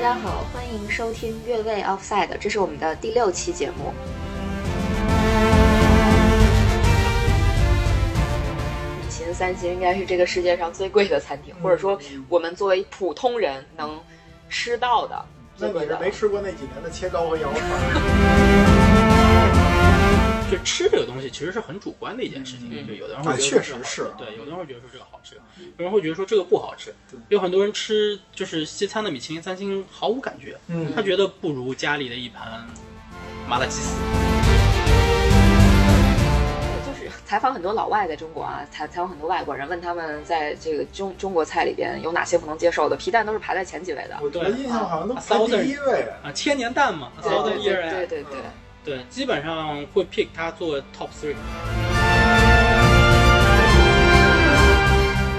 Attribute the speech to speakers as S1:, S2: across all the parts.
S1: 家好，欢迎收听《越位 Offside》，这是我们的第六期节目。米其林三星应该是这个世界上最贵的餐
S2: 嗯
S1: 厅，或者说我们作为普通人能吃到的最
S2: 那你
S1: 贵
S2: 是
S1: 的，
S2: 没吃过那几年的切糕和羊肉串？
S3: 就吃这个东西其实是很主观的一件事情，
S1: 嗯
S3: 就有的人
S2: 啊
S3: 会觉
S2: 确
S3: 得
S2: 实
S3: 这个好吃
S2: 是啊
S3: 对，有的人会觉得说这个好吃，有人会觉得说这个不好吃
S2: 对，
S3: 有很多人吃就是西餐的米其林三星毫无感觉，
S2: 嗯
S3: 他觉得不如家里的一盘麻辣鸡丝。
S1: 就是采访很多老外在中国啊，采采访很多外国人，问他们在这个中中国菜里边有哪些不能接受的，皮蛋都是排在前几位的。
S2: 我我印象好像都
S3: 啊
S2: 排第一位。
S3: 啊，千年蛋嘛哦
S2: 对
S3: ，Southern
S1: 对
S3: Ear
S1: 对
S3: Egg，
S1: 对对对。
S3: 对，基本上会 pick 它做 top three。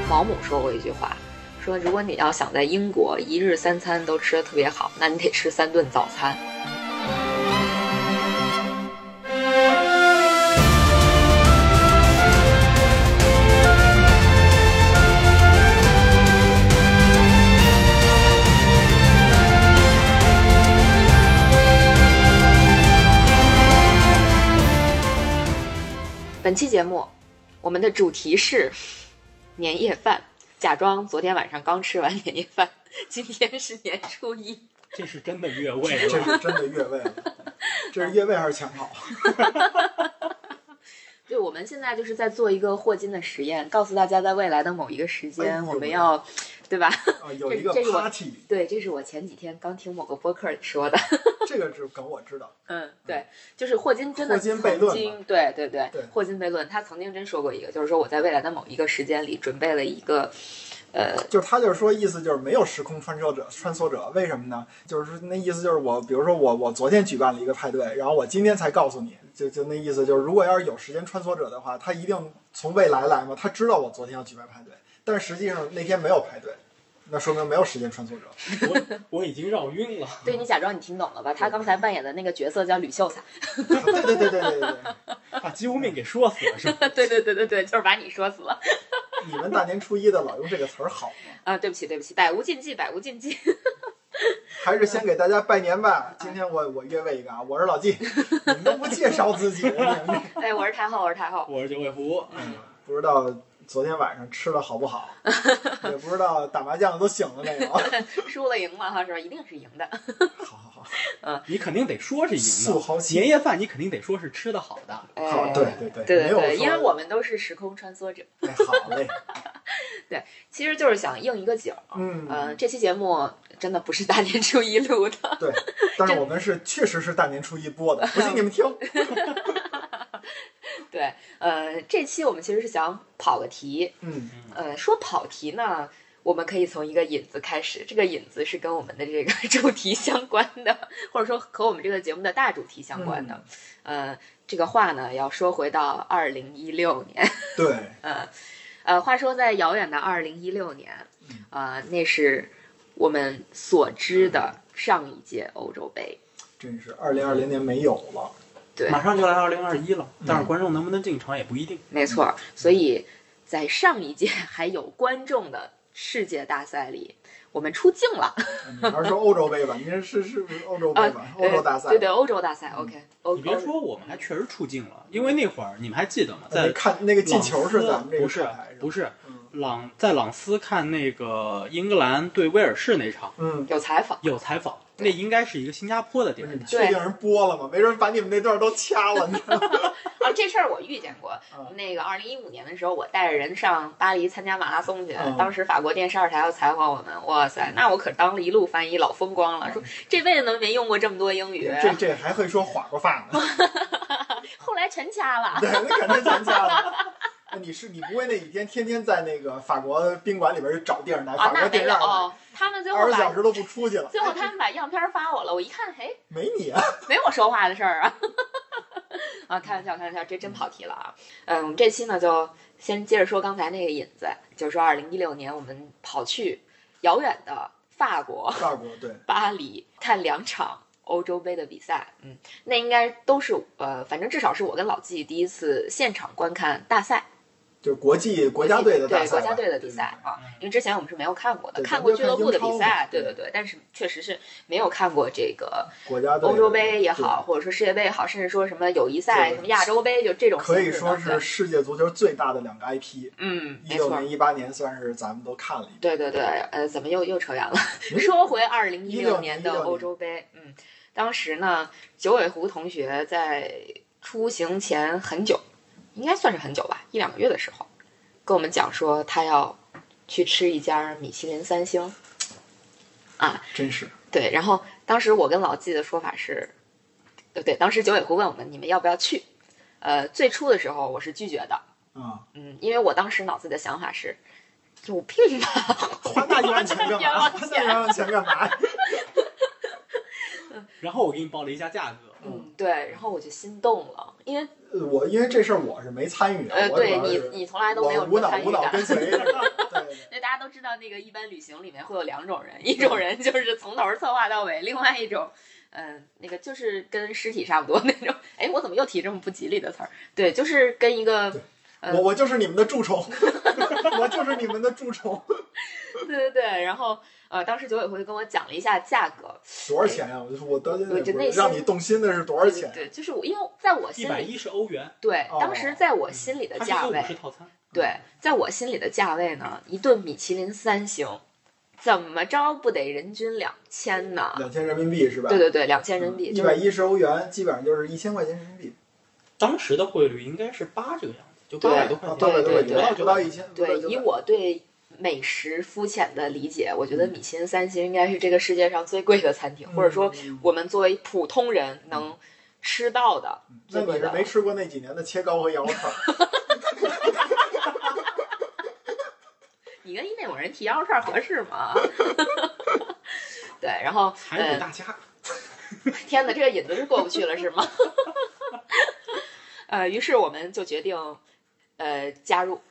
S1: 毛姆说过一句话，说如果你要想在英国一日三餐都吃得特别好，那你得吃三顿早餐。本期节目，我们的主题是年夜饭，假装昨天晚上刚吃完年夜饭， 今天是年初一。
S3: 这是真的越位
S2: 这
S3: 了，
S2: 是真的越位了，这是越位还是抢跑？啊
S1: 对，我们现在就是在做一个霍金的实验，告诉大家在未来的某一个时
S2: 哎
S1: 间，
S2: 呦
S1: 我们要，对吧？
S2: 啊，有一个
S1: 这这是我
S2: party，
S1: 对，这是我前几天刚听某个播客里说的。
S2: 这个是梗我知道。
S1: 嗯，对，就是霍金真的
S2: 霍金悖论
S1: 曾经，对对对
S2: 对
S1: 霍金悖论，他曾经真说过一个，就是说我在未来的某一个时间里准备了一个，呃，
S2: 就是他就是说，意思就是没有时空穿梭者，穿梭者为什么呢？就是那意思就是我，比如说我我昨天举办了一个派对，然后我今天才告诉你，就就那意思就是，如果要是有时间穿梭者的话，他一定从未来来嘛，他知道我昨天要举办派对，但实际上那天没有派对，那说明没有时间穿梭者。
S3: 我我已经绕晕了。
S1: 对你假装你听懂了吧？他刚才扮演的那个角色叫吕秀才，
S2: 对对对对对对对，
S3: 把鸡无命给说死了是 吧？
S1: 对对对对对，就是把你说死了
S2: 你们大年初一的老用这个词儿好吗？
S1: 啊！对不起对不起，百无禁忌百无禁忌。
S2: 还是先给大家拜年吧。今天我我越位一个啊，我是老 纪，你们都不介绍自己，你们 这
S1: 哎，我是太后我是太后，
S3: 我是九尾狐，
S2: 不知道昨天晚上吃的好 不好，也不知道打麻将都醒了没有。
S1: 输了赢了哈是吧？一定是赢 的。
S2: 好好好，
S3: 你肯定得说是赢
S2: 素
S3: 的。
S2: 豪鞋。
S3: 年夜饭你肯定得说是吃的好的，
S2: 好，
S1: 哎
S2: 对对对，
S1: 对对
S2: 没有
S1: 对，
S2: 说
S1: 因为我们都是时空穿梭者，
S2: 哎好 嘞，
S1: 其实就是想应一个景儿。
S2: 嗯，
S1: 呃，这期节目真的不是大年初一录的，
S2: 对，但是我们是确实是大年初一播的，不信你们 听。
S1: 对，呃，这期我们其实是想跑个题，
S2: 嗯，
S1: 呃，说跑题呢，我们可以从一个引子开始，这个引子是跟我们的这个 主题相关的，或者说和我们这个节目的大主题相关的。
S2: 嗯
S1: 呃，这个话呢，要说回到二零一六年，
S2: 对，
S1: 呃，呃，话说在遥远的二零一六年
S2: 嗯，
S1: 呃，那是我们所知的上一届欧洲杯。
S2: 真是二零二零年没有了。
S1: 对，
S3: 马上就来二零二一了，
S2: 嗯
S3: 但是观众能不能进场也不一定。
S1: 没错儿，所以在上一届 还有观众的世界大赛里，我们出镜了呃
S2: 你还是说欧洲杯吧？您是是不是欧洲杯吧？欧洲大
S1: 啊
S2: 赛
S1: 对。对，欧洲大赛。
S2: 嗯
S1: OK，欧
S3: 你别
S1: 欧
S3: 说，我们还确实出镜了，因为那会儿你们还记得吗？
S2: 那
S3: 在
S2: 看呃那个进球是咱
S3: 朗
S2: 们
S3: 斯
S2: 这个
S3: 不是
S1: 啊
S2: 台是吧？
S3: 不是
S2: 嗯
S3: 朗在朗斯看那个英格兰对威尔士那场
S2: 嗯，
S1: 有采访，
S3: 有采访，那
S1: 对
S3: 应该是一个新加坡的电视
S2: 你
S3: 台。
S2: 确定人播了吗？没准把你们那段都掐了，你知道吗？
S1: 啊，这事儿我遇见 过。
S2: 嗯
S1: 那个二零一五年的时候，我带着人上巴黎参加马拉松去，
S2: 嗯
S1: 当时法国电视二台要采访我们，哇塞，那我可当了一路翻译，老风光了，说这辈子都没用过这么多英语，
S2: 嗯
S1: 啊
S2: 这这还会说划过发呢。
S1: 后来全掐了。
S2: 对，那肯定全家了。那你是你不会那几天天天在那个法国宾馆里边去找地儿来，
S1: 啊
S2: 法，国
S1: 那没
S2: 电视台
S1: 有，他们最
S2: 二
S1: 后
S2: 十小
S1: 把
S2: 时都不出去了，
S1: 最后他们把样片儿发我了，我一看，嘿，
S2: 没你啊。
S1: 没我说话的事儿啊。 啊，开玩笑，开玩笑，这真跑题了啊。嗯，我们这期呢就先接着说刚才那个引子，就是说二零一六年我们跑去遥远的法国
S2: 法国对，
S1: 巴黎看两场欧洲杯的比赛。嗯，那应该都是呃，反正至少是我跟老纪第一次现场观看大赛。
S2: 就是国际国家队的大
S1: 对
S2: 赛吧，嗯
S1: 国家队的比赛啊，因为之前我们是没有看过的，
S2: 对
S1: 看
S2: 咱
S1: 过
S2: 就
S1: 俱
S2: 看
S1: 乐部的
S2: 英超
S1: 比
S2: 嘛
S1: 赛，对
S2: 对
S1: 对对，但是确实是没有看过这个
S2: 国家队
S1: 欧洲杯
S2: 的
S1: 也好，或者说世界杯也好，甚至说什么友谊赛、
S2: 对
S1: 什么亚洲杯，就这种
S2: 可以
S1: 形式
S2: 说
S1: 的
S2: 是
S1: 对
S2: 世界足球最大的两个 IP。
S1: 嗯，
S2: 一
S1: 没
S2: 六
S1: 错，
S2: 年、一八年算是咱们都看了一遍。
S1: 对对对，呃，怎么又又扯远了？
S2: 嗯
S1: 说回二零一年
S2: 16年
S1: 的欧洲杯，嗯，当时呢，九尾狐同学在出行前很久，应该算是很久吧，一两个月的时候，跟我们讲说他要去吃一家米其林三星。
S2: 真是
S1: 对，然后当时我跟老纪的说法是，呃对对，当时九尾狐问我们你们要不要去，呃，最初的时候我是拒绝的，
S2: 啊，
S1: 嗯，因为我当时脑子里的想法是，有病吧，
S2: 花那一万钱干嘛？
S1: 花那
S2: 花那
S1: 一
S2: 一万钱干嘛？嗯
S3: 然后我给你报了一下价格，
S1: 嗯，对，然后我就心动了，因为
S2: 呃我因为这事儿我是没参与的，
S1: 呃，
S2: 我
S1: 对
S2: 主要
S1: 你
S2: 是
S1: 你从来都没有
S2: 我
S1: 什
S2: 舞
S1: 么
S2: 蹈
S1: 参与
S2: 舞蹈
S1: 感。
S2: 跟随着。对，
S1: 那大家都知道，那个一般旅行里面会有两种人，一
S2: 嗯
S1: 种人就是从头策划到尾，另外一种，嗯、那个就是跟尸体差不多那种。 哎，我怎么又提这么不吉利的词儿？对，就是跟一个嗯
S2: 我我就是你们的蛀虫， 我就是你们的蛀虫。
S1: 对对对，然后呃，当时九尾狐就跟我讲了一下价格，
S2: 多少钱啊？我就说我到现在
S1: 我就
S2: 不
S1: 内
S2: 是
S1: 心
S2: 让你动心的是多少
S1: 对对
S2: 钱？
S1: 对，就是我因为在我
S3: 一
S1: 心
S3: 百
S1: 里，
S3: 一十欧元，
S1: 对，
S2: 哦
S1: 当时在我心里的
S3: 它是一
S1: 价
S3: 个
S1: 位
S3: 五，十套餐。
S1: 对，在我心里的价位呢，一顿米其林三星，怎么着不得人均两千呢？
S2: 两千人民币是吧？
S1: 对对对，两千人民币，
S2: 一
S1: 就
S2: 百
S1: 是
S2: 一十欧元，基本上就是一千块钱人民币，
S3: 当时的汇率应该是八这个样子，就八
S1: 对
S3: 百多块
S2: 啊
S3: 钱，
S2: 八百多
S1: 对
S2: 块
S1: 对
S2: 钱，不到一千。不到
S1: 对，
S2: 900
S1: 以我对美食肤浅的理解，我觉
S2: 嗯
S1: 得米其林三星应该是这个世界上最贵的餐厅，或者说
S2: 嗯
S1: 我们作为普通人能吃到的。
S2: 那你是没吃过那几年的切糕和羊肉串儿？
S1: 你跟一内蒙人提羊肉串合适吗？ 对，然后
S3: 还是给
S1: 呃，
S3: 大家。
S1: 天哪，这个瘾子是过不去了是吗？ 呃，于是我们就决定呃加入，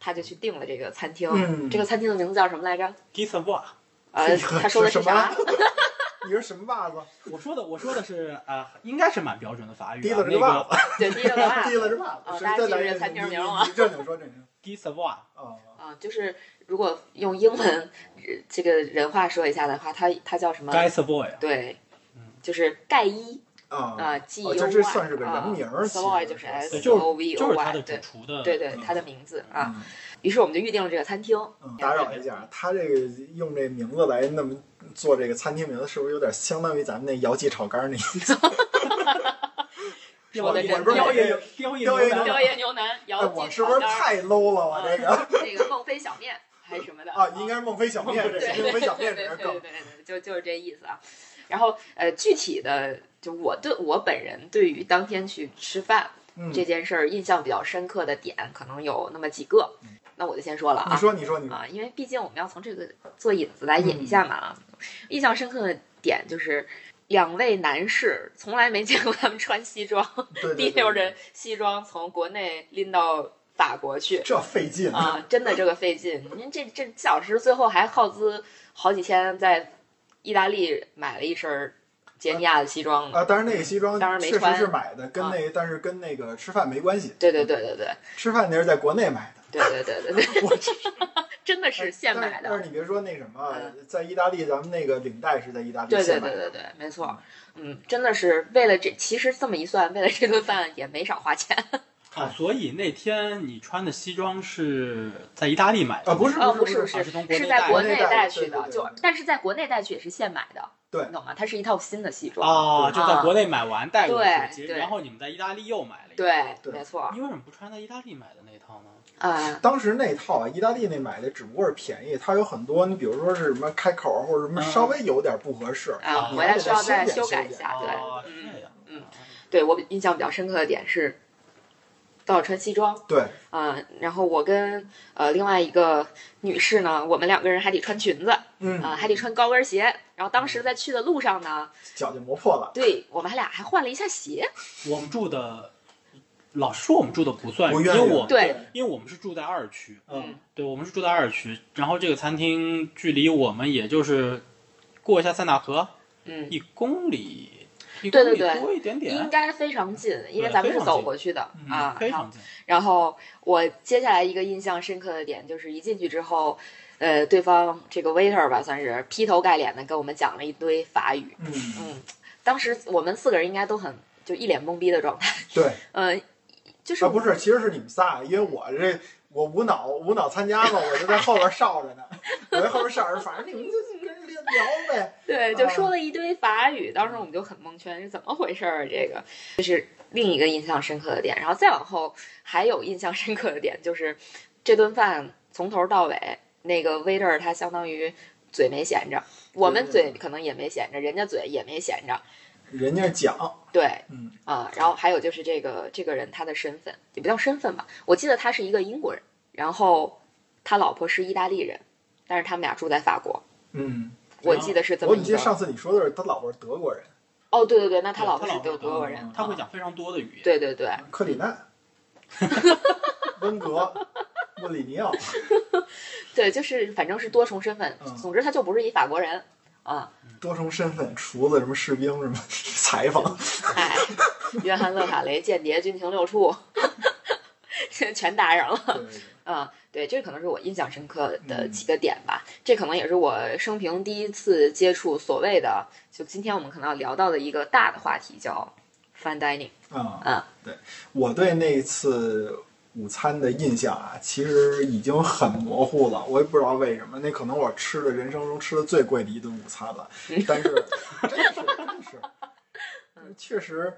S1: 他就去订了这个餐厅。
S2: 嗯
S1: 这个餐厅的名字叫什么来着？
S3: 迪萨瓦，
S1: 呃，
S2: 是
S1: 他说的是
S2: 是什么
S1: 啥？
S2: 你是什么袜子？
S3: 我说的我说的是啊、呃应该是蛮标准的法语、
S2: 提
S3: 啊。
S2: 了
S3: 那
S2: 是袜
S3: 个
S2: 子，
S1: 对，第一个吧。
S2: 提了是袜子。
S1: 哦
S2: 是
S1: 大家记住
S2: 这
S1: 这
S2: 两
S1: 餐厅名了
S2: 你
S1: 吗
S2: 你正经说正经
S3: 迪萨瓦，
S2: 啊。
S1: 啊、就是如果用英文呃这个人话说一下的话，它它叫什么？
S3: 盖萨 boy 啊，
S1: 对
S3: 嗯，
S1: 就是盖伊
S2: 啊，
S1: 啊，G U
S2: 哦
S1: Y，
S2: 就这算是个人名儿
S1: 啊
S2: 其实
S1: s o y 就是 S
S3: 对
S1: O V E
S3: 就
S1: O
S3: 是他
S1: Y，
S3: 的主
S1: 对
S3: 厨
S2: 嗯
S3: 的，
S1: 对对，他的名字啊。于是我们就预定了这个餐厅。
S2: 嗯，打扰一下，他这个用这名字来那么做这个餐厅名字，是不是有点相当于咱们那姚记炒肝儿那意思？
S3: 雕
S1: 我的
S3: 爷
S1: 人
S3: 雕爷雕爷
S2: 雕爷
S3: 牛
S2: 牛
S1: 椒
S3: 腩
S1: 盐牛 腩、
S2: 哎，
S1: 姚
S2: 我
S1: 记
S2: 是
S1: 炒
S2: 不是
S1: 肝儿、
S2: 太 low 了？我这 个
S1: 啊那个孟非小 面还是什么的
S2: 啊，应该是孟非小面，这
S1: 对
S2: 是
S1: 对对
S2: 孟非
S1: 对
S2: 小面
S1: 对对
S2: 这个
S1: 对
S2: 梗。
S1: 对，就就是这意思啊。然后呃，具体的就我对我本人对于当天去吃饭
S2: 嗯，
S1: 这件事儿印象比较深刻的点，可能有那么几个。那我就先说了
S2: 嗯你
S1: 啊
S2: 说，你说， 你说，
S1: 啊，因为毕竟我们要从这个做引子来引一下嘛啊。
S2: 嗯
S1: 印象深刻的点就是。两位男士从来没见过他们穿西装，
S2: 对
S1: 提
S2: 对
S1: 溜
S2: 对，
S1: 着西装从国内拎到法国 去，
S2: 这费劲！
S1: 啊，真的这个费劲。您这这小时最后还耗资好几千，在意大利买了一身儿杰尼亚的西装呢。
S2: 啊，当然那个西装
S1: 当然没
S2: 确
S1: 穿啊
S2: 实是买的，跟那个但是跟那个吃饭没关系。
S1: 对对对对对
S2: 吃饭那是在国内买的，
S1: 对对对对对，
S2: 我这呃是
S1: 真的是现买
S2: 但
S1: 的。嗯
S2: 是你别说那什么，啊在意大利咱们那个领带是在意大利
S1: 对对
S2: 现买
S1: 对
S2: 的。
S1: 对对，没错，嗯，真的是为了这，其实这么一算，为了这顿饭也没少花钱。
S3: 啊，所以那天你穿的西装是在意大利买的
S2: 啊，不是
S1: 哦，
S2: 不
S1: 是不
S2: 是，
S3: 啊是从国内
S1: 是在国
S2: 带
S1: 内
S2: 的国内带的
S1: 带去的，
S2: 对对对
S1: 就但是在国内带去也是现买的，
S2: 对
S1: 你懂吗？它是一套新的西装，
S3: 啊，就在国内买完带过
S1: 对
S3: 去，
S1: 对
S3: 然后你们在意大利又买了一个。
S1: 对，
S2: 对
S1: 没错，
S3: 你为什么不穿在意大利买的那一套呢？
S1: 啊，
S2: 当时那套啊，意大利那买的只不过是便宜，它有很多，你比如说是什么开口或者什么
S3: 嗯
S2: 稍微有点不合适
S1: 啊
S2: 你
S1: 回来
S2: 还得
S1: 需要再
S2: 修
S1: 修改一
S2: 修
S1: 下对
S3: 哦
S1: 嗯
S3: 这样，
S1: 嗯对我印象比较深刻的点是，都要穿西装，
S2: 对，
S1: 嗯、然后我跟呃另外一个女士呢，我们两个人还得穿裙子啊、
S2: 嗯，
S1: 还得穿高跟鞋。然后当时在去的路上呢，
S2: 脚就磨破了。
S1: 对我们还俩还换了一下鞋。
S3: 我们住的，老实说，我们住的不算
S2: 不
S3: 远，
S2: 远
S3: 因为我
S1: 对，
S3: 因为我们是住在二区，
S2: 嗯，
S3: 对，我们是住在二区，然后这个餐厅距离我们也就是过一下塞纳河
S1: 嗯，
S3: 一公里离
S1: 对对
S3: 公里
S1: 对
S3: 多一点
S1: 应
S3: 点，
S1: 该非常近，因为
S3: 对
S1: 咱们
S3: 非
S1: 是
S3: 常
S1: 走
S3: 近
S1: 过去的、
S3: 嗯
S1: 啊。
S3: 非
S1: 然后
S3: 常近。
S1: 然后我接下来一个印象深刻的点就是一进去之后，呃，对方这个 waiter 吧，算是劈头盖脸的跟我们讲了一堆法语。
S2: 嗯，
S1: 嗯，当时我们四个人应该都很就一脸懵逼的状态。
S2: 对，
S1: 嗯、就是
S2: 啊，不是，其实是你们仨，因为我这我无脑无脑参加嘛，我就在后 边哨着呢，我在后边哨着，反正你们就跟人聊呗。
S1: 对，就说
S2: 啊
S1: 了一堆法语，当时我们就很蒙圈，是怎么回事儿？啊这个就是另一个印象深刻的点。然后再往后还有印象深刻的点就是，这顿饭从头到尾，那个 waiter 他相当于嘴没闲着，我们
S2: 对
S1: 嘴可能也没闲着，人家嘴也没闲着。
S2: 人家讲，
S1: 对，
S2: 嗯
S1: 啊、然后还有就是这个这个人他的身份也不叫身份吧，我记得他是一个英国人，然后他老婆是意大利人，但是他们俩住在法国，
S2: 嗯，
S1: 我记得是这么
S2: 我
S1: 一
S2: 记得
S1: 个。
S2: 上次你说的是他老婆是德国人，
S1: 哦，对对对，那他
S3: 对
S1: 老婆是
S3: 德
S1: 德国人，
S3: 嗯他会
S1: 啊。
S3: 讲非常多的语言。
S1: 对对对，
S2: 克里 奈，温格，莫里尼奥，
S1: 对，就是反正是多重身份，
S2: 嗯
S1: 总之他就不是一法国人啊。
S2: 多重身份，厨子什么士兵什么 采访，
S1: 哎， 约翰·勒卡雷间谍军情六处， 现在全搭上了。
S2: 对对对
S1: 啊，对，这可能是我印象深刻的
S2: 嗯
S1: 几个点吧。这可能也是我生平第一次接触所谓的，就今天我们可能要聊到的一个大的话题，叫 fine dining。
S2: 啊、
S1: 啊
S2: 对，我对那次午餐的印象啊，其实已经很模糊了，我也不知道为什么，那可能我吃的人生中吃的最贵的一顿午餐了，
S1: 嗯
S2: 但是真的是真的是， 确实。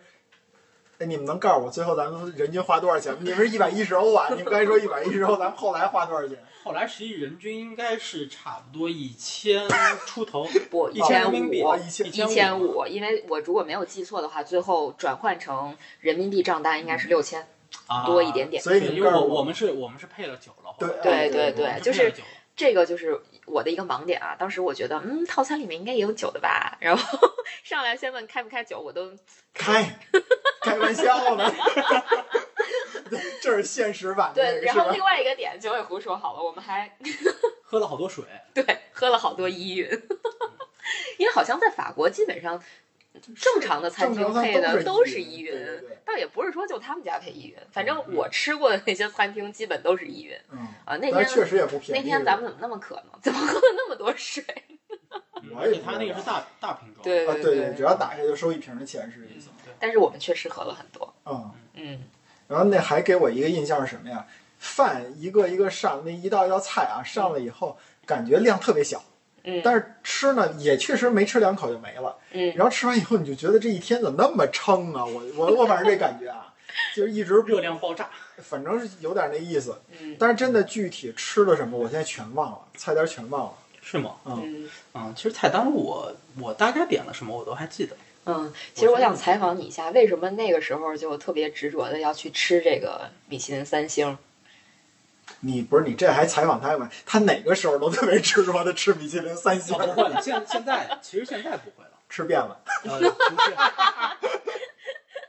S2: 哎，你们能告诉我最后咱们人均花多少钱吗？你们是一百一十欧啊？你们刚才说一百一十欧，咱们后来花多少钱？
S3: 后来实际人均应该是差不多一千出 头，
S1: 不，
S3: 一
S1: 千
S3: 人民币
S1: 五，哦
S2: 啊一千
S1: 一
S3: 1500
S1: 千五，因为我如果没有记错的话，最后转换成人民币账单应该是六千
S3: 啊
S1: 多一点。点。
S2: 嗯所以
S3: 对
S2: 你
S3: 因
S2: 们
S3: 为
S2: 告
S3: 我
S2: 诉
S3: 我们是我们是配了酒了，后来
S1: 对
S2: 对
S1: 对对
S3: 我们
S1: 就是
S3: 配了酒了
S1: 这个就是我的一个盲点啊。当时我觉得，嗯，套餐里面应该也有酒的吧，然后 上来先问开不开酒，我都
S2: 开开玩 笑呢，这是现实版的
S1: 对。
S2: 这个
S1: 然
S2: 是
S1: 后
S2: 吧？
S1: 另外一个点，九尾狐说好了，我们还
S3: 喝了好多水，
S1: 对，喝了好多依云，
S3: 嗯
S1: 因为好像在法国基本上正常的餐厅配的都是依云
S2: 正常的都是依云对对对，
S1: 倒也不是说就他们家配依云，反
S3: 嗯
S1: 正我吃过的那些餐厅基本都是依云
S2: 嗯，
S1: 啊。那
S2: 但是确
S1: 天
S2: 实也不便宜。
S1: 那天咱们怎么那么渴呢？怎么喝了那么多水？
S3: 嗯
S2: 我也
S3: 而且
S2: 觉
S3: 他
S2: 得
S3: 那个是大大瓶装，
S1: 对
S2: 啊，
S1: 对
S2: 对只要打下就收一瓶的钱是这意
S3: 嗯
S2: 思。
S3: 对
S1: 但是我们确实喝了很多，
S2: 嗯，
S1: 嗯，
S2: 然后那还给我一个印象是什么呀？饭一个一个上，那一道一道菜啊上了以后，感觉量特别小，
S1: 嗯
S2: 但是吃呢也确实没吃两口就没了。
S1: 嗯
S2: 然后吃完以后，你就觉得这一天怎么那么撑啊？我我我反正这感觉啊，就是一直
S3: 热量爆炸，
S2: 反正是有点那意思。
S1: 嗯
S2: 但是真的具体吃了什么，我现在全忘了，菜单全忘了。
S3: 是吗？
S1: 嗯
S3: 啊，其实菜单我我大概点了什么我都还记得，
S1: 嗯。其实我想采访你一下，为什么那个时候就特别执着的要去吃这个米其林三星？
S2: 你不是你这还采访他吗？他哪个时候都特别执着的吃米其林三星
S3: 啊，，
S1: 哦
S3: 不会了，现现在其实现在不会了。
S2: 吃遍了。
S3: 呃，不是，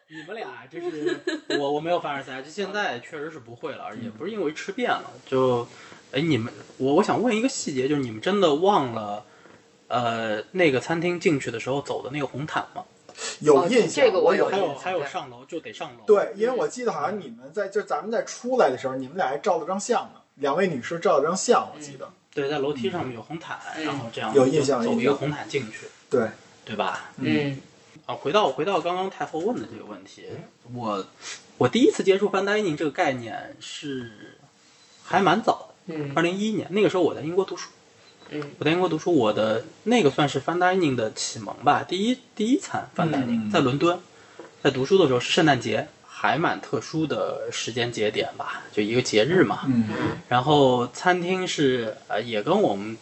S3: 你们俩这是我我没有凡尔赛，这现在确实是不会了，也不是因为吃遍了，就哎你们我我想问一个细节，就是你们真的忘了呃那个餐厅进去的时候走的那个红毯吗？
S2: 有印象，
S1: 哦这个我
S2: 有
S1: 对
S3: 还
S2: 印
S3: 有
S2: 象。
S3: 还有上楼就得上楼，，
S2: 对，因为我记得好像你们在就咱们在出来的时候，你们俩还照了张相呢，两位女士照了张相，我记得。
S3: 对，在楼梯上面有红毯，
S1: 嗯
S3: 然后这样
S2: 有印象
S3: 走
S2: 有印
S3: 一
S2: 象
S3: 个红毯进去，
S2: 对，
S3: 对吧？
S1: 嗯
S3: 啊，回到回到刚刚太后问的这个问题，我我第一次接触 fine dining 这个概念是还蛮早的。
S1: 嗯
S3: 二零一一年那个时候我在英国读书，
S1: 嗯
S3: 我在英国读书，我的那个算是 fine dining 的启蒙吧，第一第一餐 fine dining、
S2: 嗯
S3: 在伦敦，在读书的时候是圣诞节，还蛮特殊的时间节点吧，就一个节日嘛。
S2: 嗯
S3: 然后餐厅是呃也跟我们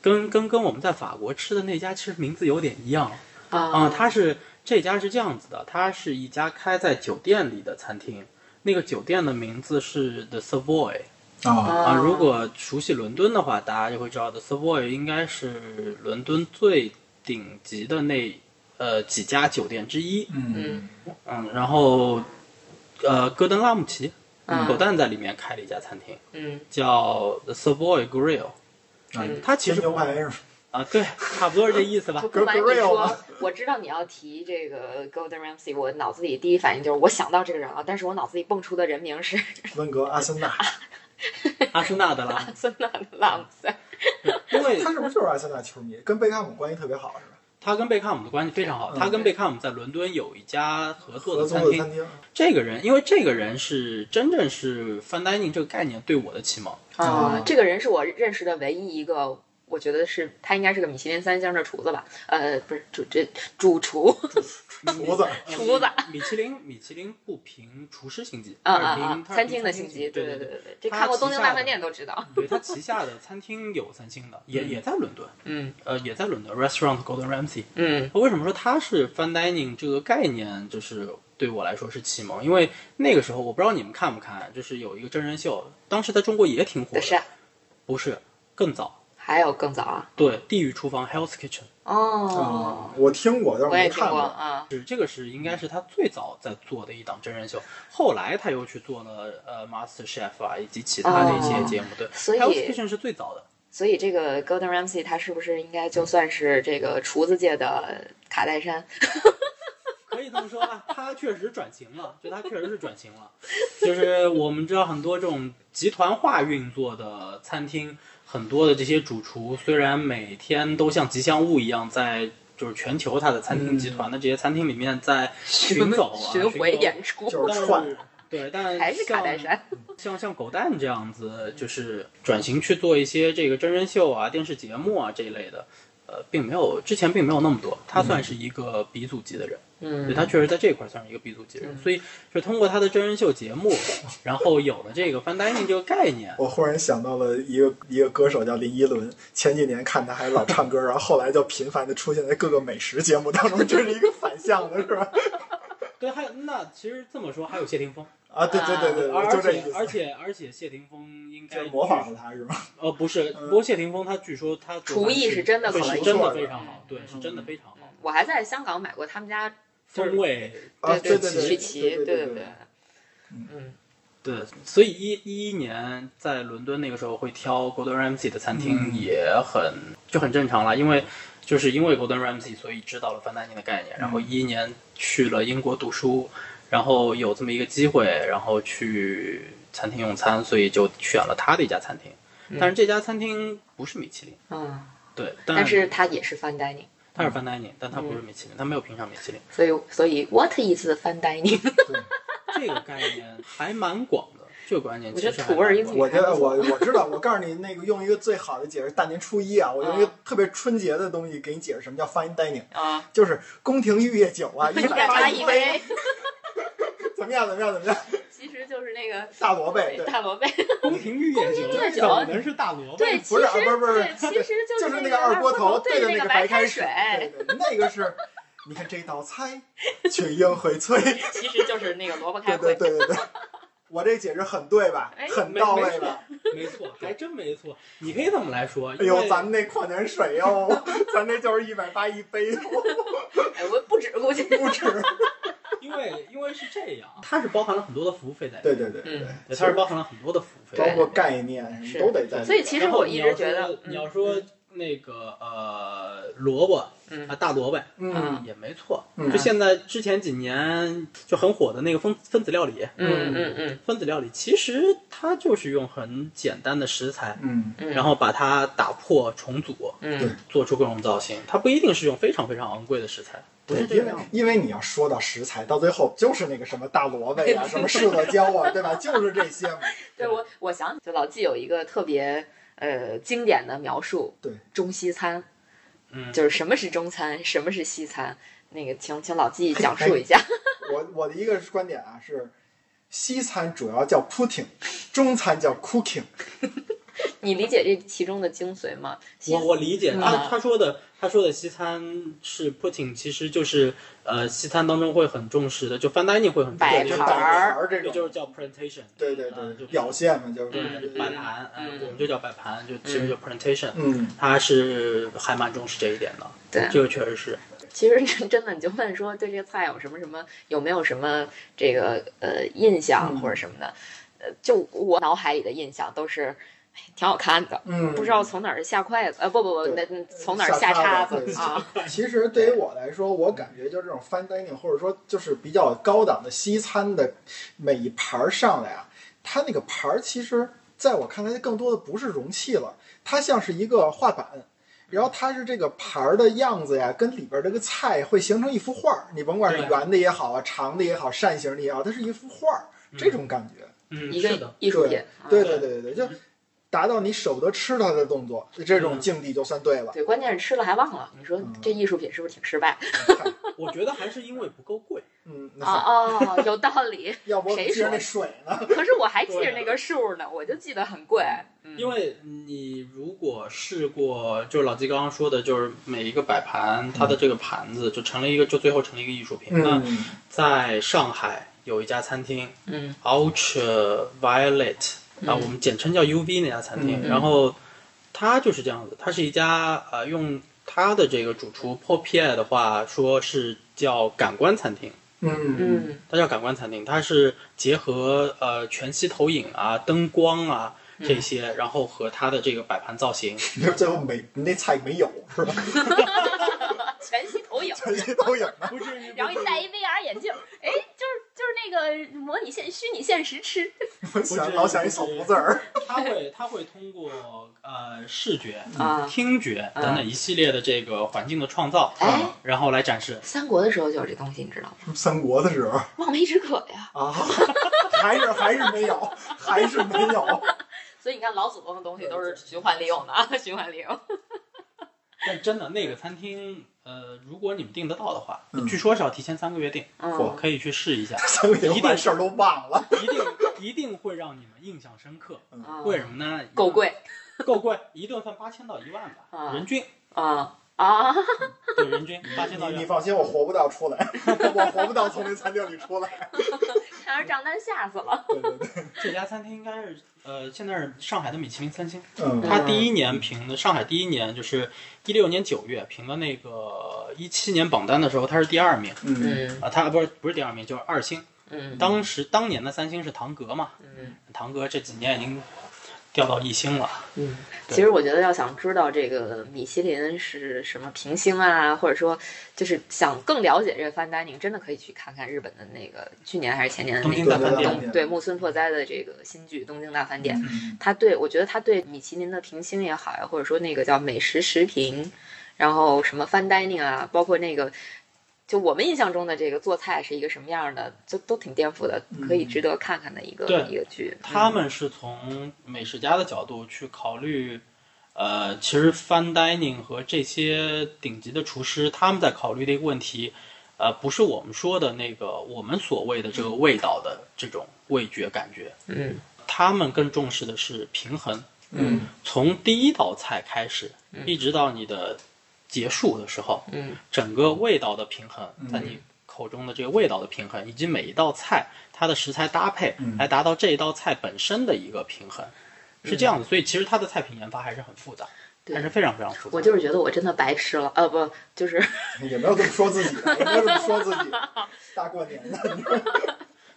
S3: 跟跟跟我们在法国吃的那家其实名字有点一
S2: 哦
S3: 样啊、
S1: 啊
S3: 它是这家是这样子的，它是一家开在酒店里的餐厅，那个酒店的名字是 The Savoy。
S2: 啊
S3: 啊，如果熟悉伦敦的话，大家就会知道的，Savoy 应该是伦敦最顶级的那呃几家酒店之一。
S1: 嗯
S3: 嗯，然后呃，戈登拉姆齐
S1: 嗯
S3: 狗蛋在里面开了一家餐厅，
S1: 嗯
S2: 啊
S3: 叫 The Savoy Grill。
S1: 嗯
S3: 它其
S2: 煎
S3: 实
S2: 牛排是吧？
S3: 啊，对，差不多是这意思吧
S1: 就。 不瞒你
S2: Gabriel
S1: 说
S2: 吗，
S1: 我知道你要提这个 Golden Ramsey，我脑子里第一反应就是我想到这个人了，但是我脑子里蹦出的人名是
S2: 温格、阿森纳，
S3: 阿森纳的 啦，
S1: 孙纳朗塞。
S3: 因为
S2: 他是不是就是阿森纳球迷？跟贝克汉姆关系特别好是吧？
S3: 他跟贝克汉姆的关系非常好，
S2: 嗯
S3: 他跟贝克汉姆在伦敦有一家合作
S2: 合
S3: 的
S2: 作
S3: 餐
S2: 的
S3: 厅。
S2: 餐厅，
S3: 这个人，因为这个人是真正是 fine dining 这个概念对我的启蒙。
S1: 啊
S2: 啊，
S1: 这个人是我认识的唯一一个，我觉得是他应该是个米其林三星的厨子吧？呃，不是主这主厨，
S2: 厨子
S3: 嗯
S1: 厨子
S3: 米其林，米其林不评厨师星级，
S1: 啊
S3: 它
S1: 啊
S3: 是
S1: 啊
S3: 评，它是
S1: 餐
S3: 评
S1: 厅的星级，
S3: 级。
S1: 对
S3: 对
S1: 对对对，这
S3: 他
S1: 看过《
S3: 旗
S1: 东京
S3: 下
S1: 大
S3: 的
S1: 饭店》都知道，
S3: 对，它旗下的餐厅有三星的，也
S1: 嗯
S3: 也在伦敦，
S1: 嗯
S3: 呃，也在伦敦 Restaurant Golden Ramsy。
S1: 嗯
S3: 为什么说它是 fine dining 这个概念，就是对我来说是启蒙？因为那个时候我不知道你们看不看，就是有一个真人秀，当时在中国也挺火
S1: 的
S3: 的，
S1: 是，
S3: 不是更早？
S1: 还有更早啊，
S3: 对，《地狱厨房》Hell's Kitchen
S1: 哦，
S2: 啊，我听过，但是
S1: 我也
S2: 没
S1: 听
S2: 看
S1: 过。啊，
S3: 是这个是应该是他最早在做的一档真人秀，后来他又去做了呃 Master Chef 啊以及其他的一些节目。对
S1: 哦所以
S3: ，Hell's Kitchen 是最早的。
S1: 所以这个 Golden Ramsay 他是不是应该就算是这个厨子界的卡戴珊？
S3: 可以这么说吧，他确实转型了，就他确实是转型了。就是我们知道很多这种集团化运作的餐厅，很多的这些主厨虽然每天都像吉祥物一样在。就是全球它的餐厅集
S1: 嗯
S3: 团的这些餐厅里面在巡走啊，
S1: 巡回
S3: 巡
S1: 演出
S2: 就是
S3: 但
S2: 串
S1: 嗯
S3: 是对，但
S1: 还是卡
S3: 像
S1: 戴珊？
S3: 像像狗蛋这样子，就是转型去做一些这个真人秀啊、电视节目啊这一类的，呃，并没有之前并没有那么多。他算是一个鼻祖级的人，对
S1: 嗯
S3: 他确实在这一块算是一个鼻祖级的人。所以是通过他的真人秀节目，然后有了这个 fine dining 这个概念。
S2: 我忽然想到了一个一个歌手叫林依轮，前几年看他还老唱歌，然后后来就频繁的出现在各个美食节目当中，这是一个反向的，是吧？
S3: 对，还有那其实这么说，还有谢霆锋，
S2: 啊，对对对对，
S3: 而
S2: 对就
S3: 而
S2: 这意
S3: 且
S2: 思
S3: 而，且而且谢霆锋应
S2: 就
S3: 该
S2: 是模仿嗯
S3: 据
S2: 了
S3: 说
S2: 他是吧？
S3: 呃，不是，不过谢霆锋他据说他做
S1: 厨艺
S3: 饭
S1: 是真的
S3: 对
S1: 可
S3: 是
S1: 以
S3: 真
S2: 做
S3: 的
S2: 的
S3: 非常好，对，是
S2: 嗯
S3: 真的非常好，
S1: 我还在香港买过他们家就是
S3: 风味
S2: 啊，
S1: 对
S2: 对对
S1: 曲
S2: 对
S1: 奇，
S2: 对
S1: 对
S2: 对
S1: 对，嗯
S3: 对，所以一一一年在伦敦那个时候会挑 Golden Ramsy 的餐厅
S2: 嗯
S3: 也很、就很正常了，因为就是因为 Golden Ramsy 所以知道了 fine dining 的概念，
S1: 嗯
S3: 然后一一年去了英国读书，然后有这么一个机会，然后去餐厅用餐，所以就选了他的一家餐厅，但是这家餐厅不是米其林，
S1: 嗯，
S3: 对，
S1: 但
S3: 但
S1: 是嗯它也是 fine dining。
S3: 它是 fine dining，但它不是米其林，它没有评上米其林，
S1: 所以，所以 what is fine dining？
S3: 这个概念还蛮广的，这个观念
S1: 我
S3: 其
S1: 觉
S3: 实
S1: 得
S3: 还
S1: 土味儿
S3: 蛮
S1: 英语
S3: 广的
S2: 我觉得我我知道，我告诉你那个用一个最好的解释，大年初一啊，我用一个特别春节的东西给你解释什么叫 fine dining，
S1: 啊，
S2: 就是宫廷御夜酒啊，一百八
S1: 一
S2: 杯
S1: 杯，，
S2: 怎么样怎么样怎么样，
S1: 其实就是那个
S2: 大萝卜，对，
S1: 大萝卜，
S3: 宫廷御宴酒，
S1: 宫廷御啊宴
S3: 这
S1: 酒
S3: 怎么能是大萝卜？
S1: 对，
S2: 不是啊
S1: 其实
S2: 不是不是
S1: 对其实
S2: 就是是
S1: 那
S2: 那个二锅头
S1: 对
S2: 着
S1: 那
S2: 那
S1: 个
S2: 白
S1: 开
S2: 水，对对，那个是，你看这道菜，群 英荟萃，
S1: 其实就是那个萝卜
S2: 对
S1: 开会。
S2: 对对对对，我这解释很对吧
S1: 哎？
S2: 很到位吧？
S3: 没错，还真没错，你可以这么来说。
S2: 哎
S3: 因
S2: 呦，
S3: 为
S2: 咱们那矿泉水哟， 咱那就是一百八一杯，
S1: 哎，我不止估计，
S2: 不止。
S3: 因为因为是这样，啊它是包含了很多的服务费在里
S2: 对
S3: 面，
S2: 对对对
S1: 嗯
S3: 对，它是包含了很多的服务费。
S2: 包括概念
S1: 是
S2: 都得在 里
S1: 所以
S2: 边。
S1: 其实
S3: 然后
S1: 我
S3: 你
S1: 一
S3: 要
S1: 直觉
S3: 说
S1: 得，
S3: 你要说那个呃萝卜
S1: 嗯
S3: 啊大萝卜
S1: 嗯
S3: 也没错，
S2: 嗯
S3: 就现在之前几年就很火的那个分分子料理，
S1: 嗯嗯嗯
S3: 分子料理其实它就是用很简单的食材，
S2: 嗯
S1: 嗯，
S3: 然后把它打破重组，
S1: 嗯
S3: 做出各种造型，它不一定是用非常非常昂贵的食材，不
S2: 对
S3: 是，这
S2: 因
S3: 个
S2: 为
S3: 样子。
S2: 因为你要说到食材，到最后就是那个什么大萝卜 呀、什么柿子椒啊，对吧？就是这些嘛。
S1: 对我我想起就老纪有一个特别呃经典的描述，
S2: 对
S1: 中西餐，
S3: 嗯
S1: 就是什么是中餐，什么是西餐，那个请请老纪讲述一下。
S2: 我我的一个观点啊是，西餐主要叫 pudding，中餐叫 cooking。
S1: 你理解这其中的精髓吗？西
S3: 我我理解
S1: 嗯
S3: 他他说的他说的西餐是 putting，其实就是呃西餐当中会很重视的，就 fine dining 会很重
S1: 摆
S3: 视
S2: 对，
S3: 的，
S1: 盘
S2: 就
S3: 就
S2: 摆
S3: 是
S2: 盘儿这
S3: 这
S2: 种。
S3: 就是叫 presentation，
S2: 对对
S3: 呃
S2: 对，
S3: 就
S2: 表现嘛，就
S3: 对
S2: 是
S3: 就摆盘，
S1: 嗯
S3: 呃我们就叫摆盘，就其实就 presentation，
S2: 嗯，
S3: 他是还蛮重视这一点的，
S1: 对
S3: 这个确实是，
S1: 其实真真的，你就问说对这个菜有什么什么有没有什么这个呃印象
S2: 嗯
S1: 或者什么的，呃，就我脑海里的印象都是，挺好看的，
S2: 嗯，
S1: 不知道从哪儿下筷子，呃，不不不，那
S2: 对
S1: 那从哪儿下叉
S2: 叉
S1: 子啊？
S2: 其实对于我来说，我感觉就是这种 fine dining，或者说就是比较高档的西餐的每一盘儿上来啊，它那个盘儿其实在我看来，更多的不是容器了，它像是一个画板。然后它是这个盘儿的样子呀，跟里边儿这个菜会形成一幅画儿。你甭管是
S3: 对
S2: 圆的也好啊，长的也好，扇形的也好，它是一幅画儿，这种感觉。
S3: 嗯，
S1: 一
S3: 是
S1: 个
S3: 的，
S1: 艺术品，啊
S2: 对
S3: 对
S2: 对对对对，就达到你舍不得吃它的动作，这种
S3: 嗯
S2: 境地就算对 了。
S1: 对，关键是吃了还忘了，你说
S2: 嗯
S1: 这艺术品是不是挺失败？
S2: 嗨
S3: 我觉得还是因为不够贵。
S2: 嗯，
S1: 啊
S2: 那
S1: 哦，有道理。
S2: 要不我
S1: 谁
S2: 接着
S1: 说
S2: 那水呢？
S1: 可是我还记着那个数呢，我就记得很贵。嗯
S3: 因为你如果试过，就是老季刚刚说的，就是每一个摆盘，它的这个盘子就成了一个，就最后成了一个艺术品。那
S2: 嗯，
S3: 在上海有一家餐厅
S1: 嗯
S3: Ultra Violet 啊，
S1: 嗯
S3: 我们简称叫 UV 那家餐厅，
S1: 嗯
S3: 然后它就是这样子，它是一家呃，用它的这个主厨 p o p i e 的话说是叫感官餐厅。
S2: 嗯
S1: 嗯
S3: 它叫感官餐厅，它是结合呃全息投影啊、灯光啊
S1: 嗯
S3: 这些，然后和它的这个摆盘造型，
S2: 嗯，最后没那菜没有是吧？
S1: 全息投影，
S2: 全息投影呢？
S3: 不至于
S4: 然后你戴一 VR 眼镜，哎，就是就是那个模拟现虚拟现实吃，
S2: 我想老想一小胡子儿。
S3: 它会它会通过呃视觉、
S2: 嗯
S1: 啊
S3: 听觉等等一系列的这个环境的创造，嗯
S1: 哎，
S3: 然后来展示。
S1: 三国的时候就有这东西，你知道吗？
S2: 三国的时候
S1: 望梅止渴呀。
S2: 啊， 还是还是没有，还是没有。
S1: 所以你看，老祖宗的东西都是循环利用的 啊，循环利用。
S3: 但真的那个餐厅，呃，如果你们订得到的话，
S2: 嗯
S3: 据说是要提前三个月订，
S1: 嗯，
S3: 可以去试一 下，
S2: 三个月把事儿都忘了。
S3: 一定一定会让你们印象深刻。
S2: 嗯
S1: 啊
S3: 为什么呢？
S1: 够贵
S3: 够贵，一顿饭八千到一万吧，
S1: 啊
S2: 嗯
S3: 人均
S1: 啊啊！
S3: 对人均八千到一
S2: 你
S3: 万
S2: 你。放心，我活不到出来，我活不到从那餐厅里出来。
S1: 看着账单吓死了。
S2: 对对对，
S3: 这家餐厅应该是呃，现在是上海的米其林三星。
S2: 嗯
S3: 它第一年评的，上海第一年就是一六年九月评的那个一七年榜单的时候，它是第二名
S2: 嗯
S1: 嗯
S3: 啊，它不是不是第二名，就是二星。
S1: 嗯
S3: 当时当年的三星是堂格嘛，
S1: 嗯
S3: 堂格这几年已经掉到一星了。
S1: 嗯。其实我觉得，要想知道这个米其林是什么评星啊，或者说就是想更了解这个 fine dining，真的可以去看看日本的那个去年还是前年的
S3: 东
S1: 那
S3: 京
S1: 个
S3: 大饭
S2: 对
S3: 店
S2: 对，
S1: 东对木村拓哉的这个新剧《东京大饭店》
S3: 嗯
S1: 他对我觉得他对米其林的评星也好呀，或者说那个叫美食食评，然后什么 fine dining 啊，包括那个就我们印象中的这个做菜是一个什么样的，就都挺颠覆的，可以值得看看的一个、
S3: 嗯对
S1: 一个剧。
S3: 他们是从美食家的角度去考虑，呃，其实 fine dining 和这些顶级的厨师他们在考虑的一个问题，呃，不是我们说的那个我们所谓的这个味道的这种味觉感觉，
S1: 嗯
S3: 他们更重视的是平衡，
S1: 嗯
S3: 从第一道菜开始，一直到你的结束的时候，
S1: 嗯
S3: 整个味道的平衡，在你口中的这个味道的平衡，以及每一道菜它的食材搭配，来达到这一道菜本身的一个平衡，是这样的。所以其实它的菜品研发还是很复杂，
S1: 嗯对
S3: 还是非常非常复杂。
S1: 我就是觉得我真的白吃了，呃，不，就是
S2: 也没有这么说自己，也没有这么说自己。大过年的，你说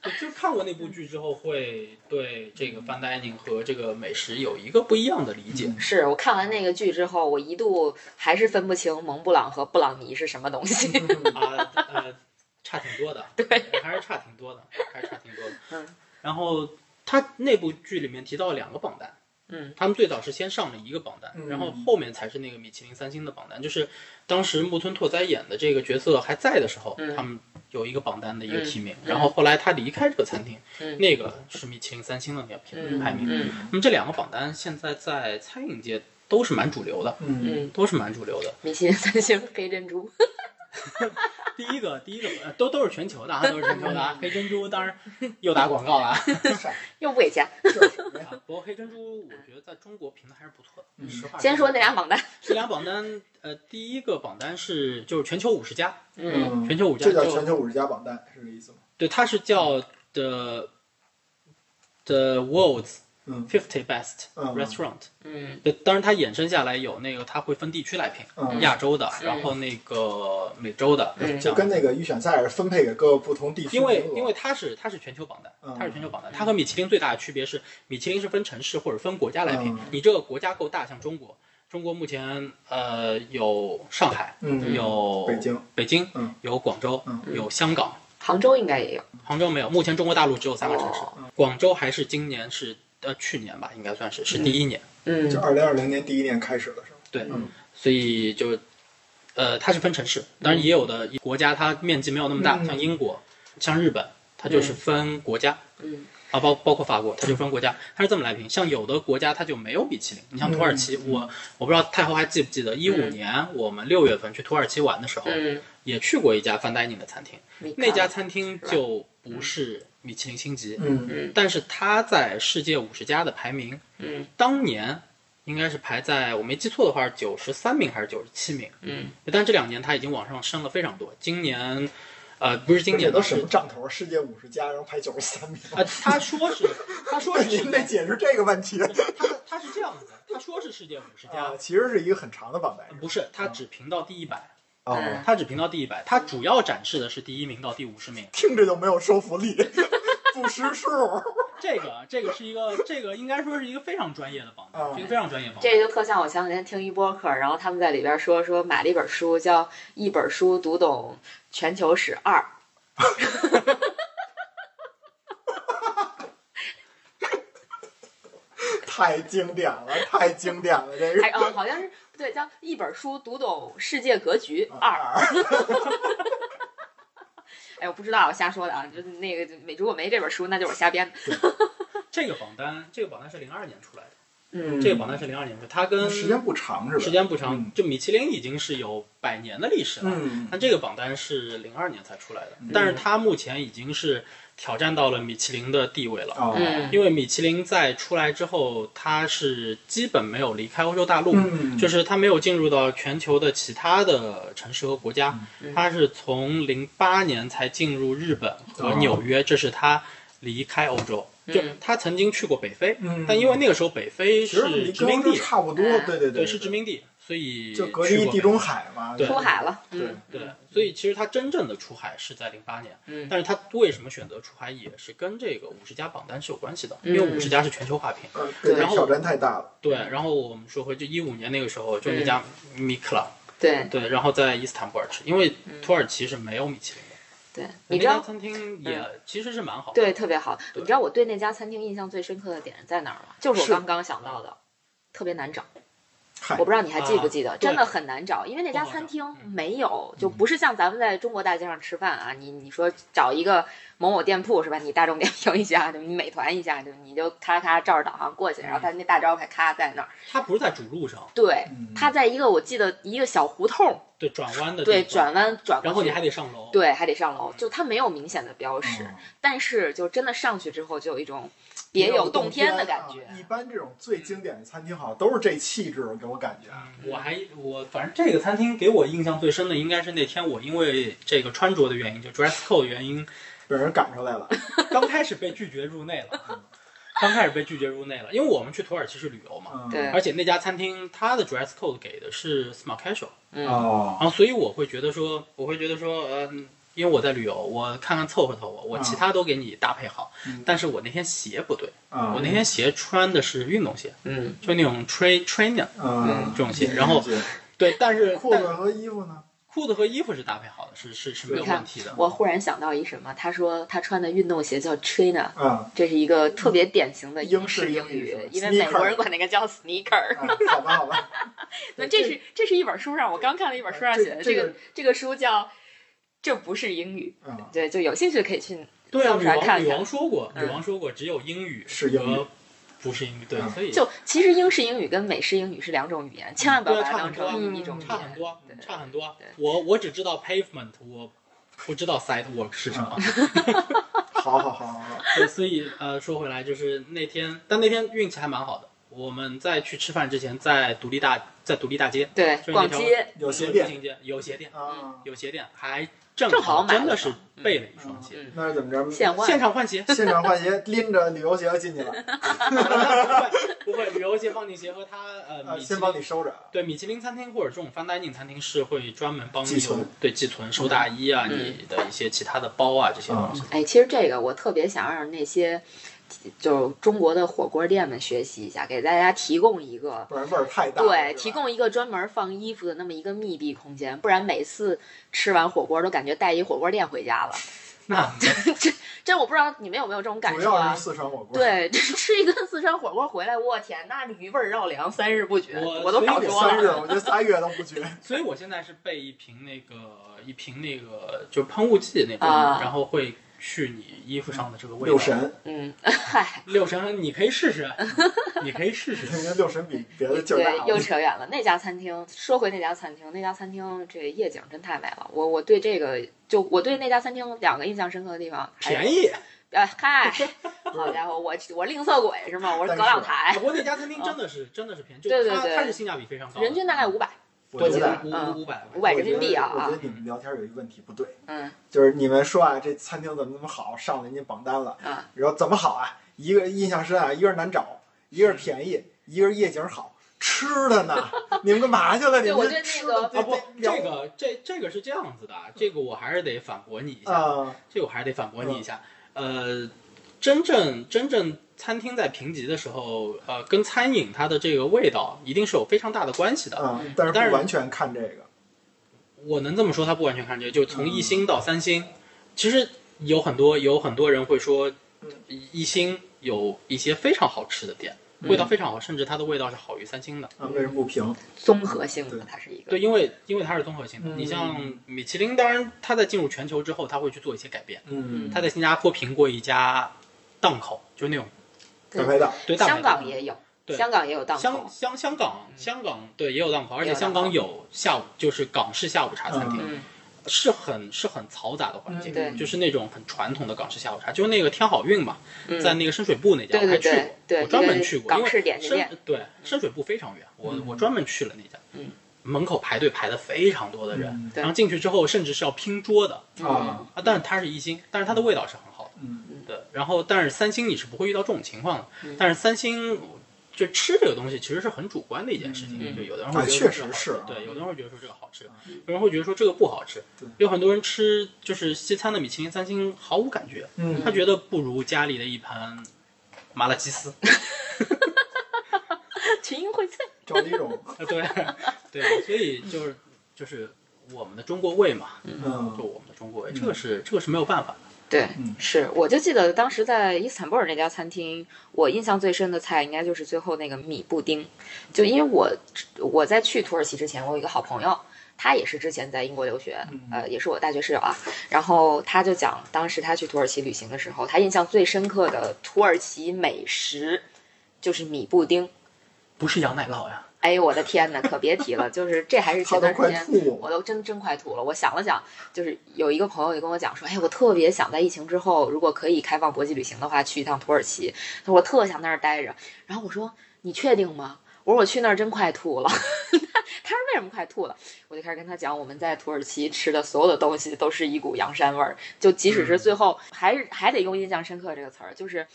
S3: 我就看过那部剧之后，会对这个 fine dining 和这个美食有一个不一样的理解。
S1: 是我看完那个剧之后，我一度还是分不清蒙布朗和布朗尼是什么东西。
S3: 啊呃，差挺多的，对，还是差挺多的，还是差挺多的。
S1: 嗯，
S3: 然后他那部剧里面提到了两个榜单，
S1: 嗯，
S3: 他们最早是先上了一个榜单，
S2: 嗯
S3: 然后后面才是那个米其林三星的榜单。就是当时木村拓哉演的这个角色还在的时候，
S1: 嗯
S3: 他们有一个榜单的一个提名，
S1: 嗯
S3: 然后后来他离开这个餐厅，
S1: 嗯
S3: 那个是米其林三星的那个评
S1: 嗯
S3: 排名。
S1: 嗯
S3: 那么这两个榜单现在在餐饮界都是蛮主流的，
S2: 嗯
S1: 嗯，
S3: 都是蛮主流的。
S1: 米其林三星黑珍珠，
S3: 第一个，第一个呃都都是全球 的啊，都是全球的
S1: 嗯
S3: 啊。黑珍珠当然又打广告了啊。
S2: 嗨，
S1: 又不给钱。
S2: 就是没有
S3: 不过黑珍珠，我觉得在中国评的还是不错的。
S2: 嗯
S3: 实话
S1: 先说那俩榜单，
S3: 这俩榜单，呃，第一个榜单是就是全球五十家，
S1: 嗯
S3: 全球五十
S2: 这
S3: 家
S2: 叫
S3: 就
S2: 全球五十家榜单，是这意思吗？
S3: 对，它是叫的的 world's
S2: 嗯
S3: Fifty Best
S2: 嗯
S3: Restaurant，
S1: 嗯
S3: 对，当然它衍生下来有那个，它会分地区来评，
S2: 嗯
S3: 亚洲的，
S1: 嗯
S3: 然后那个美洲的，
S1: 嗯
S3: 这
S2: 就
S3: 样
S2: 跟那个预选赛分配给各个不同地区
S3: 因
S2: 名额。
S3: 为因为它是它是全球榜单，
S2: 啊嗯
S3: 它是全球榜单，它和米其林最大的区别是，米其林是分城市或者分国家来评
S2: 嗯，
S3: 你这个国家够大，像中国，中国目前呃有上海，
S2: 嗯
S3: 有
S2: 北京，
S3: 北京
S2: 嗯，
S3: 有广州
S2: 嗯，
S3: 有香港，
S1: 杭州应该也有。
S3: 杭州没有，目前中国大陆只有三个城市
S1: 哦，
S3: 广州还是今年是呃去年吧，应该算是是第一年，
S1: 嗯
S2: 就二零二零年第一年开始的时候，
S3: 对
S2: 嗯，
S3: 所以就呃它是分城市，
S1: 嗯
S3: 当然也有的国家它面积没有那么大，
S2: 嗯
S3: 像英国，像日本，它就是分国家。
S1: 嗯
S3: 啊，包包括法国，它就分国家，它是这么来评。像有的国家它就没有米其林，你像土耳其，我我不知道太后还记不记得，一五
S1: 嗯
S3: 年我们六月份去土耳其玩的时候，
S1: 嗯，
S3: 也去过一家 fine dining 的餐厅，
S1: 米
S3: 那家
S1: 咖
S3: 餐厅就不是米其林星级，
S2: 嗯
S1: 嗯
S3: 但是它在世界五十家的排名，
S1: 嗯
S3: 当年应该是排在我没记错的话，九十三名还是九十七名，
S1: 嗯
S3: 但这两年它已经往上升了非常多。今年，呃，不是今年
S2: 这都
S3: 的
S2: 什
S3: 是
S2: 么账头？世界五十家，然后排九十三名。
S3: 啊，他说是，他说是
S2: 您得解释这个问题
S3: 他他是这样子的，他说是世界五十
S2: 啊
S3: 家，，
S2: 其实是一个很长的榜单
S3: 不是，他只评到第一百，
S2: 啊，
S3: 他只评到第一百，他主要展示的是第一名到第五十名。
S2: 听着就没有说服力， 不识数。
S3: 这个这个是一个这个应该说是一个非常专业的榜单，
S2: 啊
S3: 是一个非常专业的榜单
S1: 这。就特像我前两天听一播客，然后他们在里边说说买了一本书，叫《一本书读懂全球史二》。
S2: 太经典了，太经典了， 这
S1: 还
S2: 个。
S1: 哦，好像是不对，叫一本书读懂世界格局二。
S2: 二，
S1: 哎，我不知道，我瞎说的啊。就那个没，如果没这本书，那就是我瞎编的。
S3: 这个榜单，这个榜单是零二年出来的，
S1: 嗯
S3: 这个榜单是零二年出来的，它跟
S2: 时间不长是吧？
S3: 时间不长
S2: 嗯，
S3: 就米其林已经是有百年的历史了。
S2: 嗯，
S3: 但这个榜单是零二年才出来的，但是它目前已经是挑战到了米其林的地位了。
S2: 哦，
S1: 嗯
S3: 因为米其林在出来之后，它是基本没有离开欧洲大陆，
S2: 嗯
S3: 就是它没有进入到全球的其他的城市和国家，
S1: 嗯
S3: 它是从零八年才进入日本
S2: 哦
S3: 和纽约，这是它离开欧洲。就
S1: 嗯
S3: 它曾经去过北非，
S2: 嗯
S3: 但因为那个时候北非
S2: 其实
S3: 是
S2: 你
S3: 殖
S2: 跟
S3: 民
S2: 欧洲
S3: 地，哎
S2: 差不多，
S1: 嗯
S2: 对对
S3: 对，
S2: 对，
S3: 是殖民地，所以
S2: 就隔
S3: 去
S2: 离
S3: 过
S2: 地
S3: 北
S2: 中
S3: 非。
S2: 海嘛，
S3: 对
S1: 出海了。
S2: 对
S1: 嗯，
S3: 对，所以其实它真正的出海是在零八年，
S1: 嗯
S3: 但是它为什么选择出海也是跟这个五十家榜单是有关系的，因为
S1: 嗯
S3: 五十家是全球化评。
S2: 呃对，
S1: 对
S2: 这挑战太大了。
S3: 对，然后我们说回就一五年那个时候，就那家
S1: 嗯
S3: 米克拉，
S1: 对
S3: 对，然后在伊斯坦布尔吃，因为土耳其是没有米其林的，
S1: 对，嗯你
S3: 那
S1: 知
S3: 家
S1: 道。嗯
S3: 餐厅也其实是蛮好的，
S1: 对，特别好。你知道我对那家餐厅印象最深刻的点在哪儿吗？就是我
S2: 是
S1: 刚刚想到的，特别难找。
S2: 嗨
S1: 我，不知道你还记不记得，
S3: 啊
S1: 真的很难找，因为那家餐厅
S3: 嗯
S1: 没有，就不是像咱们在中国大街上吃饭啊，你你说找一个某某店铺是吧？你大众点评一下，对吧你美团一下，对吧你就咔咔照着导航过去，
S3: 嗯
S1: 然后他那大招牌咔在那儿，
S3: 它不是在主路上，
S1: 对
S2: 嗯，
S1: 他在一个我记得一个小胡同，
S3: 对，转弯的地
S1: 对，
S3: 方，
S1: 转弯转过去，
S3: 然后你还得上楼，
S1: 对还得上楼，就它没有明显的标识，
S2: 嗯
S1: 但是就真的上去之后就有一种别
S2: 有
S1: 有洞天的感
S2: 啊
S1: 觉，
S2: 一般这种最经典的餐厅好像都是这气质，给我感觉。
S1: 嗯
S3: 我还我反正这个餐厅给我印象最深的应该是那天我因为这个穿着的原因，就 dress code 的原因，
S2: 被人赶出来了。
S3: 刚开始被拒绝入内 了，嗯刚开始被拒绝入内了，因为我们去土耳其是旅游嘛，
S2: 嗯
S1: 对
S3: 而且那家餐厅它的 dress code 给的是 smart casual，
S1: 嗯
S2: 哦，
S3: 然后所以我会觉得说，我会觉得说，嗯、因为我在旅游，我看看凑合凑合，我
S2: 嗯
S3: 其他都给你搭配好，
S2: 嗯
S3: 但是我那天鞋不对，
S2: 啊
S3: 我那天鞋穿的是运动鞋，
S1: 嗯，
S3: 就那种 train trainer
S2: 嗯
S3: 这种鞋，然后 对，但是
S2: 裤
S3: 但
S2: 子和衣服呢？
S3: 裤子和衣服是搭配好的，是是是没有
S1: 你看
S3: 问题的。
S1: 我忽然想到一什么，他说他穿的运动鞋叫 trainer。
S2: 啊，
S1: 这是一个特别典型的
S2: 英
S1: 式
S2: 式
S1: 英
S2: 英
S1: 语
S2: 语，
S1: 因为
S2: Sneaker
S1: 美国人管那个叫 sneaker。
S2: 啊好吧，好吧。
S1: 那这是这是一本书上，我刚看了一本书上写的，
S2: 这
S1: 啊这个这个书叫《这不是英语》。
S2: 啊，
S1: 对，就有兴趣可以去。
S3: 对啊，
S1: 到
S3: 女
S1: 时候看看
S3: 王女王说过，
S1: 嗯
S3: 女王说过，只有英语
S2: 是英语
S3: 和不是英语，对，啊
S2: 嗯
S3: 所以
S1: 就其实英式英语跟美式英语是两种语言，千万不要嗯
S3: 对
S1: 把它
S3: 差
S1: 当
S3: 很多
S1: 成一种语
S3: 差很
S1: 言。
S3: 多，差很多
S1: 对。
S3: 我我只知道 pavement，我不知道 sidewalk 是什么。
S2: 好好好好好。
S3: 对，所以呃，说回来就是那天，但那天运气还蛮好的。我我们在去吃饭之前，在独立大在独立大街
S1: 对，
S3: 就是那
S1: 逛
S3: 条
S1: 街，
S2: 有鞋
S3: 步
S2: 垫
S3: 行街有鞋店
S2: 啊，
S3: 有鞋店，还正
S1: 正好买
S3: 真
S1: 了
S3: 的是
S1: 嗯
S3: 备了一双鞋，
S1: 嗯，
S2: 那是怎么着？，
S1: 现换
S3: 现场换鞋
S2: 现场换鞋，拎着旅游鞋进 去了，
S3: 不会旅游鞋放进鞋盒，它呃
S2: 呃，
S3: 米其
S2: 先帮你
S3: 林
S2: 收着。
S3: 对米其林餐厅或者这种 fine dining 餐厅是会专门帮你
S2: 寄存
S3: 有对寄存收大衣啊，
S1: 嗯
S3: 你的一些其他的包啊这些东西，
S2: 嗯
S1: 哎，其实这个我特别想让那些就中国的火锅店们学习一下，给大家提供一个
S2: 不然味儿太大了。
S1: 对，
S2: 是吧
S1: 提供一个专门放衣服的那么一个密闭空间，不然每次吃完火锅都感觉带一火锅店回家了。
S3: 那
S1: 这我不知道你们有没有这种感
S2: 主
S1: 受
S2: 要
S1: 啊
S2: 是？四川火锅。，
S1: 对， 这吃一顿四川火锅回来，我天，那余味绕梁，三日不绝，
S3: 我
S1: 我都
S3: 所以
S1: 少
S3: 我
S1: 说
S2: 三日，
S1: 了。
S2: 我觉得仨月都不绝。
S3: 所以我现在是备一瓶那个一瓶那个就是喷雾剂那个，
S1: 啊
S3: 然后会去你衣服上的这个味道。
S2: 六神，
S1: 嗯，
S3: 六神，你可以试试，你可以 试试。
S2: 因为六神比别的劲儿
S1: 对，
S2: 大。
S1: 又扯远了。那家餐厅，说回那家餐厅，那家餐厅这夜景真太美了。我我对这个，就我对那家餐厅两个印象深刻的地方，还有
S3: 便宜，
S1: 哎嗨，好家伙，我我吝啬鬼是吗？我是
S2: 但
S1: 葛
S2: 是
S1: 朗台
S3: 不，过那家餐厅真的是真的是便宜，就
S1: 哎哦对对
S3: 它
S1: 对
S3: 它是性价比非常高的，
S1: 人均大概五百，
S2: 我
S3: 对
S2: 觉得
S3: 五
S1: 嗯
S3: 五五百
S1: 五百人民币啊
S2: 我觉得
S1: 啊
S2: 我觉，得你们聊天有一个问题不对，
S1: 嗯
S2: 就是你们说啊，这餐厅怎么怎么好，上了人家榜单了，
S1: 啊，
S2: 然后怎么好啊？一个印象深啊，一个是难找，一
S1: 嗯
S2: 个是便宜，一个是夜景好。吃的呢？你们干嘛去了？你
S1: 对我觉
S2: 们
S1: 得
S2: 吃
S1: 那
S2: 的
S1: 个
S3: 啊不，
S2: 聊
S3: 这个这这个是这样子的，啊，这个我还是得反驳你一下，
S2: 啊，
S3: 这个我还是得反驳你一下。呃，真正真正餐厅在评级的时候，呃，跟餐饮它的这个味道一定是有非常大的关系的。
S2: 啊，但是不完全看这个，
S3: 我能这么说，它不完全看这个，就从一星到三星，其实有很多有很多人会说
S2: 嗯，
S3: 一星有一些非常好吃的店，味道非常好，甚至它的味道是好于三星的。
S2: 啊，为什么不评？
S1: 综合性的
S2: 对
S1: 它是一个
S3: 对，，因为因为它是综合性的。
S2: 嗯
S3: 你像米其林，当然它在进入全球之后，它会去做一些改变。
S2: 嗯，
S3: 它在新加坡评过一家档口，就是那种
S2: 大排档，
S3: 对大排
S1: 香港
S3: 档
S1: 也有，
S3: 对
S1: 香港也有档
S3: 香
S1: 口，嗯
S3: 香香港香港对也有档口，而
S1: 也有
S3: 且
S1: 档
S3: 香
S1: 口
S3: 港有下午就是港式下午茶餐厅，
S1: 嗯
S3: 是很是很嘈杂的环境，
S2: 嗯
S1: 对
S3: 就是那种很传统的港式下午茶，就是那个天好运嘛，
S1: 嗯，
S3: 在那个深水埗那
S1: 对
S3: 家
S1: 对
S3: 我还去过
S1: 对，对，
S3: 我专
S1: 这
S3: 门
S1: 个
S3: 去过，因
S1: 港
S3: 为
S1: 式点心
S3: 深
S1: 店，
S3: 对深水埗非常远，我、
S2: 嗯
S3: 我专门去了那家，
S1: 嗯
S3: 门口排队排的非常多的人，
S2: 嗯
S1: 对嗯
S3: 然后进去之后甚至是要拼桌的
S2: 啊，
S3: 啊，但是它是一星，但是它的味道是很好的。
S2: 嗯，
S3: 对，然后但是三星你是不会遇到这种情况的，
S1: 嗯
S3: 但是三星就吃这个东西其实是很主观的一件事情，
S1: 嗯
S3: 就有的人
S2: 啊
S3: 会觉
S2: 确
S3: 得这
S2: 实
S3: 个好
S2: 是
S3: 吃，
S2: 啊
S3: 对，有的人会觉得说这个好吃，
S2: 嗯
S3: 有人会觉得说这个不好吃
S2: 对，
S3: 有很多人吃就是西餐的米其林三星毫无感觉，
S2: 嗯
S3: 他觉得不如家里的一盘麻辣鸡丝，
S1: 群英荟萃，
S2: 找了一种，
S3: 呃对对，所以就是就是我们的中国胃嘛，就
S2: 嗯，
S3: 我们的中国胃，这个是这个是没有办法的。
S1: 对
S2: 嗯，
S1: 是，我就记得当时在伊斯坦布尔那家餐厅，我印象最深的菜应该就是最后那个米布丁，就因为我我在去土耳其之前，我有一个好朋友，他也是之前在英国留学，
S2: 嗯
S1: 呃，也是我大学室友啊，然后他就讲当时他去土耳其旅行的时候，他印象最深刻的土耳其美食就是米布丁。
S3: 不是羊奶酪呀，
S1: 哎呦我的天哪，可别提了，就是这还是
S2: 他
S1: 前
S2: 都
S1: 段时
S2: 快
S1: 间
S2: 吐
S1: 我
S2: 了，
S1: 都真真快吐了。我想了想，就是有一个朋友也跟我讲说，哎，我特别想在疫情之后，如果可以开放国际旅行的话，去一趟土耳其。他说我特想在那儿待着。然后我说你确定吗？我说我去那儿真快吐了。 他说为什么快吐了？我就开始跟他讲，我们在土耳其吃的所有的东西都是一股洋山味儿，就即使是最后，还是还得用印象深刻这个词儿，就是。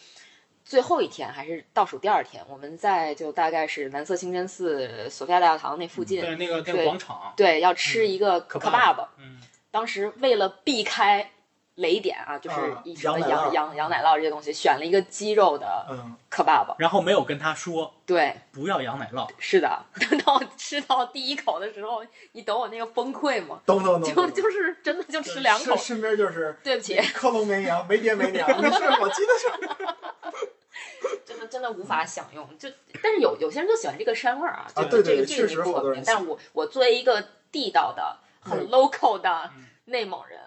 S1: 最后一天还是倒数第二天，我们在就大概是蓝色清真寺、索菲亚大教堂那附近，
S3: 对那个那个
S1: 对
S3: 广场，
S1: 对，要吃一个
S3: 嗯可
S1: kebab，
S3: 嗯，
S1: 当时为了避开雷点啊，就是
S2: 啊
S1: 一什么
S2: 羊奶
S1: 羊
S2: 酪
S1: 羊羊奶酪这些东西，选了一个鸡肉的
S2: 嗯，
S1: kebab。
S3: 然后没有跟他说
S1: 对，
S3: 不要羊奶酪，
S1: 是的。 等到我吃到第一口的时候，你懂我那个崩溃吗？
S2: 懂懂懂，
S1: 就
S2: 懂
S1: 就是真的就吃两口
S2: 身，身边嗯就是
S1: 对不起，
S2: 克隆绵羊，没爹没娘，你是我记得是，
S1: 真的真的无法享用。就但是有有些人就喜欢这个膻味儿啊，
S2: 啊
S1: 这个这
S2: 对对
S1: 个
S2: 对
S1: 这个你
S2: 确实
S1: 不
S2: 好
S1: 可
S2: 多
S1: 避免。
S2: 人
S1: 但是我我作为一个地道的、很 local 的
S3: 嗯
S1: 内蒙人，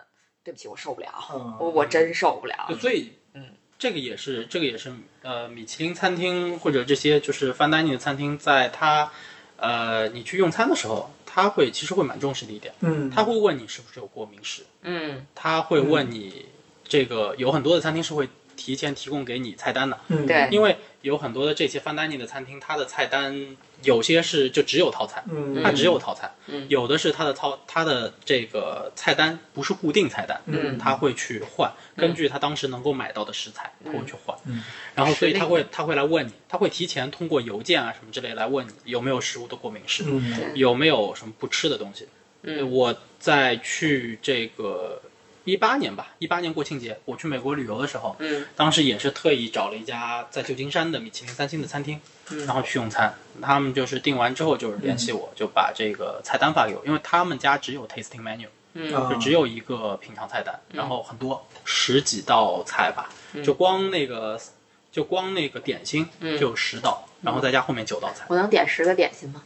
S1: 对不起，我受不了，我
S2: 嗯，
S1: 我真受不了
S3: 对，。所以，
S1: 嗯，
S3: 这个也是，这个也是，呃，米其林餐厅或者这些就是翻丹尼的餐厅，在它，呃，你去用餐的时候，他会其实会蛮重视的一点，
S2: 嗯，
S3: 他会问你是不是有过敏史，
S1: 嗯
S3: 他会问你这个有很多的餐厅是会提前提供给你菜单的，
S2: 嗯，
S1: 对
S3: 因为有很多的这些 fine dining 的餐厅，它的菜单有些是就只有套餐，
S2: 嗯，
S3: 它只有套餐，
S1: 嗯
S3: 有的是它的套它的这个菜单不是固定菜单，
S1: 嗯
S3: 他会去换，根据他当时能够买到的食材，他会去换。
S2: 嗯
S3: 然后所以
S1: 是
S3: 他
S1: 那
S3: 会他会来问你，他会提前通过邮件啊什么之类来问你有没有食物的过敏史，
S2: 嗯
S3: 有没有什么不吃的东西。
S1: 嗯
S3: 我在去这个一八年吧，一八年国庆节我去美国旅游的时候，
S1: 嗯
S3: 当时也是特意找了一家在旧金山的米其林三星的餐厅，
S1: 嗯
S3: 然后去用餐。他们就是订完之后就是联系我，就把这个菜单发给我，因为他们家只有 tasting menu。
S1: 嗯
S2: 啊
S3: 就只有一个品尝菜单，然后很多十几道菜吧，
S1: 嗯
S3: 就光那个就光那个点心
S1: 嗯
S3: 就有十道，然后再加后面九道菜。
S1: 我能点十个点心吗？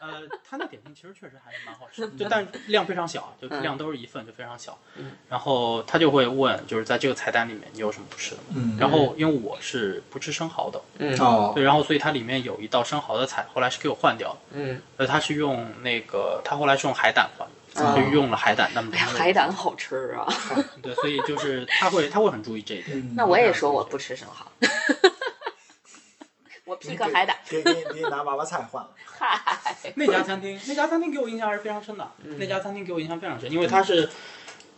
S3: 呃，他那点心其实确实还是蛮好 吃的，就但量非常小，啊就
S1: 嗯
S3: 量都是一份，就非常小
S1: 嗯。
S3: 然后他就会问，就是在这个菜单里面你有什么不吃的吗？
S2: 嗯，
S3: 然后因为我是不吃生蚝的，
S1: 嗯
S2: 哦，
S3: 对，然后所以它里面有一道生蚝的菜，后来是给我换掉了。
S1: 嗯，
S3: 呃，他是用那个，他后来是用海胆换
S1: 哦
S3: 的，就用了海胆。那么
S1: 哎呀，
S3: 就没有
S1: 海胆好吃啊！
S3: 对，所以就是他会他会很注意这一点。
S2: 嗯
S1: 那我也说我不吃生蚝， 我 pick 海胆，
S2: 给给给拿娃娃菜换了，
S1: 嗨，
S3: 那家餐厅，那家餐厅给我印象还是非常深的。那家餐厅给我印象非常深，因为他是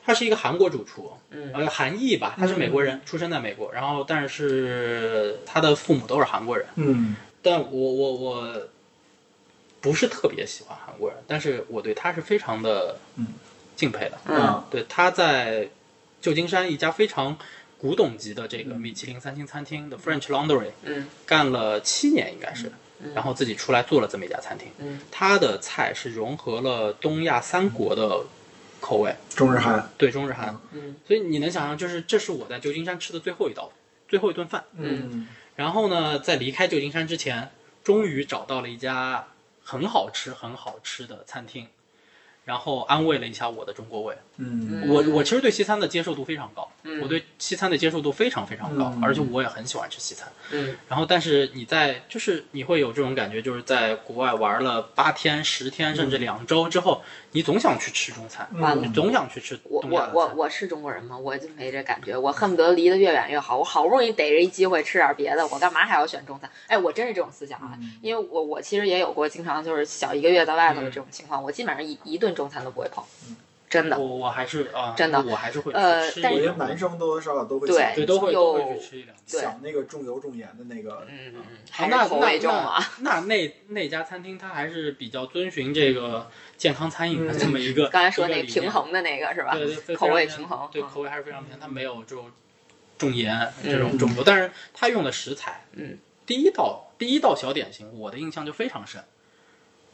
S3: 他是一个韩国主厨，
S1: 嗯
S3: 呃，韩裔吧，他是美国人，出生在美国，然后但是他的父母都是韩国人。
S2: 嗯
S3: 但我我我不是特别喜欢韩国人，但是我对他是非常的
S2: 嗯
S3: 敬佩的。
S1: 嗯
S2: 啊
S3: 对，他在旧金山一家非常古董级的这个米其林三星餐厅的 French Laundry。
S1: 嗯
S3: 干了七年应该是，
S1: 嗯
S3: 然后自己出来做了这么一家餐厅。
S1: 嗯
S3: 它的菜是融合了东亚三国的口味，
S2: 中日韩，
S3: 对中日韩，
S1: 嗯
S3: 所以你能想象，就是这是我在旧金山吃的最后一道最后一顿饭。
S2: 嗯
S3: 然后呢，在离开旧金山之前，终于找到了一家很好吃很好吃的餐厅。然后安慰了一下我的中国胃，
S2: 嗯
S3: 我我其实对西餐的接受度非常高，
S1: 嗯
S3: 我对西餐的接受度非常非常高，
S2: 嗯
S3: 而且我也很喜欢吃西餐。
S1: 嗯
S3: 然后，但是你在就是你会有这种感觉，就是在国外玩了八天、十天，甚至两周之后，你总想去吃中餐，
S1: 完
S2: 嗯
S1: 了
S3: 你总想去吃
S1: 我
S3: 东亚
S1: 我
S3: 的
S1: 我
S3: 餐。
S1: 我是中国人吗？我就没这感觉，我恨不得离得越远越好。我好不容易逮着一机会吃点别的，我干嘛还要选中餐？哎，我真是这种思想啊！因为我我其实也有过经常就是小一个月在外头的这种情况，我基本上一一顿中餐都不会碰
S2: 嗯，
S1: 真的
S3: 我。我还是啊，
S1: 真的
S3: 我还是会
S1: 呃
S3: 去吃一
S1: 但
S2: 我
S1: 是
S2: 觉
S3: 两
S2: 得
S3: 顿
S2: 男生多多少少都会
S1: 对
S2: 想
S3: 对都会
S1: 有
S3: 都会去吃一两顿。
S1: 对
S2: 想那个重油重盐的那个，
S1: 嗯，嗯嗯
S3: 啊
S1: 还
S3: 那
S1: 是口味重啊。
S3: 那那那那家餐厅它还是比较遵循这个健康餐饮的
S2: 嗯
S3: 这么一 个
S1: 刚才说
S3: 一个
S1: 那
S3: 理
S1: 平
S3: 念
S1: 衡的那个是吧？
S3: 对对非
S1: 口味
S3: 非常
S1: 平衡
S3: 对
S1: 嗯
S3: 口味还是非常平衡，它没有这种重盐这
S2: 嗯
S3: 种重油，但是它用的食材，
S1: 嗯，
S3: 第一道第一道小点心，我的印象就非常深，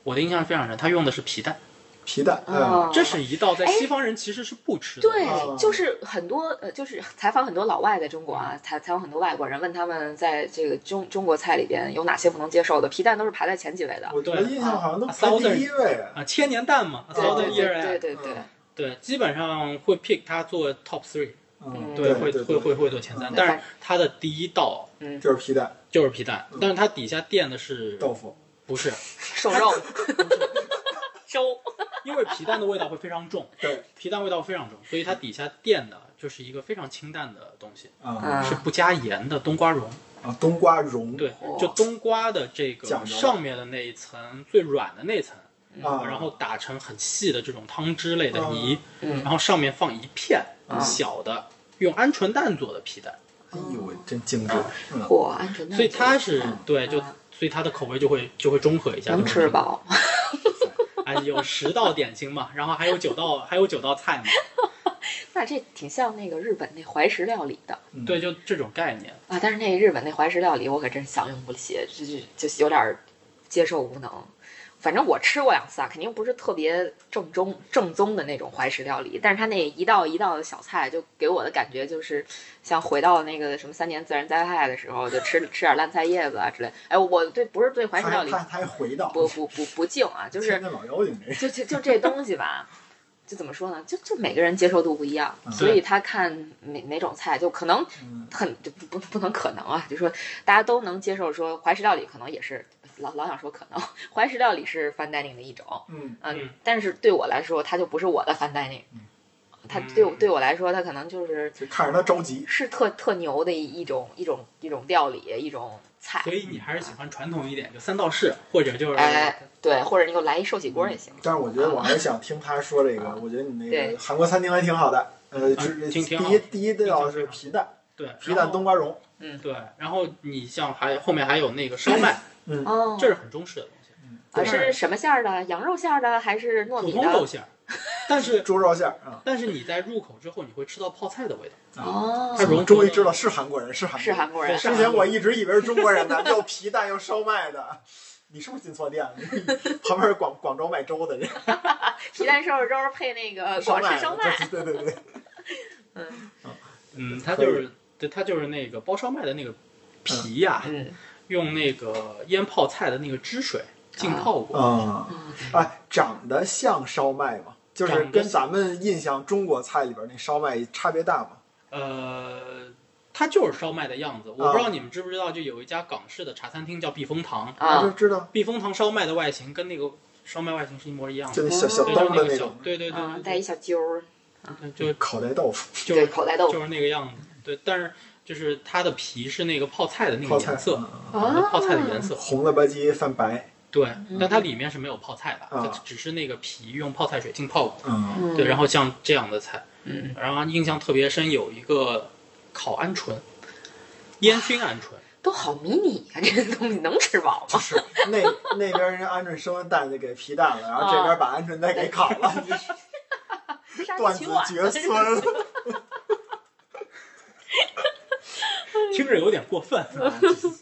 S3: 我的印象非常深，它用的是皮蛋，
S2: 皮蛋，嗯
S1: 哦
S3: 这是一道在
S1: 哎
S3: 西方人其实是不吃的，
S2: 啊
S1: 对，就是很多呃，就是采访很多老外在中国啊，采采访很多外国人，问他们在这个中中国菜里边有哪些不能接受的，皮蛋都是排在前几位的。
S2: 我觉得印象好像都排第一位，
S3: 啊，千年蛋嘛
S1: 对
S3: ，Southern
S1: 对
S3: Ear
S1: 对对
S3: Egg，
S1: 对对，
S3: 哦对，基本上会 pick 它做 top three，
S2: 嗯，
S3: 对，会
S2: 对对
S3: 会会会做前三
S2: 嗯，
S3: 但是它的第一道
S2: 就是皮蛋
S3: 就是皮蛋
S2: 嗯，
S3: 但是它底下垫的是
S2: 豆腐，
S3: 不是？
S1: 瘦 肉粥，
S3: 因为皮蛋的味道会非常重。
S2: 对，
S3: 皮蛋味道非常重，所以它底下垫的就是一个非常清淡的东西，
S2: 啊
S1: 嗯
S3: 是不加盐的冬瓜蓉。
S2: 啊，冬瓜蓉，
S3: 对
S1: 哦，
S3: 就冬瓜的这
S2: 讲
S3: 个
S2: 究了
S3: 上面的那一层最软的那层，
S2: 啊，
S3: 嗯然后打成很细的这种汤汁类的泥，
S1: 嗯
S3: 然后上面放一片
S1: 啊
S3: 小的用鹌鹑蛋做的皮蛋，
S2: 哎呦喂，真精致，
S3: 啊
S2: 嗯
S1: 嚯，安全蛋
S3: 所以它是
S2: 嗯
S3: 对就。
S1: 啊
S3: 所以它的口味就会就会中和一下，
S1: 能吃
S3: 吧？
S1: 饱，
S3: 哎，有十道点心嘛，然后还有九道还有九道菜嘛，
S1: 那这挺像那个日本那怀石料理的
S2: 嗯
S3: 对，就这种概念。
S1: 啊。但是那日本那怀石料理，我可真享用不起，就就就有点儿接受无能。反正我吃过两次啊，肯定不是特别正宗正宗的那种怀石料理，但是它那一道一道的小菜，就给我的感觉就是像回到那个什么三年自然灾害的时候，就吃吃点烂菜叶子啊之类。哎，我对不是对怀石料
S2: 他
S1: 理
S2: 他他还回到
S1: 不不不不敬啊，就是
S2: 现在老妖精这是，
S1: 就就就这东西吧，就怎么说呢？就就每个人接受度不一样，
S2: 嗯
S1: 所以他看哪哪种菜，就可能
S2: 嗯
S1: 很就不不不能可能啊，就说大家都能接受说怀石料理可能也是老老想说可能怀石料理是 fine dining 的一种，
S2: 嗯
S1: 嗯，
S3: 嗯
S1: 但是对我来说它就不是我的 fine dining，
S2: 嗯
S1: 他对我对我来说，他可能就是
S2: 就看着他着急。
S1: 是特特牛的一一种一种一种料理，一种菜。
S3: 所以你还是喜欢传统一点，就三道式，或者就是
S1: 哎对，或者你给我来一寿喜锅也行。
S2: 但是我觉得我还是想听他说这个，
S1: 啊
S2: 我觉得你那
S1: 对
S2: 个韩国餐厅还挺好的。呃，
S3: 啊
S2: 只
S3: 挺挺好
S2: 第一第一道是皮蛋，
S3: 对
S2: 皮蛋冬瓜蓉，
S3: 对，然后你像还后面还有那个烧麦，
S2: 嗯，
S1: 哦，
S3: 这是很中式的东西，
S1: 啊
S3: 对
S1: 是什么馅儿的？羊肉馅儿的还是糯
S3: 普
S1: 米
S3: 通肉
S1: 的？
S3: 馅儿，但是
S2: 猪肉馅儿啊。
S3: 但是你在入口之后，你会吃到泡菜的味道，
S1: 哦
S3: 它，融合
S2: 终于知道是韩国人，是韩
S1: 是
S2: 国人。
S1: 韩国人
S3: 对。
S2: 之前我一直以为是中国人呢， 又皮蛋又烧麦的。你是不是进错店了？ 旁边是广广州卖粥的人，
S1: 皮蛋瘦肉粥配那个呃广式烧
S2: 烧
S1: 麦，
S2: 麦的，对对对对，
S3: 嗯，它就是对，它就是那个包烧麦的那个皮呀、
S1: 嗯，
S3: 用那个腌泡菜的那个汁水浸
S1: 啊
S3: 泡过，
S2: 嗯，哎，长得像烧麦吗？就是
S3: 长得
S2: 跟
S3: 像
S2: 咱们印象中国菜里边那烧麦差别大吗？
S3: 呃，它就是烧麦的样子。我不知
S2: 啊
S3: 道你们知不知道，就有一家港式的茶餐厅叫避风塘，
S2: 就
S1: 啊，
S2: 知道，
S3: 避风塘烧麦的外形跟那个烧麦外形是一模一样
S2: 就
S3: 的，
S2: 那小小
S3: 嗯对，
S1: 就
S3: 就是
S2: 兜
S3: 那
S2: 的
S3: 个
S2: 那
S3: 小
S2: 种，
S3: 对对
S1: 嗯，
S3: 对
S1: 带一
S3: 对
S1: 小揪儿，
S3: 对，就
S2: 口袋豆腐，
S3: 就
S1: 对，
S3: 是
S1: 口袋豆腐
S3: 就是那个样子，对，但是就是它的皮是那个泡菜的那
S2: 泡
S3: 个
S2: 菜
S3: 颜色，
S2: 嗯
S1: 啊，嗯
S3: 泡菜的颜色，
S2: 红了吧唧泛白，
S3: 对，但它里面是没有泡菜的，
S2: 啊
S3: 它只是那个皮用泡菜水浸泡过，
S2: 嗯，
S1: 嗯，
S3: 对，然后像这样的菜，
S1: 嗯，
S3: 然后印象特别深有一个烤鹌鹑，烟熏鹌鹑，
S1: 都好迷你呀，这个东西能吃饱
S2: 就
S1: 吗？
S2: 是那那边人家鹌鹑生完蛋就给皮蛋了，然后这边把鹌鹑蛋给烤了，
S1: 杀
S2: 断
S1: 啊鸡
S2: 子
S1: 取卵
S2: 绝孙了。
S3: 听着有点过分。
S2: 嗯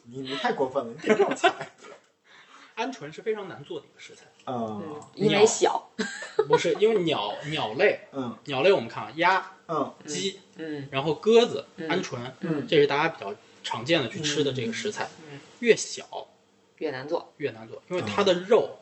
S2: 你你太过分了，你别这 么菜
S3: 鹌鹑是非常难做的一个食材，
S2: 啊，
S1: 嗯，因为小，
S3: 不是因为鸟鸟类，
S2: 嗯
S3: 鸟类我们看啊，鸭、
S2: 嗯
S3: 鸡，
S1: 嗯
S3: 然后鸽子、
S1: 嗯
S3: 鹌鹑，
S1: 嗯，
S3: 这是大家比较常见的去吃的这个食材
S1: 嗯嗯。
S3: 越小
S1: 越难做，
S3: 越难做，
S2: 嗯
S3: 因为它的肉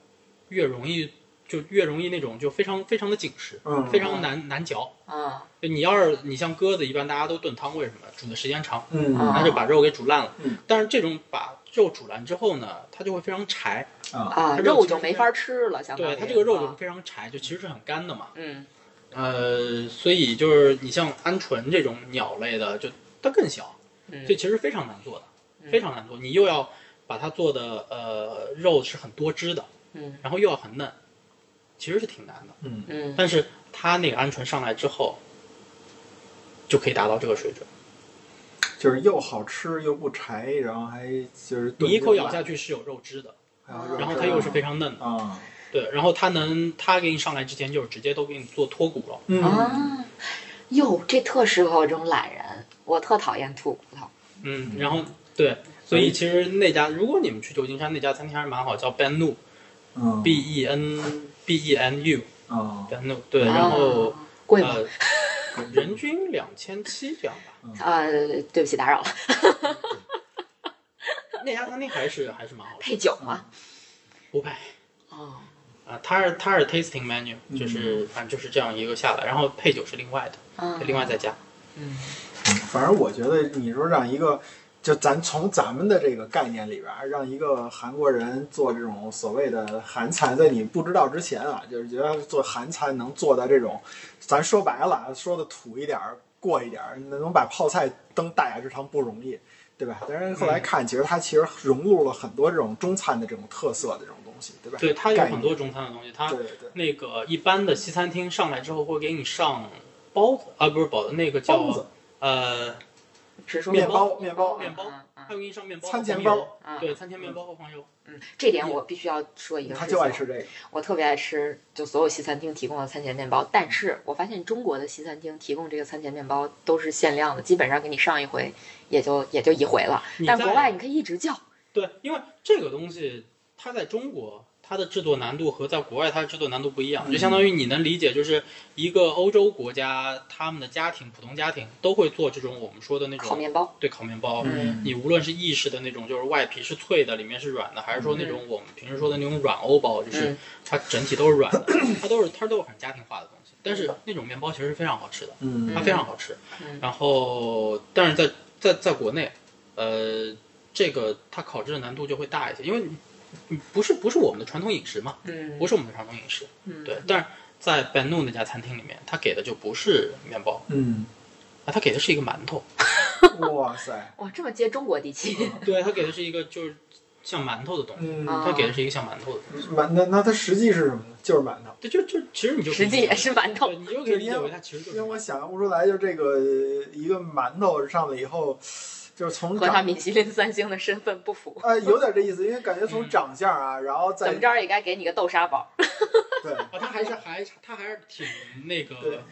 S3: 越容易就越容易那种就非常非常的紧实，
S2: 嗯，
S3: 非常难难嚼。
S1: 啊，
S3: 就你要是你像鸽子，一般大家都炖汤，为什么？煮的时间长，
S2: 嗯
S1: 啊
S3: 它就把肉给煮烂了
S2: 嗯。
S3: 但是这种把肉煮烂之后呢，它就会非常柴，
S1: 啊，
S3: 它肉
S1: 肉
S3: 其实
S1: 就没法吃了，相当于
S3: 对它这个肉就是
S1: 啊
S3: 非常柴，就其实是很干的嘛。
S1: 嗯
S3: 呃，所以就是你像鹌鹑这种鸟类的，就它更小，
S1: 嗯
S3: 这其实非常难做的，
S1: 嗯
S3: 非常难做。你又要把它做的呃肉是很多汁的，
S1: 嗯
S3: 然后又要很嫩，其实是挺难的。
S2: 嗯
S1: 嗯，
S3: 但是它那个鹌鹑上来之后，就可以达到这个水准。
S2: 就是又好吃又不柴，然后还就是
S3: 你一口咬下去是有肉汁的，
S1: 嗯
S3: 然后它又是非常嫩的，
S2: 啊，
S3: 对，然后它能它给你上来之前就是直接都给你做脱骨了，
S2: 嗯，
S1: 啊，哟，这特适合我这种懒人，我特讨厌吐骨头，
S3: 嗯，然后对，所以其实那家如果你们去旧金山那家餐厅还是蛮好，叫 Ben Nu。
S2: 嗯
S3: B E N B E N U
S2: 啊，
S3: Ben Nu 对，然后
S1: 啊贵吗？
S3: 呃，人均两千七这样吧。
S1: 呃，对不起，打扰了，
S3: 那家餐厅还是还是蛮好的，
S1: 配酒吗？
S3: 不配
S1: 哦，
S3: 啊，它是它是 tasting menu，
S2: 嗯
S3: 就是反正就是这样一个下来，然后配酒是另外的，
S1: 啊
S3: 另外再加。
S1: 嗯
S2: 反正我觉得你说让一个，就咱从咱们的这个概念里边儿，让一个韩国人做这种所谓的韩餐，在你不知道之前啊，就是觉得做韩餐能做到这种，咱说白了啊，说的土一点儿、过一点儿，能把泡菜登大雅之堂不容易，对吧？但是后来看，其实它其实融入了很多这种中餐的这种特色的这种东西，对吧？
S3: 对，它有
S2: 概念
S3: 很多中餐的东西，它
S2: 对对对，
S3: 那个一般的西餐厅上来之后会给你上包子啊，不是包子，那个
S2: 包
S3: 叫
S2: 子、
S3: 呃
S1: 是说
S2: 面
S3: 面
S2: 包、面包、
S3: 面包
S1: 嗯嗯
S3: 它会给你上面包、
S2: 餐前
S3: 黄油，
S1: 啊，
S3: 对，餐前面包和黄油，
S1: 嗯，这点我必须要说一个，
S2: 他就爱吃，这个。
S1: 我特别爱吃，就所有西餐厅提供的餐前面包。但是我发现中国的西餐厅提供这个餐前面包都是限量的，基本上给你上一回也就也就一回了。
S3: 你
S1: 但
S3: 在
S1: 国外你可以一直叫，
S3: 对，因为这个东西它在中国它的制作难度和在国外它的制作难度不一样，
S2: 嗯
S3: 就相当于你能理解，就是一个欧洲国家他们的家庭普通家庭都会做这种我们说的那
S1: 烤
S3: 种
S1: 面包，
S3: 对烤面包。
S1: 嗯
S3: 你无论是意式的那种，就是外皮是脆的，里面是软的，还是说那种我们平时说的那种软欧包，就是
S1: 嗯
S3: 它整体都是软的，它都是它都是很家庭化的东西。但是那种面包其实是非常好吃的，
S2: 嗯
S3: 它非常好吃。
S1: 嗯
S3: 然后，但是在在在国内，呃，这个它烤制的难度就会大一些，因为你你不是不是我们的传统饮食嘛，
S1: 嗯
S3: 不是我们的传统饮食。
S1: 嗯
S3: 对，但是在本怒那家餐厅里面，他给的就不是面包，
S2: 嗯，
S3: 啊，他给的是一个馒头，
S2: 哇塞，
S1: 哇，这么接中国地气，
S3: 对他给的是一个就是像馒头的东西，
S2: 嗯，
S1: 啊
S3: 他给的是一个像馒头的东西，
S2: 馒那那它实际是什么呢？就是馒头。
S3: 对，就就其实你就可以
S1: 实际也是馒头
S3: 对，你就可以理解为它其实就
S2: 因为我
S3: 是
S2: 想象不出来，就这个一个馒头上来以后，就是从
S1: 和他
S2: 长
S1: 米其林三星的身份不符，
S2: 呃有点这意思，因为感觉从
S3: 嗯
S2: 长相啊，然后
S1: 怎
S2: 再
S1: 么着也该给你个豆沙包。
S2: 对，
S3: 啊，他还是还他还是挺
S2: 对
S3: 那个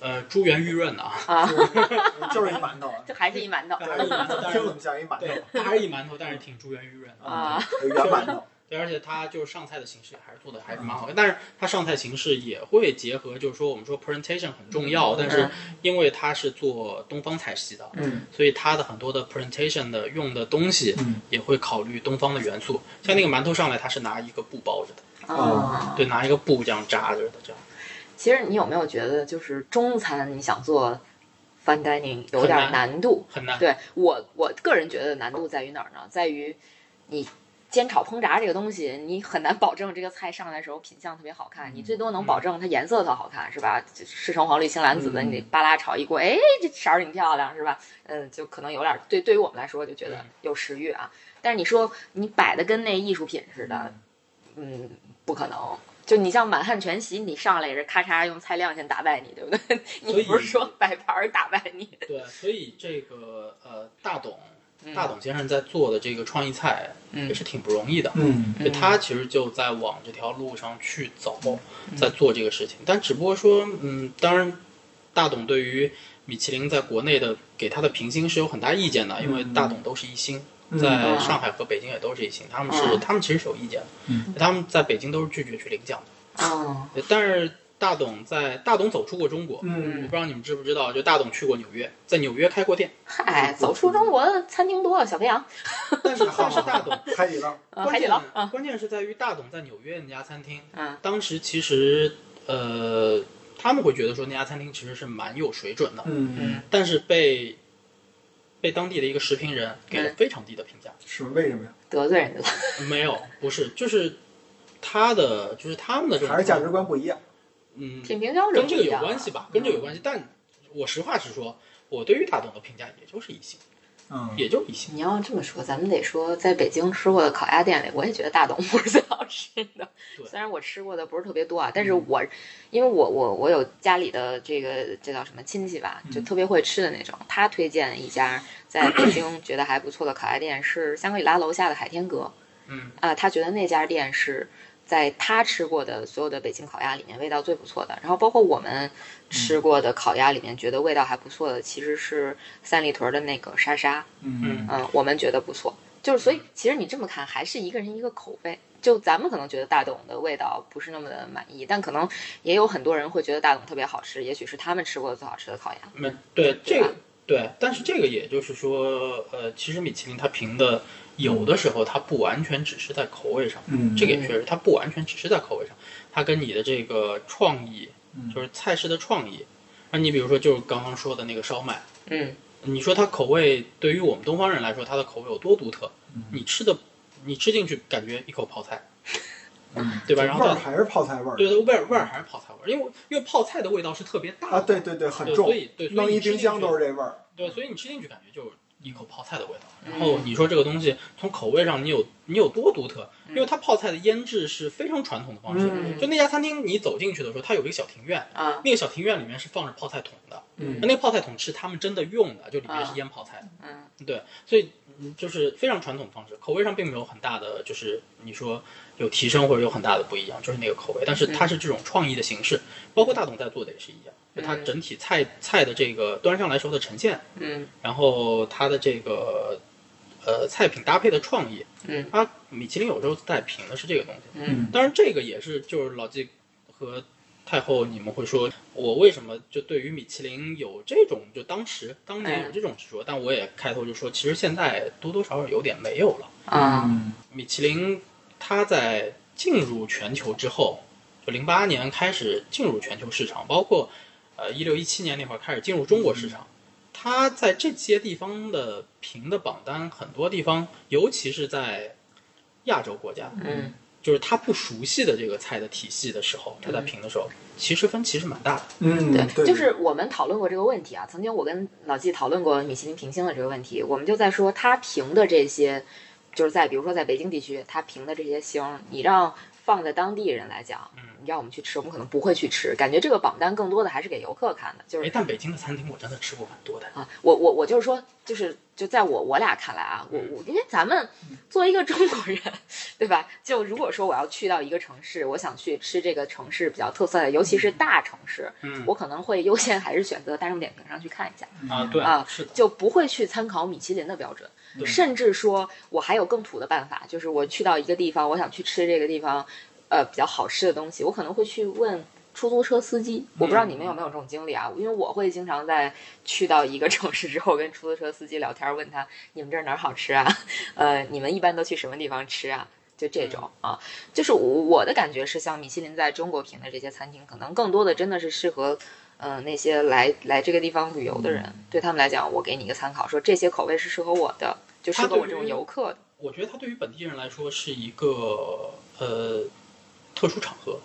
S3: 呃珠圆玉润的啊，
S2: 就是就是一馒头啊，
S1: 就 还是一馒头
S3: 他还是一馒头，但
S2: 听怎
S3: 是
S2: 么像一馒
S3: 对
S2: 头，啊
S3: 他还是一馒头，但是挺珠圆玉润 的。
S1: 啊，
S2: 圆馒头，
S3: 对，而且它就是上菜的形式还是做的还是蛮好看，但是它上菜形式也会结合，就是说我们说 presentation 很重
S1: 嗯
S3: 要，但是因为它是做东方菜系的，
S2: 嗯
S3: 所以它的很多的 presentation 的用的东西
S2: 嗯
S3: 也会考虑东方的元素。像那个馒头上来，它是拿一个布包着的，
S1: 啊
S2: 啊。
S3: 对，拿一个布这样扎着的，这样
S1: 其实你有没有觉得，就是中餐你想做 fine dining 有点
S3: 很
S1: 难度？
S3: 很难。
S1: 对我我个人觉得难度在于哪儿呢？在于你煎炒烹炸这个东西，你很难保证这个菜上来的时候品相特别好看，你最多能保证它颜色特好看，是吧？这赤橙黄绿青蓝紫的，
S2: 嗯
S1: 你得巴拉炒一锅，哎，这色儿挺漂亮，是吧？嗯，就可能有点儿对，对于我们来说就觉得
S3: 嗯
S1: 有食欲啊。但是你说你摆的跟那艺术品似的，嗯，不可能。就你像满汉全席，你上来也是咔嚓用菜量先打败你，对不对？
S3: 所
S1: 你
S3: 以
S1: 不是说摆盘儿打败你？
S3: 对，所以这个呃，大董
S1: 嗯
S3: 大董先生在做的这个创意菜
S1: 嗯
S3: 也是挺不容易的。
S2: 嗯
S3: 对
S1: 嗯
S3: 他其实就在往这条路上去走，
S1: 嗯
S3: 在做这个事情。但只不过说，嗯，当然，大董对于米其林在国内的给他的评星是有很大意见的，因为大董都是一星，
S2: 嗯
S3: 在上海和北京也都是一星，他们是
S1: 嗯
S3: 他们其实是有意见的，
S2: 嗯
S3: 他们在北京都是拒绝去领奖的。
S1: 哦，
S3: 对但是大董在大董走出过中国，我
S2: 嗯
S3: 不知道你们知不知道，就大董去过纽约，在纽约开 过店，
S1: 嗨，走出中国的餐厅多了，小肥羊，
S3: 但是但是大董。
S2: 海底捞，
S1: 呃海
S3: 关
S1: 底
S3: 键
S1: 捞，嗯
S3: 关键是在于大董在纽约那家餐厅，
S1: 嗯
S3: 当时其实呃，他们会觉得说那家餐厅其实是蛮有水准的，
S2: 嗯，
S3: 但是被被当地的一个食评人给了
S1: 嗯
S3: 非常低的评价。
S2: 是为什么呀？
S1: 得罪人家了，
S3: 没有，不是，就是他的就是他们的这种
S2: 还是价值观不一样？
S3: 嗯，
S1: 品评标准
S3: 跟
S1: 不
S3: 这个
S1: 一
S3: 有
S1: 样啊
S3: 关系吧，跟这个有关系。但我实话实说，我对于大董的评价也就是一星，
S2: 嗯，
S3: 也就是一星。
S1: 你要这么说，咱们得说，在北京吃过的烤鸭店里，我也觉得大董不是最好吃的
S3: 对。嗯
S1: 虽然我吃过的不是特别多啊，但是我、因为我我我有家里的这个这叫什么亲戚吧，就
S2: 嗯
S1: 特别会吃的那种。他推荐一家在北京觉得还不错的烤鸭店，是香格里拉楼下的海天阁
S3: 嗯
S1: 啊、他觉得那家店是。在他吃过的所有的北京烤鸭里面，味道最不错的。然后包括我
S3: 嗯
S1: 们吃过的烤鸭里面，觉得味道还不错的，其实是三里屯的那个沙沙。
S2: 嗯
S1: 嗯，我们觉得不错。就是所以，其实你这么看，还是一个人一个口味。就咱们可能觉得大董的味道不是那么的满意，但可能也有很多人会觉得大董特别好吃，也许是他们吃过的最好吃的烤鸭。
S3: 没对这
S1: 吧
S3: 个对，但是这个也就是说，呃，其实米其林它评的有的时候它不完全只是在口味上，
S2: 嗯
S3: 这个也确实，它不完全只是在口味上，它跟你的这个创意，
S2: 嗯
S3: 就是菜式的创意。那你比如说，就是刚刚说的那个烧麦，
S1: 嗯，
S3: 你说它口味对于我们东方人来说，它的口味有多独特？你吃的，你吃进去感觉一口泡菜，
S2: 嗯
S3: 对吧？然后
S2: 味儿
S3: 它
S2: 还是泡菜味儿
S3: 对它味儿味儿还是泡菜味儿，因为因为泡菜的味道是特别大的
S2: 啊，对对对，很
S3: 对
S2: 重
S3: 所，以对，所以
S2: 弄
S3: 你
S2: 一
S3: 吃
S2: 冰
S3: 进
S2: 箱
S3: 去
S2: 都是这味儿。
S3: 对，所以你吃进去感觉就是一口泡菜的味道。
S1: 嗯
S3: 然后你说这个东西从口味上你有你有多独特？因为它泡菜的腌制是非常传统的方式。
S1: 嗯
S3: 就那家餐厅，你走进去的时候，它有一个小庭院，
S1: 啊，
S3: 那个小庭院里面是放着泡菜桶的，
S2: 嗯
S3: 那个泡菜桶是他们真的用的，就里面是腌泡菜的。
S1: 嗯
S3: 对，所以嗯就是非常传统的方式，口味上并没有很大的，就是你说有提升或者有很大的不一样，就是那个口味。但是它
S1: 嗯
S3: 是这种创意的形式，包括大董在做的也是一样，就它
S1: 嗯
S3: 整体菜菜的这个端上来时候的呈现。
S1: 嗯
S3: 然后它的这个呃菜品搭配的创意，
S1: 嗯
S3: 它米其林有时候在评的是这个东西。
S1: 嗯
S3: 当然，这个也是就是老纪和太后，你们会说我为什么就对于米其林有这种就当时当年
S1: 哎
S3: 有这种执着，但我也开头就说，其实现在多多少少有点没有了。
S1: 啊，
S3: 米其林它在进入全球之后，就零八年开始进入全球市场，包括呃一六一七年那会儿开始进入中国市场。它在这些地方的评的榜单，很多地方，尤其是在亚洲国家，
S1: 嗯
S3: 就是他不熟悉的这个菜的体系的时候，他在评的时候，其实分其实蛮大的。
S2: 嗯，对，
S1: 就是我们讨论过这个问题啊。曾经我跟老纪讨论过米其林评星的这个问题，我们就在说他评的这些，就是在比如说在北京地区，他评的这些星儿，你让放在当地人来讲，你让我们去吃，我们可能不会去吃。感觉这个榜单更多的还是给游客看的，就
S3: 哎
S1: 是，
S3: 但北京的餐厅我真的吃过蛮多的。
S1: 啊，我我我就是说，就是就在我我俩看来啊，我我因为咱们作为一个中国人，对吧？就如果说我要去到一个城市，我想去吃这个城市比较特色的，尤其是大城市，
S3: 嗯
S1: 我可能会优先还是选择大众点评上去看一下，
S3: 啊，对
S1: 啊
S3: 是的，
S1: 就不会去参考米其林的标准。
S3: 对
S1: 甚至说我还有更土的办法，就是我去到一个地方，我想去吃这个地方，呃，比较好吃的东西，我可能会去问。出租车司机，我不知道你们有没有这种经历啊？因为我会经常在去到一个城市之后，跟出租车司机聊天，问他你们这儿哪儿好吃啊？呃，你们一般都去什么地方吃啊？就这种
S3: 嗯
S1: 啊，就是我我的感觉是，像米其林在中国评的这些餐厅，可能更多的真的是适合，呃，那些来来这个地方旅游的人，
S3: 嗯
S1: 对他们来讲，我给你一个参考，说这些口味是适合我的，就适
S3: 它
S1: 合我
S3: 对于
S1: 这种游客的。
S3: 我觉得它对于本地人来说是一个呃特殊场合，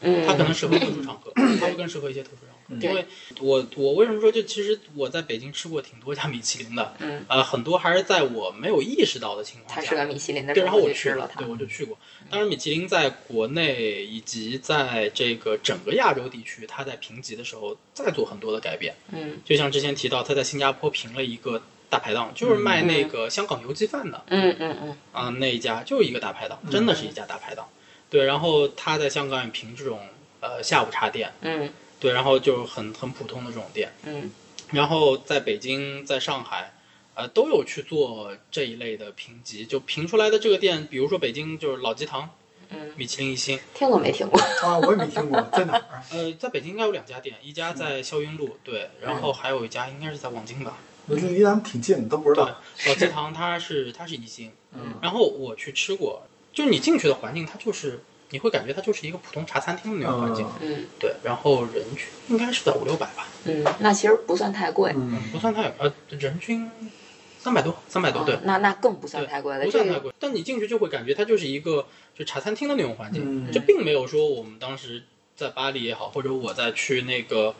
S1: 嗯，
S3: 它可能适合特殊场合， 它会更适合一些特殊场合。因为我我为什么说，就其实我在北京吃过挺多家米其林的，
S1: 嗯，
S3: 呃，很多还是在我没有意识到的情况
S1: 它
S3: 下，
S1: 适合米其林的
S3: 对，
S1: 时
S3: 然
S1: 候
S3: 后
S1: 我
S3: 我
S1: 就
S3: 去
S1: 吃了它
S3: 对，。我就去过。当然，米其林在国内以及在这个整个亚洲地区，它在评级的时候再做很多的改变。
S1: 嗯
S3: 就像之前提到，它在新加坡评了一个大排档，就是卖那个香港油鸡饭的
S1: 嗯嗯嗯
S3: 啊、那一家就是一个大排档，真的是一家大排档。对，然后它在香港也评这种呃下午茶店，
S1: 嗯
S3: 对，然后就是很很普通的这种店。
S1: 嗯
S3: 然后在北京、在上海，呃，都有去做这一类的评级，就评出来的这个店，比如说北京就是老鸡堂，
S1: 嗯，
S3: 米其林一星，
S1: 听都没听过。
S2: 啊，我也没听过，在哪儿啊？
S3: 呃，在北京应该有两家店，一家在霄云路，对，然后还有一家应该是在望京吧，
S2: 离咱们挺近，都不知
S3: 对，
S2: 道。
S3: 老鸡堂它是它是一星，
S2: 嗯
S3: 然后我去吃过，就是你进去的环境，它就是你会感觉它就是一个普通茶餐厅的那种环境，
S1: 嗯
S3: 对，然后人均应该是在五六百吧，
S1: 嗯，那其实不算太贵。
S2: 嗯，
S3: 不算太呃人均三百多，三百嗯多，对
S1: 哦，那那更不算
S3: 对
S1: 太贵了。
S3: 不
S1: 这
S3: 算太
S1: 个
S3: 贵，但你进去就会感觉它就是一个就茶餐厅的那种环境，
S2: 嗯
S3: 这并没有说我们当时在巴黎也好，或者我在去那个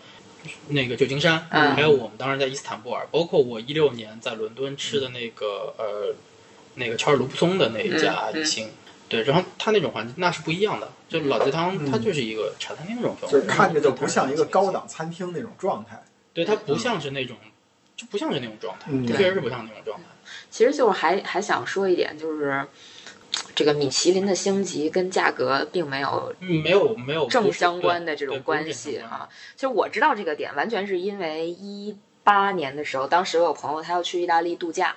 S3: 那个旧金山，
S1: 嗯
S3: 还有我们当时在伊斯坦布尔，包括我一六年在伦敦吃的那个、呃那个乔尔卢布松的那一家
S1: 嗯嗯
S3: 一星，对，然后它那种环境那是不一样的，就老鸡汤、
S2: 嗯
S3: 它就是一个茶餐厅那种氛围，
S2: 就是看着就不
S3: 嗯
S2: 像一个高，档餐厅那种状态。
S3: 对，它不像是那种就不像是那种状态，
S2: 嗯
S3: 确实是不像那种状态。
S1: 其实就是还还想说一点，就是这个米其林的星级跟价格并没有
S3: 嗯，没有没有
S1: 正
S3: 不是
S1: 相
S3: 对
S1: 关的这种关系啊。其实我知道这个点，完全是因为一八年的时候，当时我有朋友他要去意大利度假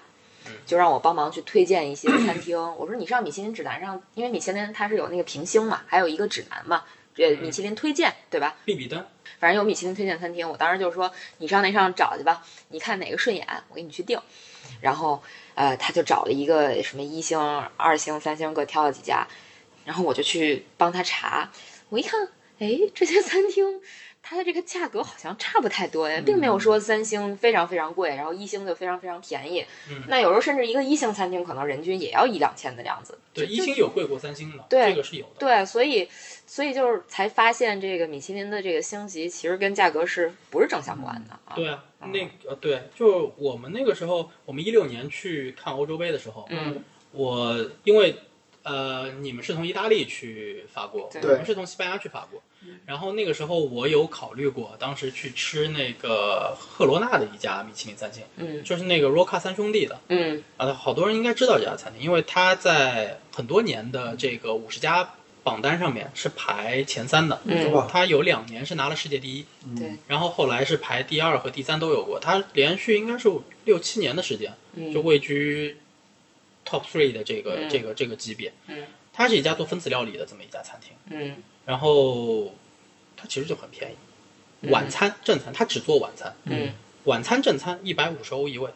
S3: 嗯。
S1: 就让我帮忙去推荐一些餐厅。我说你上米其林指南上，因为米其林它是有那个评星嘛，还有一个指南嘛，
S3: 嗯
S1: 这米其林推荐对吧？
S3: 利比登，
S1: 反正有米其林推荐餐厅，我当时就说你上那上找去吧，你看哪个顺眼，我给你去定。然后呃，他就找了一个什么一星、二星、三星各挑了几家，然后我就去帮他查，我一看，哎，这些餐厅。它的这个价格好像差不太多呀，并没有说三星非常非常贵，然后一星就非常非常便宜。
S3: 嗯
S1: 那有时候甚至一个一星餐厅可能人均也要一两千的样子。
S3: 对，
S1: 就
S3: 一
S1: 就
S3: 星有贵过三星的，
S1: 对
S3: 这个是有的。
S1: 对，所以所以就是才发现这个米其林的这个星级其实跟价格是不是正相关的啊？
S3: 对啊，
S1: 嗯
S3: 那个呃对，就我们那个时候，我们一六年去看欧洲杯的时候，
S1: 嗯
S3: 我因为呃，你们是从意大利去法国，
S1: 对嗯
S3: 我们是从西班牙去法国。然后那个时候我有考虑过，当时去吃那个赫罗纳的一家米其林三星，
S1: 嗯
S3: 就是那个 Roca 三兄弟的
S1: 嗯
S3: 啊，好多人应该知道这家餐厅，因为它在很多年的这个五十家榜单上面是排前三的，
S1: 嗯
S3: 它有两年是拿了世界第一，
S1: 对
S3: 然后后来是排第二和第三都有过，它连续应该是六七年的时间就
S1: 嗯
S3: 位居 top three 的这个、
S1: 嗯
S3: 这个这个级别。
S1: 嗯
S3: 它是一家做分子料理的这么一家餐厅，
S1: 嗯
S3: 然后它其实就很便宜，
S1: 嗯
S3: 晚餐正餐它只做晚餐，
S1: 嗯
S3: 晚餐正餐一百五十欧一位，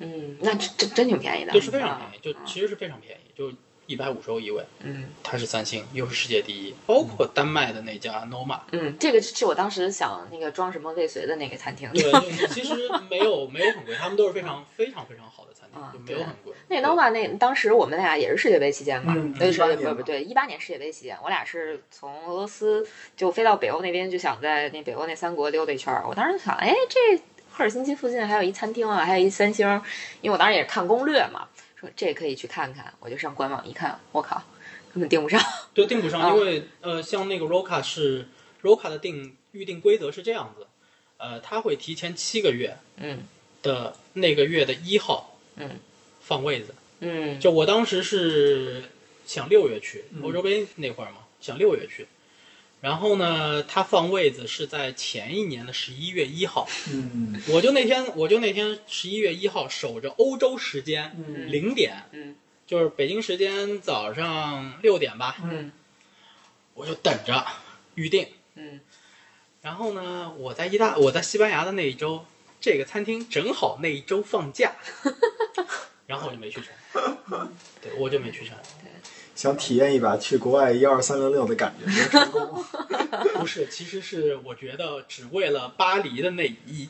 S1: 嗯，那这这真挺便宜的，
S3: 这是非常便宜，就
S1: 啊
S3: 其实是非常便宜，就一百五十欧一位，
S1: 嗯
S3: 它是三星，又是世界第一，嗯包括丹麦的那家 Noma。
S1: 嗯，这个是我当时想那个装什么未遂的那个餐厅。
S3: 对，就是其实没有没有很贵，他们都是非常非常非常好的餐厅，
S1: 啊
S3: 就没有很贵。
S1: 那 Nova 那当时我们俩也是世界杯期间嘛，
S2: 嗯
S1: 呃
S2: 18年
S1: 不不
S2: 嘛
S1: 不对，一八年世界杯期间，我俩是从俄罗斯就飞到北欧那边，就想在那北欧那三国溜达一圈儿。我当时想，哎，这赫尔辛基附近还有一餐厅啊，还有一三星，因为我当时也是看攻略嘛，说这可以去看看。我就上官网一看，我靠，根本订不上。
S3: 对，订不上，
S1: 啊
S3: 因为呃，像那个 Roca 是 Roca 的定预定规则是这样子，呃，他会提前七个月
S1: 嗯
S3: 的那个月的一号，
S1: 嗯，
S3: 放位子。
S1: 嗯
S3: 就我当时是想六月去
S2: 嗯
S3: 欧洲杯那会儿嘛，想六月去，然后呢，他放位子是在前一年的十一月一号，
S2: 嗯
S3: 我就那天我就那天十一月一号守着欧洲时间
S2: 嗯
S3: 零点，
S1: 嗯
S3: 就是北京时间早上六点吧，
S1: 嗯
S3: 我就等着预定。
S1: 嗯
S3: 然后呢，我在意大我在西班牙的那一周，这个餐厅正好那一周放假，然后我就没去成，对我就没去成。
S2: 想体验一把去国外一二三零六的感觉，没成功。
S3: 不是，其实是我觉得只为了巴黎的那一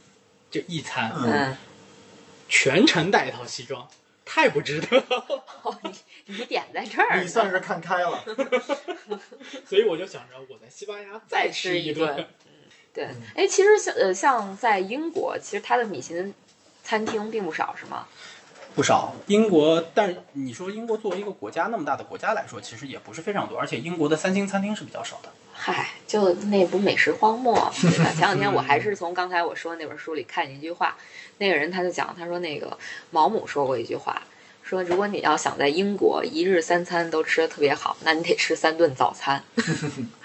S3: 就一餐，
S2: 嗯，
S1: 嗯，
S3: 全程带一套西装，太不值得了。
S1: 哦，你你点在这儿呢，
S2: 你算是看开了。
S3: 所以我就想着我在西班牙再吃一
S1: 再吃一顿。对，
S2: 嗯
S1: 哎，其实像呃像在英国，其实它的米其林餐厅并不少，是吗？
S3: 不少。英国，但是你说英国作为一个国家那么大的国家来说，其实也不是非常多，而且英国的三星餐厅是比较少的。
S1: 嗨，就那不美食荒漠嘛，对吧？前两天我还是从刚才我说的那本书里看见一句话，那个人他就讲，他说那个毛姆说过一句话，说如果你要想在英国一日三餐都吃的特别好，那你得吃三顿早 餐。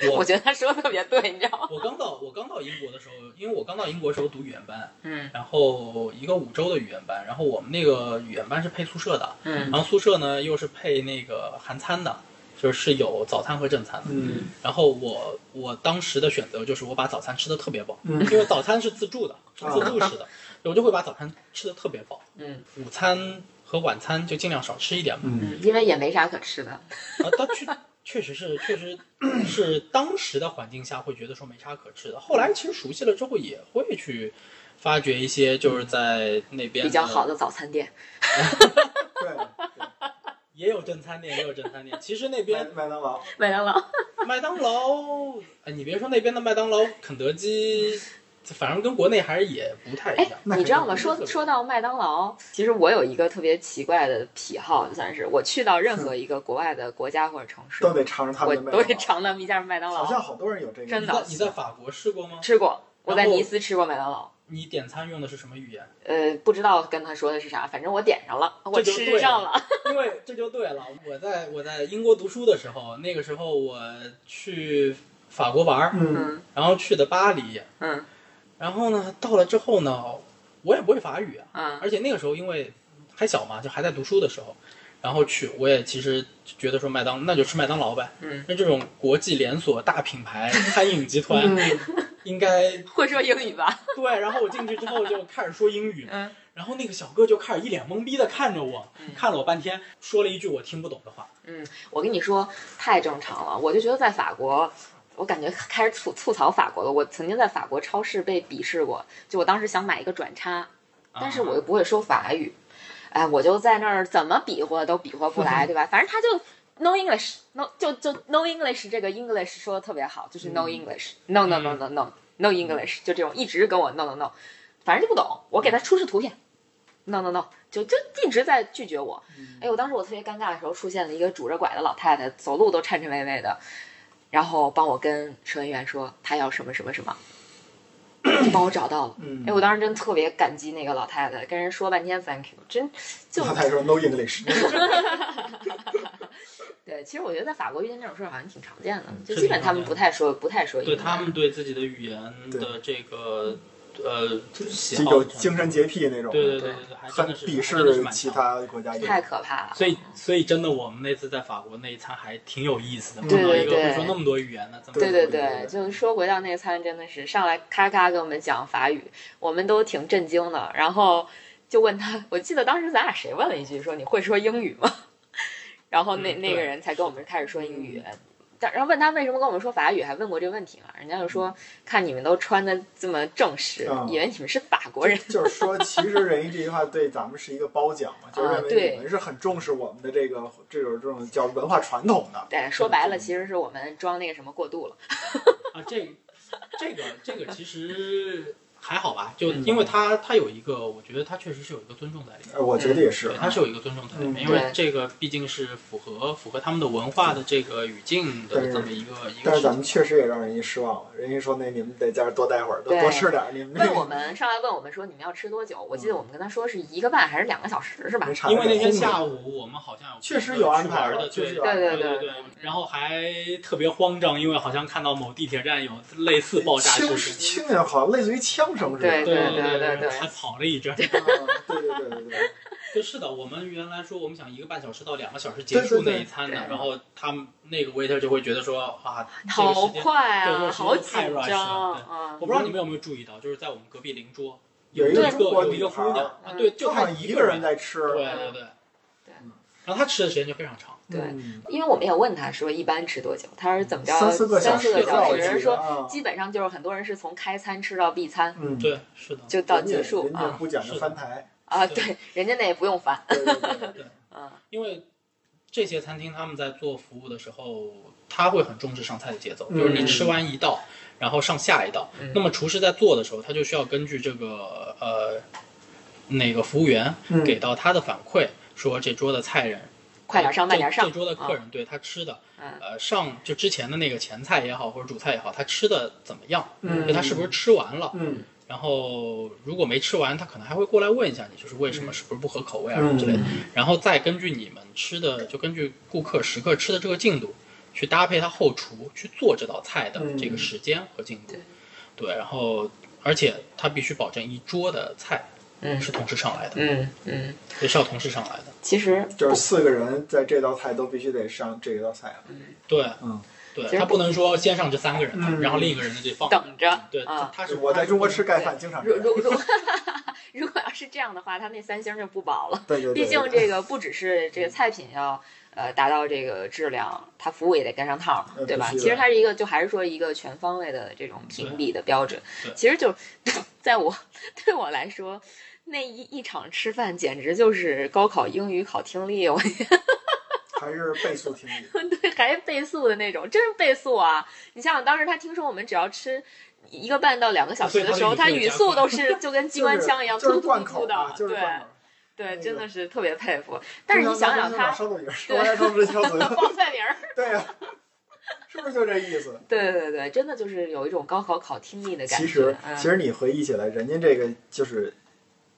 S1: 我
S3: 我
S1: 觉得他说的特别对，你知道吗？
S3: 我刚到我刚到英国的时候，因为我刚到英国的时候读语言班，
S1: 嗯
S3: 然后一个五周的语言班，然后我们那个语言班是配宿舍的，
S1: 嗯
S3: 然后宿舍呢又是配那个韩餐的，就是有早餐和正餐的。
S2: 嗯
S3: 然后我我当时的选择就是我把早餐吃的特别饱，
S2: 嗯
S3: 因为早餐是自助的，是
S2: 啊
S3: 自助式的，我就会把早餐吃的特别饱，
S1: 嗯
S3: 午餐和晚餐就尽量少吃一点嘛。
S2: 嗯，
S1: 嗯，因为也没啥可吃的。
S3: 啊，但确确实是确实是当时的环境下会觉得说没啥可吃的，后来其实熟悉了之后也会去发掘一些就是在那边
S1: 比较好
S3: 的，
S1: 的早餐店，
S2: 对，对
S3: 也有正餐店，也有正餐店。其实那
S2: 麦
S3: 边
S2: 麦当劳，
S4: 麦当劳，
S3: 麦当劳，哎，你别说那边的麦当劳、肯德基，反正跟国内还是也不太一
S1: 哎
S3: 样。，
S2: 那
S1: 你知道
S2: 肯
S1: 吗？
S3: 定是
S1: 说说到麦当劳，其实我有一个特别奇怪的癖好，算是我去到任何一个国外的国家或者城市，
S2: 都得尝尝他
S1: 我
S2: 们的麦当
S1: 都
S2: 劳。
S1: 得尝他们一下麦当
S2: 好像
S1: 劳。
S2: 好多人有这个。
S1: 真
S3: 你
S1: 的
S3: 在你在法国试过吗？
S1: 吃过，我在
S3: 然后
S1: 尼斯吃过麦当劳。
S3: 你点餐用的是什么语言？
S1: 呃，不知道跟他说的是啥，反正我点上了，我
S3: 这就
S1: 吃
S3: 对
S1: 上
S3: 了
S1: 了。
S3: 因为这就对了，我在我在英国读书的时候，那个时候我去法国玩儿，
S2: 嗯，
S1: 嗯
S3: 然后去的巴黎，
S1: 嗯
S3: 然后呢到了之后呢，我也不会法语啊，
S1: 嗯
S3: 而且那个时候因为还小嘛，就还在读书的时候，然后去我也其实觉得说麦当那就吃麦当劳呗，
S1: 嗯，
S3: 那这种国际连锁大品 牌餐饮集团
S1: 嗯
S3: 应该
S1: 会说英语吧？
S3: 对，然后我进去之后就开始说英语，
S1: 嗯
S3: 然后那个小哥就开始一脸懵逼的看着我，
S1: 嗯
S3: 看了我半天，说了一句我听不懂的话。
S1: 嗯，我跟你说，太正常了。我就觉得在法国，我感觉开始吐吐槽法国了。我曾经在法国超市被鄙视过，就我当时想买一个转叉，
S3: 啊
S1: 但是我又不会说法语，哎，我就在那儿怎么比划都比划不来，对吧？反正他就 no English，no 就就 no English 这个 English 说的特别好，就是 no English，no no no no no no English，就这种一直跟我 no no no，反正就不懂，我给他出示图片，no no no，就就一直在拒绝我。哎，我当时我特别尴尬的时候，出现了一个拄着拐的老太太，走路都颤颤巍巍的，然后帮我跟收银员说她要什么什么什么， 就帮我找到了。
S2: 嗯，
S1: 哎，我当时真特别感激那个老太太，跟人说半天 thank you，真 就
S2: 他才说 no English，
S1: 对。其实我觉得在法国遇见这种事儿好像挺常见的，就是基
S3: 挺
S1: 本他们
S3: 嗯常见的
S1: 不太说不太说英
S3: 对
S1: 语。
S3: 他们对自己的语言的
S2: 对
S3: 这个呃喜
S2: 就
S3: 好
S2: 有，精神洁癖那种，
S3: 对对
S1: 对
S3: 对对，还真
S2: 很
S3: 的是
S2: 鄙
S3: 还真的是
S2: 视
S3: 蛮
S2: 其
S3: 强的。
S2: 他国家
S1: 太可怕了。
S3: 所以，所以真的，我们那次在法国那一餐还挺有意思的，
S2: 对
S3: 碰到一个
S1: 对对
S3: 会说那么多语言的，这么
S1: 对对
S3: 多语言
S1: 对，
S2: 对
S1: 就是说回到那个餐，真的是上来咔咔跟我们讲法语，我们都挺震惊的。 然后就问他，我记得当时咱俩谁问了一句，说你会说英语吗？ 然后那、
S3: 嗯
S1: 那个
S3: 对
S1: 人才跟我们开始说英语。但然后问他为什么跟我们说法语，还问过这个问题嘛？人家就说看你们都穿的这么正式，
S2: 嗯
S1: 以为你们是法国人。
S2: 就是 说，其实仁义这句话对咱们是一个褒奖嘛，就认
S1: 啊
S2: 为
S1: 对
S2: 你们是很重视我们的这个这种这种叫文化传统的。
S1: 对，说白了其实是我们装那个什么过 度了。
S3: 啊，这这个这个其实还好吧，就
S2: 嗯
S3: 因为它它有一个，我觉得它确实是有一个尊重在里面。
S2: 呃，我觉得也是
S3: 嗯对，，它是有一个尊重在里
S1: 嗯
S3: 面，因为这个毕竟是符合符合他们的文化的这个语境的这么一个一
S2: 但
S3: 个
S2: 是咱
S3: 事情。
S2: 们确实也让人家失望了。人家说那你们得在这儿多待会儿，多
S1: 对
S2: 多吃点儿，你们这
S1: 问
S2: 个
S1: 我们上来问我们说你们要吃多久？我记得我们跟他说是一个半还是两个小时是吧
S2: 没？差。
S3: 因为那天
S2: 午
S3: 下午我们好像
S2: 确实有安排
S3: 玩的，
S2: 了，确
S3: 对
S2: 实有
S3: 对
S2: 安排了
S1: 对
S3: 对对，然后还特别慌张，因为好像看到某地铁站有类似爆炸
S2: 轻
S3: 事
S2: 声
S3: 情，
S2: 轻点，好像类似于枪声似的。
S1: 对
S3: 对
S1: 对对对
S3: 还跑了 一阵。
S2: 啊对对对对对。
S3: 就是的，我们原来说我们想一个半小时到两个小时结束那一餐的，
S1: 对对对
S3: 然后他们那个 waiter 就会觉得说啊，这个
S1: 好
S3: 时间，
S1: 快
S3: 这
S1: 啊，
S3: 个时间
S1: 好
S3: 太
S1: 紧
S3: rush
S1: 张
S3: 了对
S1: 啊！
S3: 我不知道你们有没有注意到，就是在我们隔壁邻桌
S2: 有一
S3: 一
S2: 个
S3: 个
S2: 中国
S3: 有一
S2: 女
S3: 个
S2: 孩
S3: 姑
S2: 儿
S3: 娘，啊对， 就
S2: 就好
S3: 她
S2: 像一
S3: 个
S2: 个人，在吃。
S3: 对对对，
S1: 对
S3: 嗯然后她吃的时间就非常长，
S1: 对
S2: 嗯
S1: 因为我们也问他说一般吃多久，他说怎么着
S2: 三四个
S1: 三
S2: 小
S1: 四
S2: 时
S1: 个
S2: 吧，
S1: 小
S2: 我
S1: 时，
S2: 记得
S1: 说
S2: 啊
S1: 基本上就是很多人是从开餐吃到闭餐
S2: 嗯，
S3: 对，是的，
S1: 就到结束
S2: 人家
S1: 啊
S2: 不讲究
S3: 是
S2: 翻台，
S1: 啊！对，人家那也不用烦，
S2: 对对对对
S1: 嗯，
S3: 因为这些餐厅他们在做服务的时候，他会很重视上菜的节奏，
S2: 嗯
S3: 就是你吃完一道，然后上下一道。
S1: 嗯
S3: 那么厨师在做的时候，他就需要根据这个呃那个服务员
S2: 嗯
S3: 给到他的反馈，说这桌的菜人
S1: 快点上，慢点
S3: 这
S1: 上啊
S3: 这，桌的客人对他吃的，
S1: 嗯
S3: 呃，上就之前的那个前菜也好，或者主菜也好，他吃的怎么样？
S2: 嗯
S3: 就他是不是吃完了？
S2: 嗯
S3: 然后如果没吃完，他可能还会过来问一下你，就是为
S1: 嗯
S3: 什么是不是不合口味啊什么
S2: 嗯
S3: 之类的。然后再根据你们吃的，就根据顾客食客吃的这个进度，去搭配他后厨去做这道菜的
S2: 嗯
S3: 这个时间和进度。
S1: 对
S3: 对，然后而且他必须保证一桌的菜
S1: 嗯
S3: 是同时上来的，
S1: 嗯嗯，
S3: 也是要同时上来的。
S1: 其实
S2: 就是四个人在这道菜都必须得上这一道菜了。
S3: 对，
S2: 嗯，
S3: 对
S1: 其实
S3: 他不能说先上这三个人，
S2: 嗯
S3: 然后另一个人的这放
S1: 等着
S3: 对，他
S1: 啊
S3: 他是
S2: 我在中国吃盖饭经常这
S1: 如
S2: 样，
S1: 如 如如果要是这样的话，他那三星就不保了。
S2: 对对对，
S1: 毕竟
S2: 对
S1: 这个不只是这个菜品要呃达到这个质量，它服务也得跟上趟嘛
S2: 呃，
S1: 对吧？
S2: 必须的
S1: 其实它是一个就还是说一个全方位的这种评比的标准
S3: 对。对
S1: 其实就在我对我来说，那一一场吃饭简直就是高考英语考听力，我
S2: 还是倍速听力，
S1: 对还倍速的那种，真是倍速啊！你想想，当时他听说我们只要吃。一个半到两个小时的时候，
S3: 所以他
S1: 他
S3: 的语
S1: 语
S3: 速也
S1: 速
S3: 加快
S1: 都 是就跟机关枪一样，
S2: 就
S1: 突
S2: 是就是
S1: 突
S2: 贯
S1: 突
S2: 口
S1: 的
S2: 啊，，就是
S1: 对
S2: 贯口。那
S1: 对，
S2: 个
S1: 真的是特别佩服。 但
S2: 嗯
S1: 是你想想他，
S2: 烧饼也是，我来烧这条左右，
S1: 报菜名儿，
S2: 对呀，是不是就这意思？
S1: 对对对，真的就是有一种高考考听力的感觉。
S2: 其实，
S1: 嗯
S2: 其实你回忆起来，人家这个就是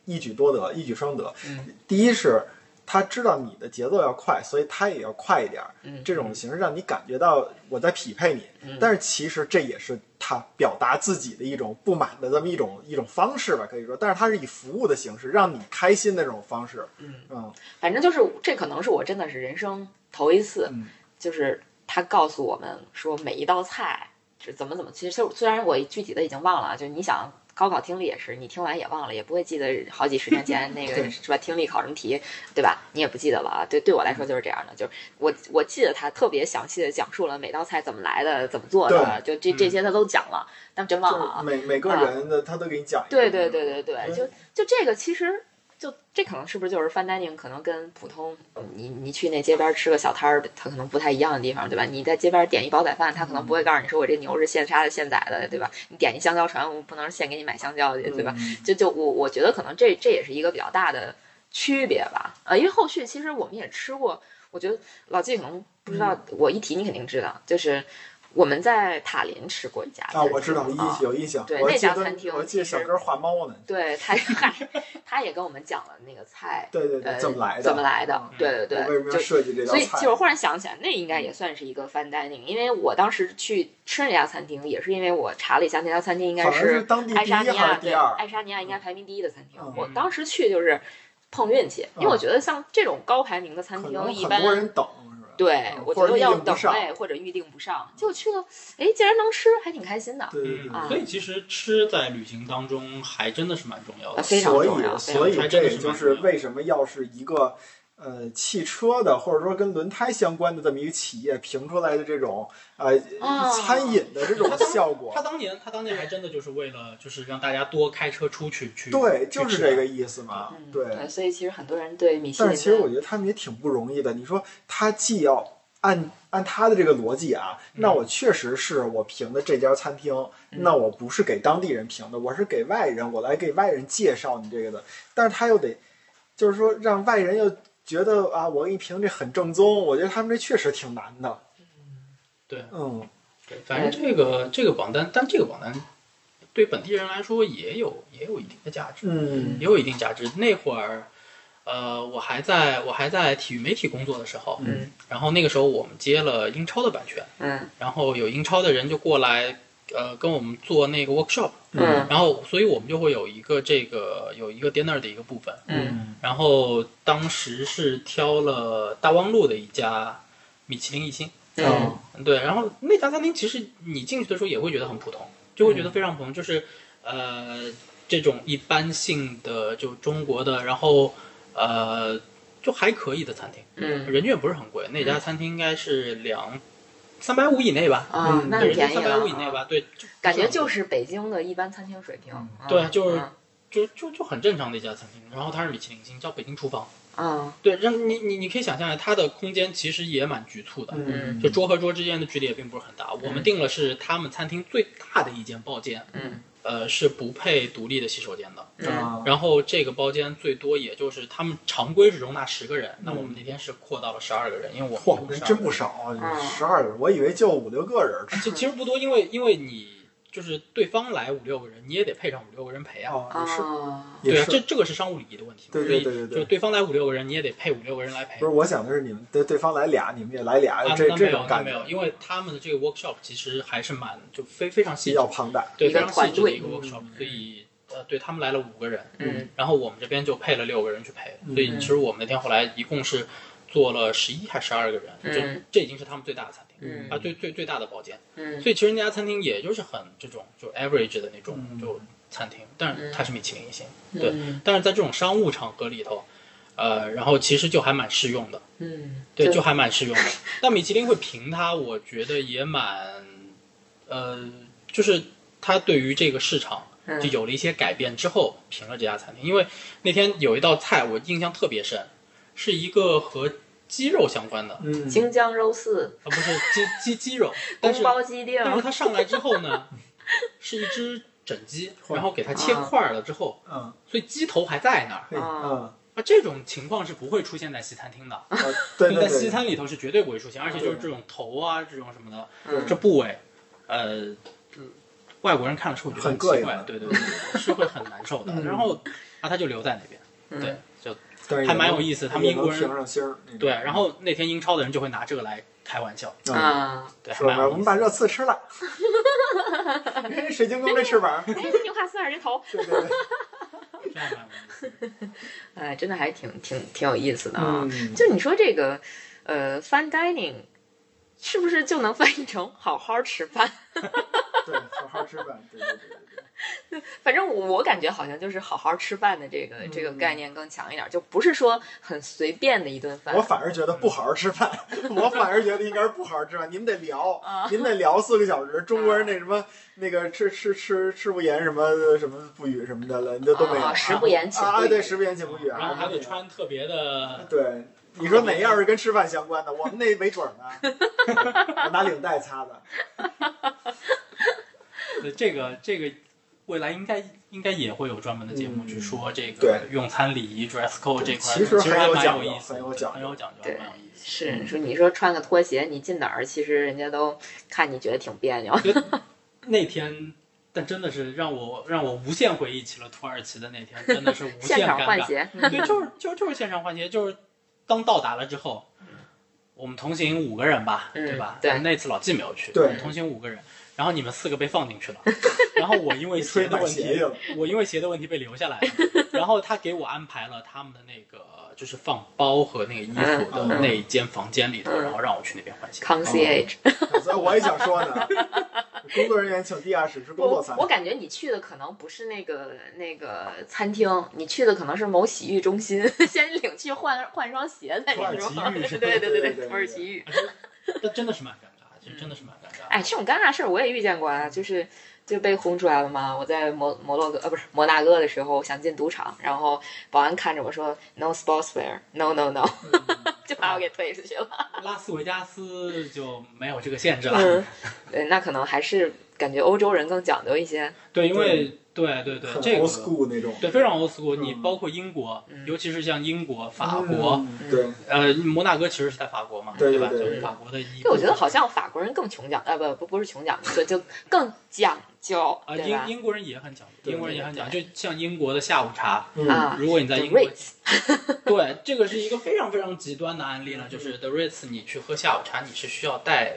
S2: 一举多得，一举双得。
S1: 嗯
S2: 第一是他知道你的节奏要快，所以他也要快一点儿。
S1: 嗯
S2: 这种形式让你感觉到我在匹配你，
S1: 嗯
S2: 但是其实这也是他表达自己的一种不满的这么一种一种方式吧，可以说。但是他是以服务的形式让你开心的这种方式。
S1: 嗯
S2: 嗯
S1: 反正就是这，可能是我真的是人生头一次，
S2: 嗯
S1: 就是他告诉我们说每一道菜是怎么怎么。其实虽然我具体的已经忘了啊，就你想高考听力也是，你听完也忘了，也不会记得好几十年前那个
S2: 对
S1: 是吧？听力考什么题，对吧？你也不记得了啊。对，对我来说就是这样的，就是我我记得他特别详细的讲述了每道菜怎么来的，怎么做的，就这这些他都讲了，但真忘
S2: 就
S1: 了啊
S2: 是。每每个人的他都给你讲一个。
S1: 对对对对对，
S2: 嗯
S1: 就就这个其实。就这可能是不是就是 fine dining 可能跟普通你你去那街边吃个小摊儿，它可能不太一样的地方，对吧？你在街边点一煲仔饭，他可能
S2: 嗯
S1: 不会告诉你说我这牛是现杀的、现宰的，对吧？你点一香蕉船，我不能现给你买香蕉去，对吧？
S2: 嗯
S1: 就就我我觉得可能这这也是一个比较大的区别吧，啊，因为后续其实我们也吃过，我觉得老季可能不知道，
S2: 嗯
S1: 我一提你肯定知道，就是我们在塔林吃过一家
S2: 啊，我知道，
S1: 餐
S2: 一
S1: 厅啊
S2: 有印象。
S1: 对
S2: 我
S1: 那
S2: 记
S1: 家
S2: 得
S1: 餐厅
S2: 我记得小哥画猫呢。
S1: 对 他，嗨他也跟我们讲了那个菜
S2: 对对对，
S1: 呃
S2: 怎么来的？
S1: 怎么来的，
S2: 嗯
S1: 对对
S2: 我为
S1: 对，
S2: 什么要
S1: 就
S2: 设计这道
S1: 所以
S2: 菜？嗯
S1: 就是忽然想起来，那应该也算是一个 fine dining，因为我当时去吃那家餐厅，也是因为我查了一下，那家餐厅应该
S2: 好像是当地第
S1: 爱
S2: 一
S1: 沙尼
S2: 还
S1: 亚
S2: 是第
S1: 对，
S2: 二？
S1: 爱沙尼亚应该排名第一的餐厅
S2: 嗯。
S1: 我当时去就是碰运气，因为我觉得像这种高排名的餐
S2: 可
S1: 厅，
S2: 能
S1: 一
S2: 很多
S1: 般
S2: 人等，是吧？
S1: 对
S2: 嗯
S1: 我觉
S2: 或者
S1: 得
S2: 预
S1: 要
S2: 定不
S1: 等
S2: 上
S1: 位或者预定不上，结果去了，哎，竟然能吃，还挺开心的。
S2: 对对对
S1: 啊
S3: 嗯，所以其实吃在旅行当中还真的是蛮重要
S1: 啊
S3: 的。
S1: 非常
S2: 所
S1: 重要
S2: 以，
S1: 非常
S2: 所以
S3: 重要
S2: 这也就是为什么要是一个呃汽车的或者说跟轮胎相关的这么一个企业评出来的这种呃
S1: 哦
S2: 餐饮的这种效果
S3: 他。当年，他当年还真的就是为了，就是让大家多开车出去去。
S2: 对，
S3: 去
S2: 就是
S3: 吃
S2: 这
S3: 饭
S2: 个意思嘛。
S1: 嗯
S2: 对，
S1: 对，所以其实很多人对米其
S2: 但
S1: 林
S2: 是
S1: 的，
S2: 其实我觉得他们也挺不容易的。你说他既要按按他的这个逻辑啊，那我确实是我评的这家餐厅，
S1: 嗯
S2: 那我不是给当地人评的，我是给外人，我来给外人介绍你这个的。但是他又得，就是说让外人又觉得啊，我给你评这很正宗，我觉得他们这确实挺难的。
S3: 对
S2: 嗯，
S3: 对，反正这个这个榜单，但这个榜单对本地人来说也有也有一定的价值，
S2: 嗯
S3: 也有一定价值。那会儿，呃，我还在我还在体育媒体工作的时候，
S1: 嗯
S3: 然后那个时候我们接了英超的版权，
S1: 嗯
S3: 然后有英超的人就过来，呃，跟我们做那个 workshop，
S1: 嗯
S3: 然后所以我们就会有一个这个有一个 dinner 的一个部分，
S1: 嗯
S3: 然后当时是挑了大望路的一家米其林一星。
S1: 嗯
S3: 对，然后那家餐厅其实你进去的时候也会觉得很普通，就会觉得非常普通，就是呃这种一般性的就中国的，然后呃就还可以的餐厅，
S1: 嗯
S3: 人均也不是很贵。那家餐厅应该是两三百五以内吧，
S1: 啊，
S2: 嗯
S1: 那
S3: 对，
S1: 很
S3: 人均
S1: 便宜
S3: 三百五以内
S1: 了，啊
S3: 吧，对，就
S1: 感觉
S3: 很
S1: 就
S3: 贵
S1: 是北京的一般餐厅水平。嗯
S3: 对就是
S1: 嗯
S3: 就就就很正常的一家餐厅。然后它是米其林星，叫北京厨房，
S1: 嗯
S3: 对，让你你你可以想象一下，它的空间其实也蛮局促的，
S2: 嗯
S3: 就桌和桌之间的距离也并不是很大。我们订了是他们餐厅最大的一间包间，
S1: 嗯
S3: 呃，是不配独立的洗手间的。
S1: 嗯
S2: 啊
S3: 然后这个包间最多也就是他们常规是容纳十个人，那
S1: 嗯
S3: 我们那天是扩到了十二个人，因为我
S2: 嚯
S3: 们，
S2: 那
S3: 12
S2: 真不
S3: 个人。
S2: 少
S1: 嗯
S2: 啊，十二个，我以为就五六个人吃。
S3: 其其实不多，因为因为你就是对方来五六个人，你也得配上五六个人陪啊。
S2: 哦，也是，
S1: 啊
S2: 也
S3: 对啊，
S2: 是
S3: 这这个是商务礼仪的问题嘛。
S2: 对
S3: 所
S2: 对
S3: 以
S2: 对对对
S3: 就对方来五六个人，你也得配五六个人来陪
S2: 不。是，我想的是你们对对方来俩，你们也来俩，
S3: 啊，
S2: 这
S3: 那没
S2: 这
S3: 有
S2: 种，
S3: 那
S2: 感
S3: 没有，
S2: 觉
S3: 因为他们的这个 workshop 其实还是蛮就非非常
S2: 比
S3: 细致
S2: 较，庞大。
S3: 对，
S1: 一个
S3: 非常细致的
S1: 团
S3: 一
S2: 队
S3: 个
S2: 嗯
S3: workshop，所以呃，对他们来了五个人，
S1: 嗯
S3: 然后我们这边就配了六个人去陪，
S2: 嗯
S3: 所以其实我们那天后来一共是做了十一还是十二个人，
S1: 嗯
S3: 这这已经是他们最大的餐厅。
S1: 嗯
S3: 啊，最最最大的包间，
S1: 嗯
S3: 所以其实那家餐厅也就是很这种就 average 的那种
S2: 嗯
S3: 就餐厅，但是
S1: 嗯
S3: 它是米其林一星，对
S1: 嗯
S3: 但是在这种商务场合里头，呃，然后其实就还蛮适用的，
S1: 嗯，
S3: 对，就还蛮适用的。但米其林会评它，我觉得也蛮，呃，就是它对于这个市场
S1: 嗯
S3: 就有了一些改变之后，评了这家餐厅。因为那天有一道菜我印象特别深，是一个和鸡肉相关的，啊，呃
S2: 嗯，
S1: 京酱肉丝、
S3: 不是鸡鸡鸡肉，但
S1: 宫
S3: 是
S1: 保鸡丁，
S3: 但是它上来之后呢，是一只整鸡，然后给它切块儿了之后，
S2: 嗯，
S3: 所以鸡头还在那儿。
S2: 嘿嗯，
S3: 啊，这种情况是不会出现在西餐厅的，
S2: 啊对
S3: 就
S2: 对
S3: 在西
S2: 对，
S3: 餐里头是绝对不会出现，而且就是
S2: 对
S3: 这种头啊，这种什么的，
S1: 嗯
S3: 这部位，呃，外国人看了之后觉得
S2: 很膈
S3: 奇
S2: 应
S3: 怪
S2: 的，
S3: 对对对，是会很难受的。
S2: 嗯
S3: 然后啊，他就留在那边，
S1: 嗯
S3: 对，就
S2: 但是
S3: 还蛮有意思。他们英国
S2: 评
S3: 人
S2: 上星儿，那种
S3: 对，啊然后那天英超的人就会拿这个来开玩笑，
S2: 嗯
S1: 啊，
S3: 对，还
S2: 说
S3: 蛮
S2: 吧，我
S3: 有
S2: 们
S3: 意
S2: 把
S3: 思。
S2: 热刺吃了， 你看这水晶宫这翅膀，
S4: 哎，这纽卡斯尔这头，
S2: 对对对，
S3: 这还蛮有意思
S1: 哎，真的还挺挺挺有意思的啊。
S2: 嗯，
S1: 就你说这个，呃，fine dining，是不是就能翻译成好好吃饭？
S2: 对，好好吃饭，对对对对对，
S1: 反正我我感觉好像就是好好吃饭的这个、这个
S2: 嗯
S1: 概念更强一点，就不是说很随便的一顿饭
S2: 我。反而觉得不好好吃 饭，我反而觉得应该是不好好吃饭，你们得聊
S1: 啊，
S2: 你们得聊四个小时，中国人那什么那个吃吃吃吃不言什么什么不语什么的了，你这都没有
S1: 啊，食不言，寝
S2: 啊，
S1: 不
S2: 对，
S1: 语。
S2: 食不言寝不语啊，
S3: 然后还
S2: 我们
S3: 得
S2: 这个
S3: 穿特别的，
S2: 对，你说哪样是跟吃饭相关的？我们那没准儿 呢，我拿领带擦的。
S3: 对呃这个这个。未来应该应该也会有专门的节目去说这个
S2: 嗯对
S3: 用餐礼仪 dress code 这块儿，
S2: 其实
S3: 还
S2: 很有
S3: 蛮
S2: 讲
S3: 有
S2: 究
S3: 意思
S2: 很
S3: 的，
S2: 有
S3: 对
S2: 讲
S3: 很有讲究，
S1: 对
S3: 蛮有意思。
S1: 是，你说你说穿个拖鞋，你进哪儿，其实人家都看你觉得挺别扭。
S3: 那天，但真的是让我让我无限回忆起了土耳其的那天，真的是无限
S1: 现场
S3: 尴
S1: 换
S3: 尬。
S1: 鞋，
S3: 对，就是就是就是现场换鞋，就是当到达了之后，我们同行五个人吧，
S1: 嗯
S3: 对吧？
S1: 对
S3: 那次老季没有去，
S2: 对
S3: 我们同行五个人，然后你们四个被放进去了，然后我 因为
S2: 吹
S3: 鞋的
S2: 买
S3: 问
S2: 鞋
S3: 题
S2: 去，了，
S3: 我因为鞋的问题被留下来了，然后他给我安排了他们的那个就是放包和那个衣服
S2: 嗯
S3: 的
S2: 嗯
S3: 那一间房间里头，
S1: 嗯
S3: 然后让我去那边换鞋。
S1: 康 CH，
S2: 所以我也想说呢，工作人员请地下室之工作
S1: 我
S2: 餐。
S1: 我感觉你去的可能不是那个那个餐厅，你去的可能是某洗浴中心，先领去换换双鞋再
S3: 土耳
S1: 说
S3: 其。浴是吧
S1: 对
S2: 对
S1: 对
S2: 对对
S1: 土耳其浴。
S3: 那真的是蛮尴尬，其实真的是蛮尴尬。
S1: 哎，这种尴尬事儿我也遇见过啊，就是就被轰出来了嘛。我在摩摩洛哥呃不是摩纳哥的时候，想进赌场，然后保安看着我说 “No sportswear，No No No”，就把我给推出去了。
S3: 拉斯维加斯就没有这个限制了。
S1: 嗯， 对，那可能还是感觉欧洲人更讲究一些。
S3: 对，因为对对对，
S2: 很
S3: 这
S2: old
S3: 个
S2: school 那种，
S3: 对非常 old school。
S2: 嗯
S3: 你包括英国
S1: 嗯，
S3: 尤其是像英国、法国，
S2: 嗯对，
S3: 呃，摩纳哥其实是在法国嘛，
S2: 对
S3: 吧？就
S2: 对对
S3: 是法国的一
S1: 就
S3: 部分。
S1: 我觉得好像法国人更穷讲，呃，不不不是穷讲，就就更讲究，
S3: 啊，
S1: 对吧
S3: 英？英国人也很讲究，
S2: 对
S3: 英国人也很
S1: 对
S3: 讲究，就像英国的下午茶，
S2: 嗯，
S1: 啊
S3: 如果你
S1: ，the
S3: 在英国，
S1: Ritz，
S3: 对，这个是一个非常非常极端的案例了，就是 The Ritz，你去喝下午茶，你是需要带，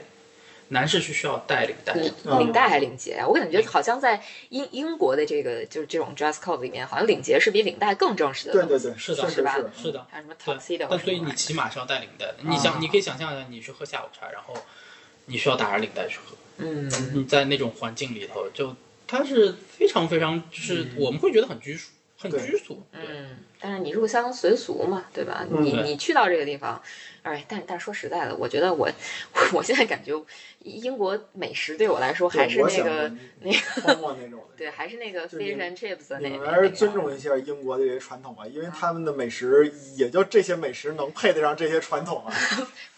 S3: 男士是需要带领带的
S1: 领
S2: 嗯
S1: 领带还领结，我感觉好像在英英国的这个就是这种 dress code 里面，好像领结是比领带更正式的
S2: 对
S1: 东西。
S2: 对对，
S3: 是
S2: 是
S3: 的
S2: 是
S1: 是吧
S3: 是的，
S1: 还有什么
S3: 对
S1: tuxedo？
S3: 但所以你
S1: 什
S3: 起码是要带领带的。你
S1: 啊
S3: 想，你可以想象一下，你去喝下午茶，然后你需要打着领带去喝，
S1: 么的嗯，
S3: 你在那种环境里头，就它是非常非常，就是我们会觉得很拘束，很
S2: 对
S3: 拘束。对，
S1: 嗯，但是你入乡随俗嘛，对吧？
S2: 嗯
S1: 你
S3: 对
S1: 你去到这个地方，哎，但但说实在的，我觉得我 我现在感觉英国美食对我来说还是那个 那
S2: 个泡沫那种的。
S1: 对，还是那个
S2: 就你
S1: fish and chips 的
S2: 你
S1: 那
S2: 们
S1: 那
S2: 还
S1: 那
S2: 是
S1: 个
S2: 尊重一下英国的这些传统吧，因为他们的美食也就这些美食能配得上这些传统啊。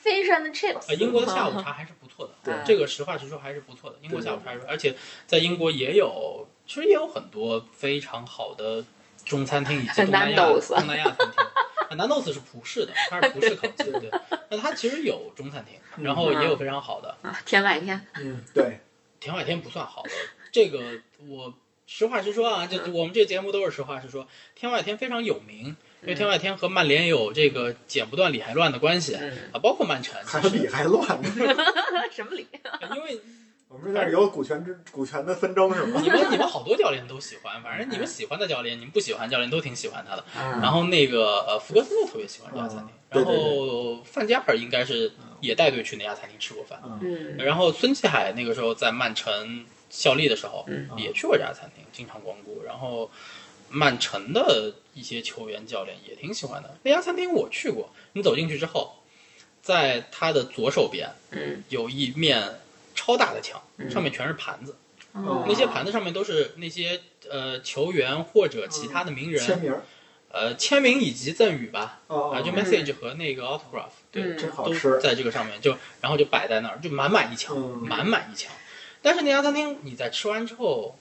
S1: fish and
S3: 呃，
S1: chips。
S3: 英国的下
S1: 嗯
S3: 午茶还是不错的，
S1: 对
S3: 这个实话实说还是不错的。英国
S2: 对
S3: 下午茶还是，而且在英国也有，其实也有很多非常好的中餐厅以及东南亚
S1: Nando's
S3: 东南亚餐厅。啊 Nando's 是葡式的，它是葡式烤鸡，对。那它其实有中餐厅，然后也有非常好的，
S1: 啊，天外天，
S2: 嗯，对，
S3: 甜外天不算好的，这个我实话实说啊，这我们这节目都是实话实说。天外天非常有名，因为天外天和曼联有这个剪不断理还乱的关系
S1: 嗯，
S3: 啊，包括曼城
S2: 还
S3: 其
S2: 理
S3: 实，
S2: 还乱呢。
S1: 什么理？
S3: 因为
S2: 我们这儿有股权之股权的纷争是吗？
S3: 你们你们好多教练都喜欢，反正你们喜欢的教练，你们不喜欢教练都挺喜欢他的。然
S1: 嗯，
S3: 后那个呃，福格森就特别喜欢这家餐厅，
S2: 嗯对
S3: 然
S2: 对对
S3: 后范加尔应该是也带队去那家餐厅吃过饭，
S1: 嗯
S2: 嗯，
S3: 然后孙继海那个时候在曼城效力的时候，
S2: 啊
S1: 嗯
S3: 也去过这家餐厅，经常光顾。然后曼城的一些球员教练也挺喜欢的。那家餐厅我去过，你走进去之后，在它的左手边
S1: 嗯
S3: 有一面超大的墙，
S1: 嗯
S3: 上面全是盘子，
S1: 哦
S3: 那些盘子上面都是那些呃球员或者其他的名
S2: 签
S3: 人、
S2: 名儿，
S3: 呃签名以及赠语吧，
S2: 嗯哦
S3: 啊，就
S2: 哦，
S1: 没
S3: message 和那个 autograph，对，
S1: 嗯
S2: 真好
S3: 都
S2: 吃。
S3: 在这个上面，就然后就摆在那儿，就满满一墙，
S2: 嗯
S3: 满满一墙。但是那家餐厅，你在吃完之后，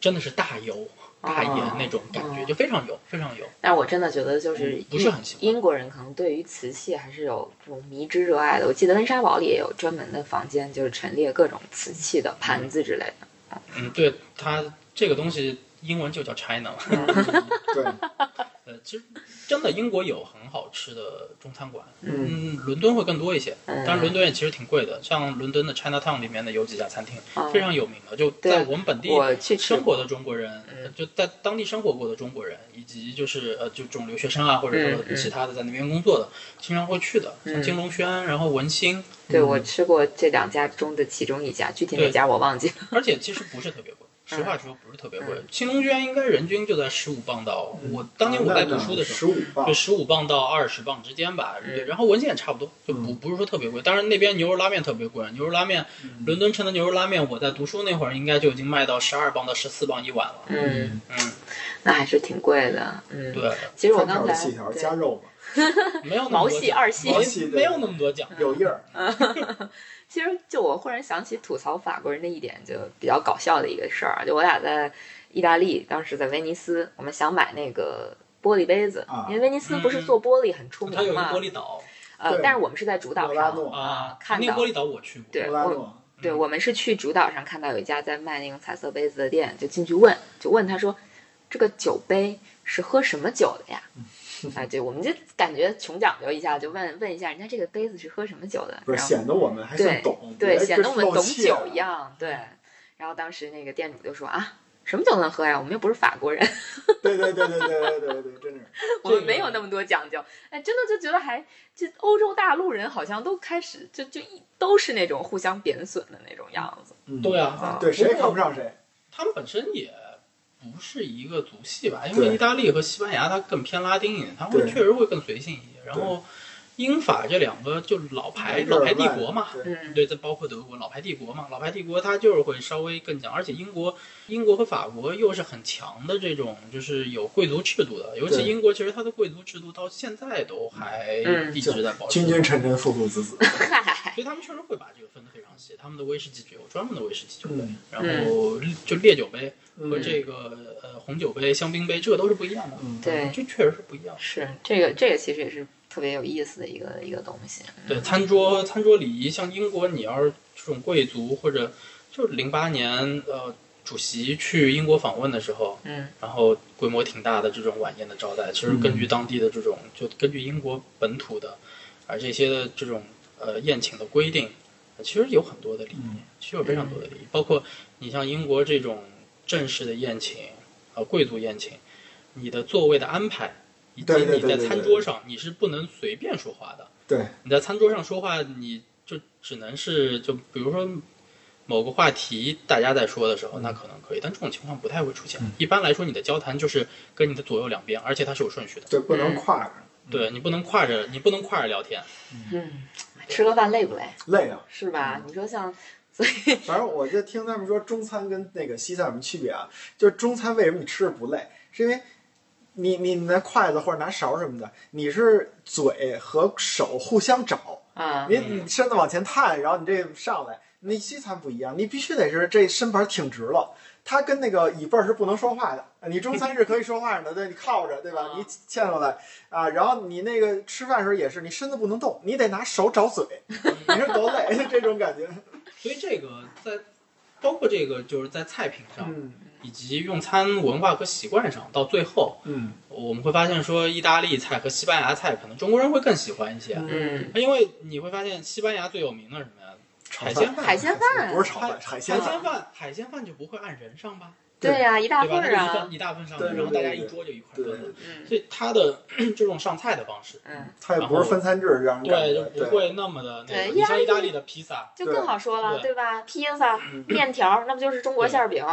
S3: 真的是大油大
S1: 哦
S3: 盐那种感觉，
S1: 哦
S3: 就非常油，非常油。
S1: 但我真的觉得就是
S3: 嗯不是很喜欢
S1: 英国人可能对于瓷器还是有这种迷之热爱的。我记得温莎堡里也有专门的房间，就是陈列各种瓷器的盘子之类的。
S3: 嗯，对它这个东西，英文就叫 China 嘛。
S2: 对，
S3: 呃，其实真的英国有很好吃的中餐馆，
S2: 嗯，
S3: 嗯，伦敦会更多一些，
S1: 嗯，
S3: 当然伦敦也其实挺贵的，像伦敦的 China Town 里面的有几家餐厅
S1: 哦
S3: 非常有名的，就
S1: 对
S3: 在我们本地
S1: 嗯我去吃
S3: 生活的中国人，
S1: 嗯
S3: 就在当地生活过的中国人，以及就是呃，就这种留学生啊，或者
S1: 嗯嗯
S3: 说其他的在那边工作的，经常会去的，像
S1: 嗯
S3: 金龙轩，然后文心，
S1: 对我吃过这两家中的其中一家，具体哪
S3: 嗯对
S1: 家我忘记了。
S3: 而且其实不是特别
S1: 嗯
S3: 贵。实话实说，不是特别贵。金龙轩应该人均就在十五磅到，
S1: 嗯
S3: 我当年我在读书的
S2: 十
S3: 时候，
S2: 五磅
S3: 就，十五磅到二十磅之间吧。
S1: 嗯
S3: 对，然后文心也差不多，就不
S2: 嗯
S3: 不是说特别贵。当然那边牛肉拉面特别贵，牛肉拉面
S2: 嗯
S3: 伦敦城的牛肉拉面，我在读书那会儿应该就已经卖到十二磅到十四磅一碗了。
S1: 嗯，
S3: 嗯，
S1: 那还是挺贵的。嗯，
S3: 对，
S1: 其实我
S2: 穿条
S1: 刚
S2: 的
S1: 才
S2: 细条
S1: 对
S2: 加肉嘛，
S3: 没有那么
S1: 毛
S3: 多
S1: 细
S3: 讲
S1: 二细
S3: 毛
S2: 细对
S3: 没有那么多讲。
S2: 有印儿，
S1: 其实就我忽然想起吐槽法国人的一点，就比较搞笑的一个事儿啊，就我俩在意大利，当时在威尼斯，我们想买那个玻璃杯子，
S2: 啊
S1: 因为威尼斯不是做玻璃很出
S3: 嗯它
S1: 名
S3: 有一个
S1: 嘛
S3: 玻，璃岛
S1: 呃，
S2: 对
S1: 但是我们是在主岛
S2: 莫拉
S1: 上
S2: 诺
S3: 啊，
S1: 看
S3: 那
S1: 到
S3: 个玻璃岛我去过。
S1: 对
S2: 莫拉
S1: 我
S2: 诺，嗯
S1: 对，我们是去主岛上看到有一家在卖那种彩色杯子的店，就进去问，就问他说，这个酒杯是喝什么酒的呀？
S2: 嗯
S1: 啊，对，我们就感觉穷讲究一下，就问问一下人家这个杯子是喝什么酒的，
S2: 不是
S1: 然后
S2: 显得我们还算懂，
S1: 对，
S2: 别
S1: 显得我们
S2: 露
S1: 懂
S2: 怯
S1: 酒一样，对。然后当时那个店主就说啊，什么都能喝呀，我们又不是法国人，
S2: 对对对对对对对对，真是。
S1: 我们没有那么多讲究。哎，真的就觉得还这欧洲大陆人好像都开始就就一都是那种互相贬损的那种样子。
S2: 嗯，
S3: 对啊，
S1: 啊
S2: 对，谁也看不上谁。
S3: 他们本身也不是一个族系吧，因
S2: 对
S3: 为意大利和西班牙它更偏拉丁一点，它会
S2: 对
S3: 确实会更随性一些。然后英法这两个就是老牌
S2: 有点
S3: 老牌帝
S2: 乱
S3: 国嘛，
S2: 对
S1: 嗯，
S3: 对，再包括德国老牌帝国嘛，老牌帝国它就是会稍微更讲，而且英国英国和法国又是很强的这种就是有贵族制度的，尤其
S2: 对
S3: 英国其实它的贵族制度到现在都还
S1: 嗯
S3: 一直在保持。
S2: 君君臣臣，父父子子。
S1: 嗨，
S3: 所以他们确实会把这个分得非常细，他们的威士忌酒有专门的威士忌酒杯，
S2: 嗯
S3: 然后就烈酒杯，和
S2: 嗯
S3: 这个呃红酒杯、香槟杯，这个都是不一样的。
S2: 嗯，
S1: 对，
S3: 这确实是不一样的。
S1: 是这个这个其实也是特别有意思的一个一个东西。
S3: 对，餐桌餐桌礼仪，像英国，你要是这种贵族或者就是零八年呃主席去英国访问的时候，
S1: 嗯
S3: 然后规模挺大的这种晚宴的招待，其实根据当地的这种，就根据英国本土的啊这些的这种呃宴请的规定，呃其实有很多的礼
S2: 嗯
S3: 仪，其实有非常多的礼仪，包括你像英国这种正式的宴请，呃贵族宴请，你的座位的安排，以及
S2: 对对
S3: 你
S2: 对
S3: 在
S2: 对
S3: 餐
S2: 对
S3: 桌上你是不能随便说话的，
S2: 对，
S3: 你在餐桌上说话，你就只能是就比如说某个话题大家在说的时候，那可能可以，但这种情况不太会出现。
S2: 嗯
S3: 一般来说，你的交谈就是跟你的左右两边，而且它是有顺序的。
S2: 这不能跨着，
S3: 对你不能跨着，你不能跨着聊天。
S1: 嗯，吃个饭累不累？嗯
S2: 累啊。
S1: 是吧？你说像
S2: 反正我就听他们说中餐跟那个西餐有什么区别啊？就是中餐为什么你吃着不累，是因为你你你拿筷子或者拿勺什么的，你是嘴和手互相找，
S1: 啊，
S2: 你你身子往前探，然后你这上来。那西餐不一样，你必须得是这身板挺直了，它跟那个椅背儿是不能说话的。你中餐是可以说话的，对你靠着，对吧？
S1: 嗯
S2: 你嵌过来啊，然后你那个吃饭的时候也是，你身子不能动，你得拿手找嘴，你说多累， 这种感觉。
S3: 所以这个在包括这个就是在菜品上，
S2: 嗯
S3: 以及用餐文化和习惯上，到最后
S2: 嗯，
S3: 我们会发现说，意大利菜和西班牙菜可能中国人会更喜欢一些，
S1: 嗯，
S3: 因为你会发现西班牙最有名的是什么呀？海
S2: 炒
S3: 鲜
S2: 饭
S3: 饭。
S1: 海鲜饭
S2: 不是炒饭，海
S3: 海
S2: 鲜饭。
S3: 鲜饭，海鲜饭就不会按人上吧？
S1: 对呀，一大
S3: 对
S1: 份
S3: 吧？那
S1: 儿
S3: 就一
S1: 啊
S3: 份，一大份上
S2: 对
S3: 来，
S2: 对
S3: 然后大家一
S2: 对
S3: 桌就一块分
S2: 对
S3: 了。
S1: 嗯
S3: 所以它的 这种上菜的方式，
S1: 嗯，
S2: 它也不是分餐制这样的感
S3: 对，
S2: 觉
S3: 就，不会那么的那
S1: 对
S3: 个。你像
S1: 意
S3: 意
S1: 大利
S3: 大利的披萨，
S1: 就更好说了，
S3: 对
S1: 对吧？披萨、
S2: 嗯
S1: 面条，那不就是中国馅儿饼、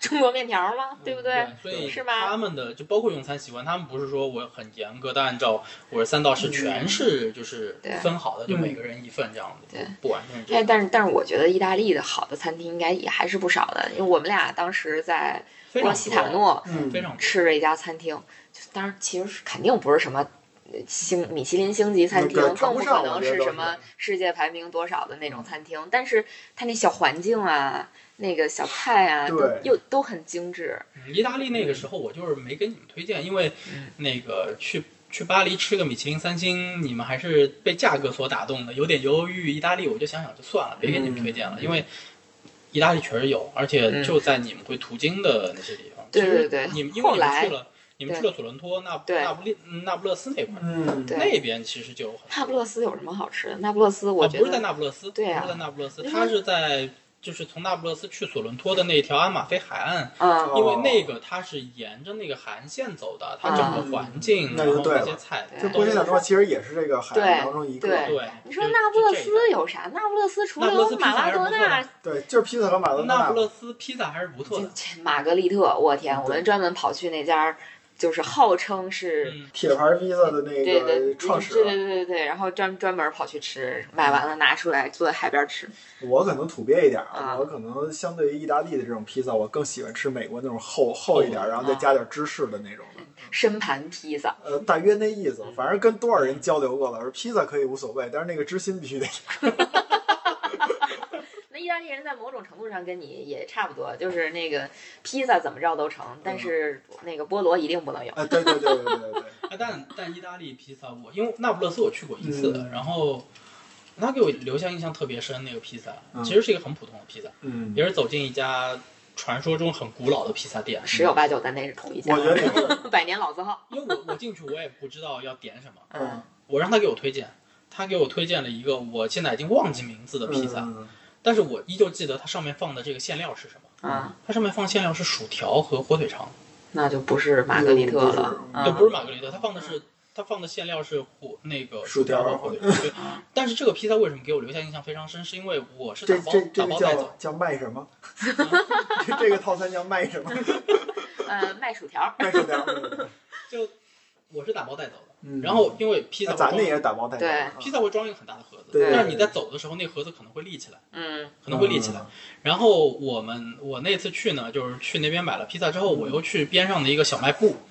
S1: 中国面条吗？对不对？
S3: 对，所以
S1: 是吧
S3: 他们的就包括用餐习惯，他们不是说我很严格的按照我是三道式全是就是
S1: 嗯对
S3: 分好的，就
S2: 嗯
S3: 每个人一份这样子，
S1: 对
S3: 不完全是这
S1: 哎，
S3: 样。
S1: 但是但是我觉得意大利的好的餐厅应该也还是不少的，因为我们俩当时在
S3: 非
S1: 波
S3: 常
S1: 罗西塔
S3: 多，
S1: 诺
S2: 嗯
S3: 非常多
S1: 吃了一家餐厅，就当然其实是肯定不是什么呃星米其林星级餐厅，
S2: 对
S1: 更
S2: 谈不
S1: 不
S2: 上
S1: 可能
S2: 我觉得
S1: 是
S2: 都
S1: 什么世界排名多少的那种餐厅，但是它那小环境啊，那个小菜啊，都
S2: 对
S1: 又都很精致，
S3: 嗯意大利那个时候我就是没给你们推荐，因为
S1: 嗯
S3: 那个去去巴黎吃个米其林三星，你们还是被价格所打动的，有点犹豫。意大利我就想想就算了，别给你们推荐了，
S1: 嗯
S3: 因为意大利确实有，而且就在你们会途经的那些地方。
S1: 对
S3: 其实
S1: 对对
S3: 你们因为
S1: 后
S3: 你们
S1: 来
S3: 去了，你们去了索伦托、那
S1: 对
S3: 那不列那不勒斯那块儿，
S2: 嗯，
S1: 对
S3: 那边其实就有很多
S1: 那不勒斯有什么好吃的？那不勒斯我
S3: 啊
S1: 觉
S3: 不是在
S1: 得，
S3: 那不勒斯，
S1: 对啊
S3: 不是在那不勒斯，
S1: 因为
S3: 它是在就是从那不勒斯去索伦托的那条阿马菲海岸。
S1: 嗯，
S2: 哦
S3: 因为那个它是沿着那个韩线走的，它整个环
S2: 嗯
S3: 境，然后那些菜
S1: 那就
S2: 就波
S1: 对
S2: 西
S3: 都是
S2: 塔诺其实也是这个海
S1: 对
S2: 洋当中一个，
S1: 对
S3: 对。
S1: 你说那不勒斯有啥？那不勒斯除
S3: 那不勒
S1: 了
S3: 斯
S1: 马拉多
S3: 披萨还
S1: 纳
S3: 是，
S2: 对，就是披萨和马德
S3: 那
S2: 纳
S3: 不。勒斯披萨还是不错
S1: 就
S3: 的，
S1: 玛格丽特，我天，
S2: 对
S1: 我们专门跑去那家，就是号称是。
S3: 嗯，
S2: 铁牌披萨的那
S1: 对对
S2: 嗯个创始
S1: 对
S2: 人，
S1: 对对对对，然后专专门跑去吃，买完
S3: 嗯
S1: 了拿出来坐在海边吃。
S2: 我可能土鳖一点
S1: 啊
S2: 我可能相对于意大利的这种披萨，我更喜欢吃美国那种厚啊厚一点，然后再加点芝士的那种的。
S1: 深盘披萨，
S2: 呃，大约那意思，反正跟多少人交流过了，说披萨可以无所谓，但是那个芝心必须得。
S1: 那意大利人在某种程度上跟你也差不多，就是那个披萨怎么着都成，
S3: 嗯
S1: 但是那个菠萝一定不能有。
S2: 啊，对对对对对对，
S3: 啊但但意大利披萨我因为那不勒斯我去过一次，
S2: 嗯
S3: 然后他给我留下印象特别深，那个披萨
S2: 嗯
S3: 其实是一个很普通的披萨，
S2: 嗯，
S3: 也是走进一家传说中很古老的披萨店，
S1: 十有八九咱那是同一家
S2: 我，觉得也 是，
S1: 百年老字号。
S3: 因为我我进去我也不知道要点什么，
S2: 嗯，
S3: 我让他给我推荐，他给我推荐了一个我现在已经忘记名字的披萨，
S2: 嗯
S3: 但是我依旧记得它上面放的这个馅料是什么。
S1: 啊，
S3: 它上面放馅料是薯条和火腿肠，
S1: 那就不是玛格丽特了，
S2: 嗯
S3: 呃，
S1: 啊
S3: 不是玛格丽特，它放的是它放的馅料是火那个
S2: 薯条啊
S3: 和火腿肠。对但是这个披萨为什么给我留下印象非常深，是因为我是打
S2: 这
S3: 包
S2: 这这
S3: 打
S2: 个
S3: 包带
S2: 叫
S3: 走，
S2: 叫卖什么？这这个套餐叫卖 什么？
S1: 呃，卖薯条，
S2: 卖薯条。嗯
S3: 就我是打包带走的。
S2: 嗯
S3: 然后因为披萨
S2: 那
S3: 会
S2: 咱
S3: 装
S2: 那也打包带走
S1: 对
S2: 啊
S3: 披萨会装一个很大的盒子，
S2: 对
S3: 但是你在走的时候，那盒子可能会立起来，
S1: 嗯
S3: 可能会立起来。然后我们我那次去呢，就是去那边买了披萨之后，我又去边上的一个小卖部，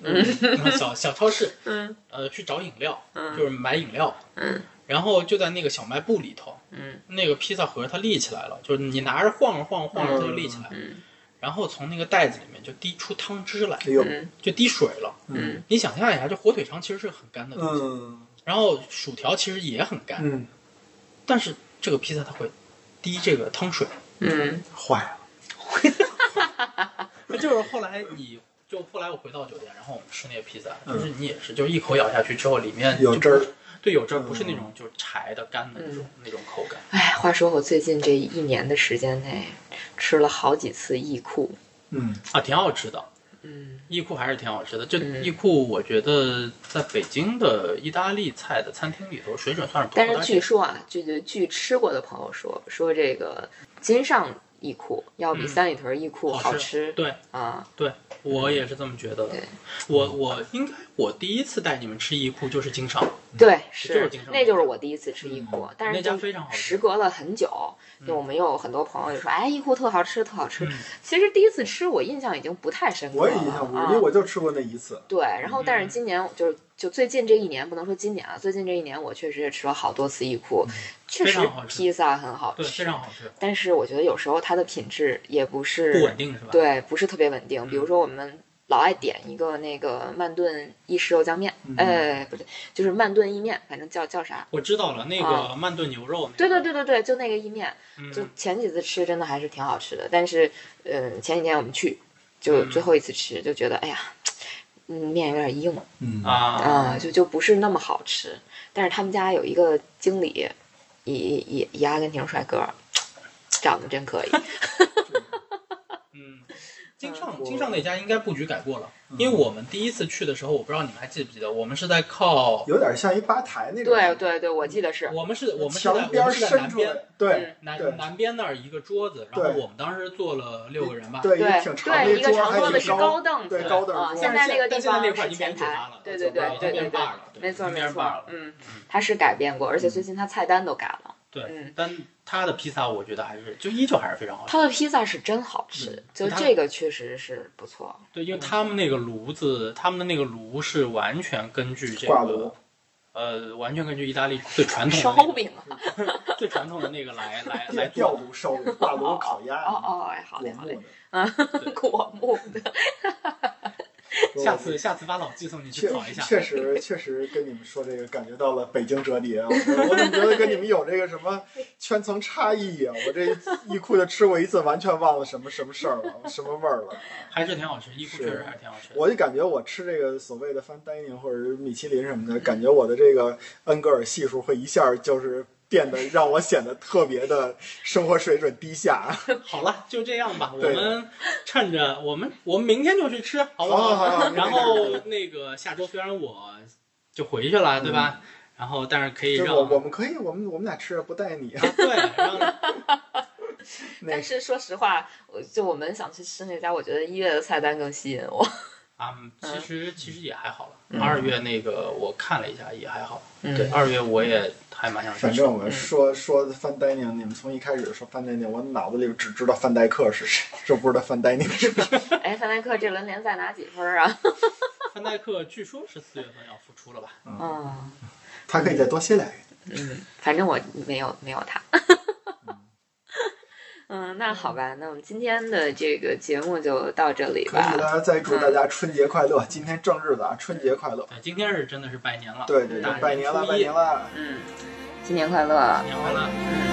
S3: 小小超市，
S1: 嗯
S3: 呃，去找饮料，
S1: 嗯
S3: 就是买饮料。
S1: 嗯
S3: 然后就在那个小卖部里头，
S1: 嗯
S3: 那个披萨盒它立起来了，就是你拿着晃着晃着晃着，它就立起来。
S1: 嗯
S3: 然后从那个袋子里面就滴出汤汁来，
S2: 哎呦，
S1: 嗯
S3: 就滴水了。
S1: 嗯
S3: 你想象一下，就火腿肠其实是很干的东西，
S2: 嗯
S3: 然后薯条其实也很干，
S2: 嗯，
S3: 但是这个披萨它会滴这个汤水。
S1: 嗯
S2: 坏了，
S3: 那就是后来你就后来我回到酒店，然后我们吃那个披萨，就是你也是，就一口咬下去之后，里面
S2: 有
S3: 就
S2: 汁儿，
S3: 对，嗯有汁儿，不是
S2: 嗯
S3: 那种就是柴的干的那种那种口感。
S1: 哎，话说我最近这一年的时间内吃了好几次忆库，
S2: 嗯，
S3: 啊，挺好吃的。
S1: 嗯，
S3: 意库还是挺好吃的。这
S1: 嗯
S3: 意库，我觉得在北京的意大利菜的餐厅里头，水准算是不
S1: 但
S3: 错
S1: 是
S3: 的。
S1: 据说啊，据据据吃过的朋友说，说这个金上忆库要比
S3: 嗯
S1: 三里屯忆库
S3: 好
S1: 好吃
S3: 对
S1: 啊，
S3: 对，我也是这么觉得的
S1: 对。
S3: 我我应该我第一次带你们吃意库就是经商，
S1: 对，
S3: 嗯就是
S1: 是
S3: 经常
S1: 那就是我第一次吃忆库，但是
S3: 嗯那家
S1: 就
S3: 非常好吃
S1: 时隔了很久，就
S3: 嗯
S1: 我们有很多朋友就说，哎，忆库特好吃，特好吃
S3: 嗯。
S1: 其实第一次吃我印象已经不太深刻
S2: 我
S1: 了
S2: 也印象不深，因为
S1: 啊。
S2: 我就吃过那一次。
S1: 对，然后
S3: 嗯
S1: 但是今年就是就最近这一年，不能说今年啊，最近这一年我确实也吃了好多次忆库，确
S3: 嗯非
S1: 实
S3: 常好吃
S1: 披萨很好
S3: 对，非
S1: 吃，
S3: 常好吃，
S1: 但是我觉得有时候它的品质也不是
S3: 不稳定嗯是吧？，
S1: 对，不是特别稳定。比如说，我们老爱点一个那个曼顿意式肉酱面，
S2: 嗯
S1: 哎，不对，就是曼顿意面，反正叫叫啥？
S3: 我知道了，那个
S1: 啊
S3: 曼顿牛肉，
S1: 对对，对对对，就那个意面，
S3: 嗯，
S1: 就前几次吃真的还是挺好吃的。但是，嗯，前几天我们去，就
S3: 嗯
S1: 最后一次吃，就觉得哎呀，嗯，面有点硬
S2: 嗯，
S1: 啊、
S3: 啊，
S1: 就就不是那么好吃。但是他们家有一个经理，也也也阿根廷帅哥，长得真可以。
S3: 嗯，经上
S2: 我
S3: 经上那家应该布局改过了，
S2: 嗯
S3: 因为我们第一次去的时候，我不知道你们还记不记得，我们是在靠，
S2: 有点像一吧台那种，
S1: 对，对对，我记得是，
S3: 我们是我们是
S2: 墙
S3: 在我
S2: 边
S3: 们是在
S2: 伸
S3: 南
S2: 出
S3: 边
S2: 来，
S1: 嗯
S2: 对对
S3: 南南边那儿一个桌子，然后
S2: 对
S3: 我们当时坐了六个人吧，
S2: 对，
S1: 对
S2: 也挺长的
S1: 对，一个
S2: 桌，
S1: 长
S2: 还
S1: 桌子
S2: 挺
S1: 是
S2: 高
S1: 高，凳子，
S2: 对高凳
S1: 啊，
S2: 桌。
S1: 现在那个地
S3: 但现在
S1: 方
S3: 那块
S1: 是
S3: 已经变
S1: 前
S3: 酒
S1: 台
S3: 吧了，，
S1: 对对
S2: 酒吧
S1: 对
S2: 了
S1: 对
S3: 变
S1: 对
S3: 霸
S1: 对，
S3: 了，对
S1: 没错
S3: 已经
S1: 没
S3: 变
S1: 错
S3: 霸了，
S1: 嗯，它是改变过，而且最近它菜单都改了。
S3: 对
S1: 嗯，
S3: 但他的披萨我觉得还是就依旧还是非常好吃，
S1: 它的披萨是真好吃
S3: 嗯，
S1: 就
S3: 它
S1: 这个确实是不错。
S3: 对，因为他们那个炉子，他们的那个炉是完全根据这
S2: 挂
S3: 个
S2: 炉。
S3: 呃，完全根据意大利最传统的那
S1: 烧
S3: 个、
S1: 饼啊，
S3: 最传统的那个来来来
S2: 调
S3: 做
S2: 调
S3: 的。
S2: 炉烧饼、 挂炉烤鸭，
S1: 哦哦，哎，好嘞好 嘞，
S2: 我
S1: 果木的，
S2: 我
S3: 下次下次把老纪送你去
S2: 确
S3: 搞一下。
S2: 确实确实跟你们说这个，感觉到了北京折叠。我我怎么觉得跟你们有这个什么圈层差异呀、我这一库就吃过一次，完全忘了什么什么事儿了，什么味儿了。
S3: 还是挺好吃，衣服
S2: 是
S3: 确实还是挺好吃的。
S2: 我就感觉我吃这个所谓的 fine dining 或者是米其林什么的，感觉我的这个恩格尔系数会一下就是变得让我显得特别的生活水准低下。
S3: 好了，就这样吧，我
S2: 对
S3: 们趁着我们我们明天就去吃，好不
S2: 哦好好好好
S3: 然后那个下周虽然我就回去了，对吧？然后但是可以
S2: 就是
S3: 让
S2: 嗯我我们可以，我们我们俩吃不带你啊。
S3: 啊对，让
S2: 那
S1: 但是说实话，我就我们想去吃那家，我觉得一月的菜单更吸引我。
S3: 啊，其实其实也还好
S1: 嗯
S3: 了。二月那个我看了一下，也还好。
S1: 嗯
S3: 对，二月我也还蛮想去
S2: 反
S3: 吃
S2: 正。我们说说范丹宁，你们从一开始说范丹宁，我脑子里只知道范戴克是谁，就不知道范丹宁是谁。
S1: 哎，范戴克这轮联赛拿几分 啊？
S3: 范戴克据说是四月份要复出了吧？
S1: 嗯
S2: 他可以再多歇俩月。
S1: 嗯，反正我没有没有他。嗯，那好吧，那我们今天的这个节目就到这里
S2: 可以
S1: 吧。
S2: 了，再祝大家春节快乐！今天正日子啊，春节快乐！
S3: 对，今天是真的是拜年了。
S2: 对对对，
S3: 大年
S2: 拜年了，
S3: 初
S2: 拜
S3: 一
S2: 年了！
S1: 嗯，新年快乐。
S3: 新年快乐。
S1: 嗯。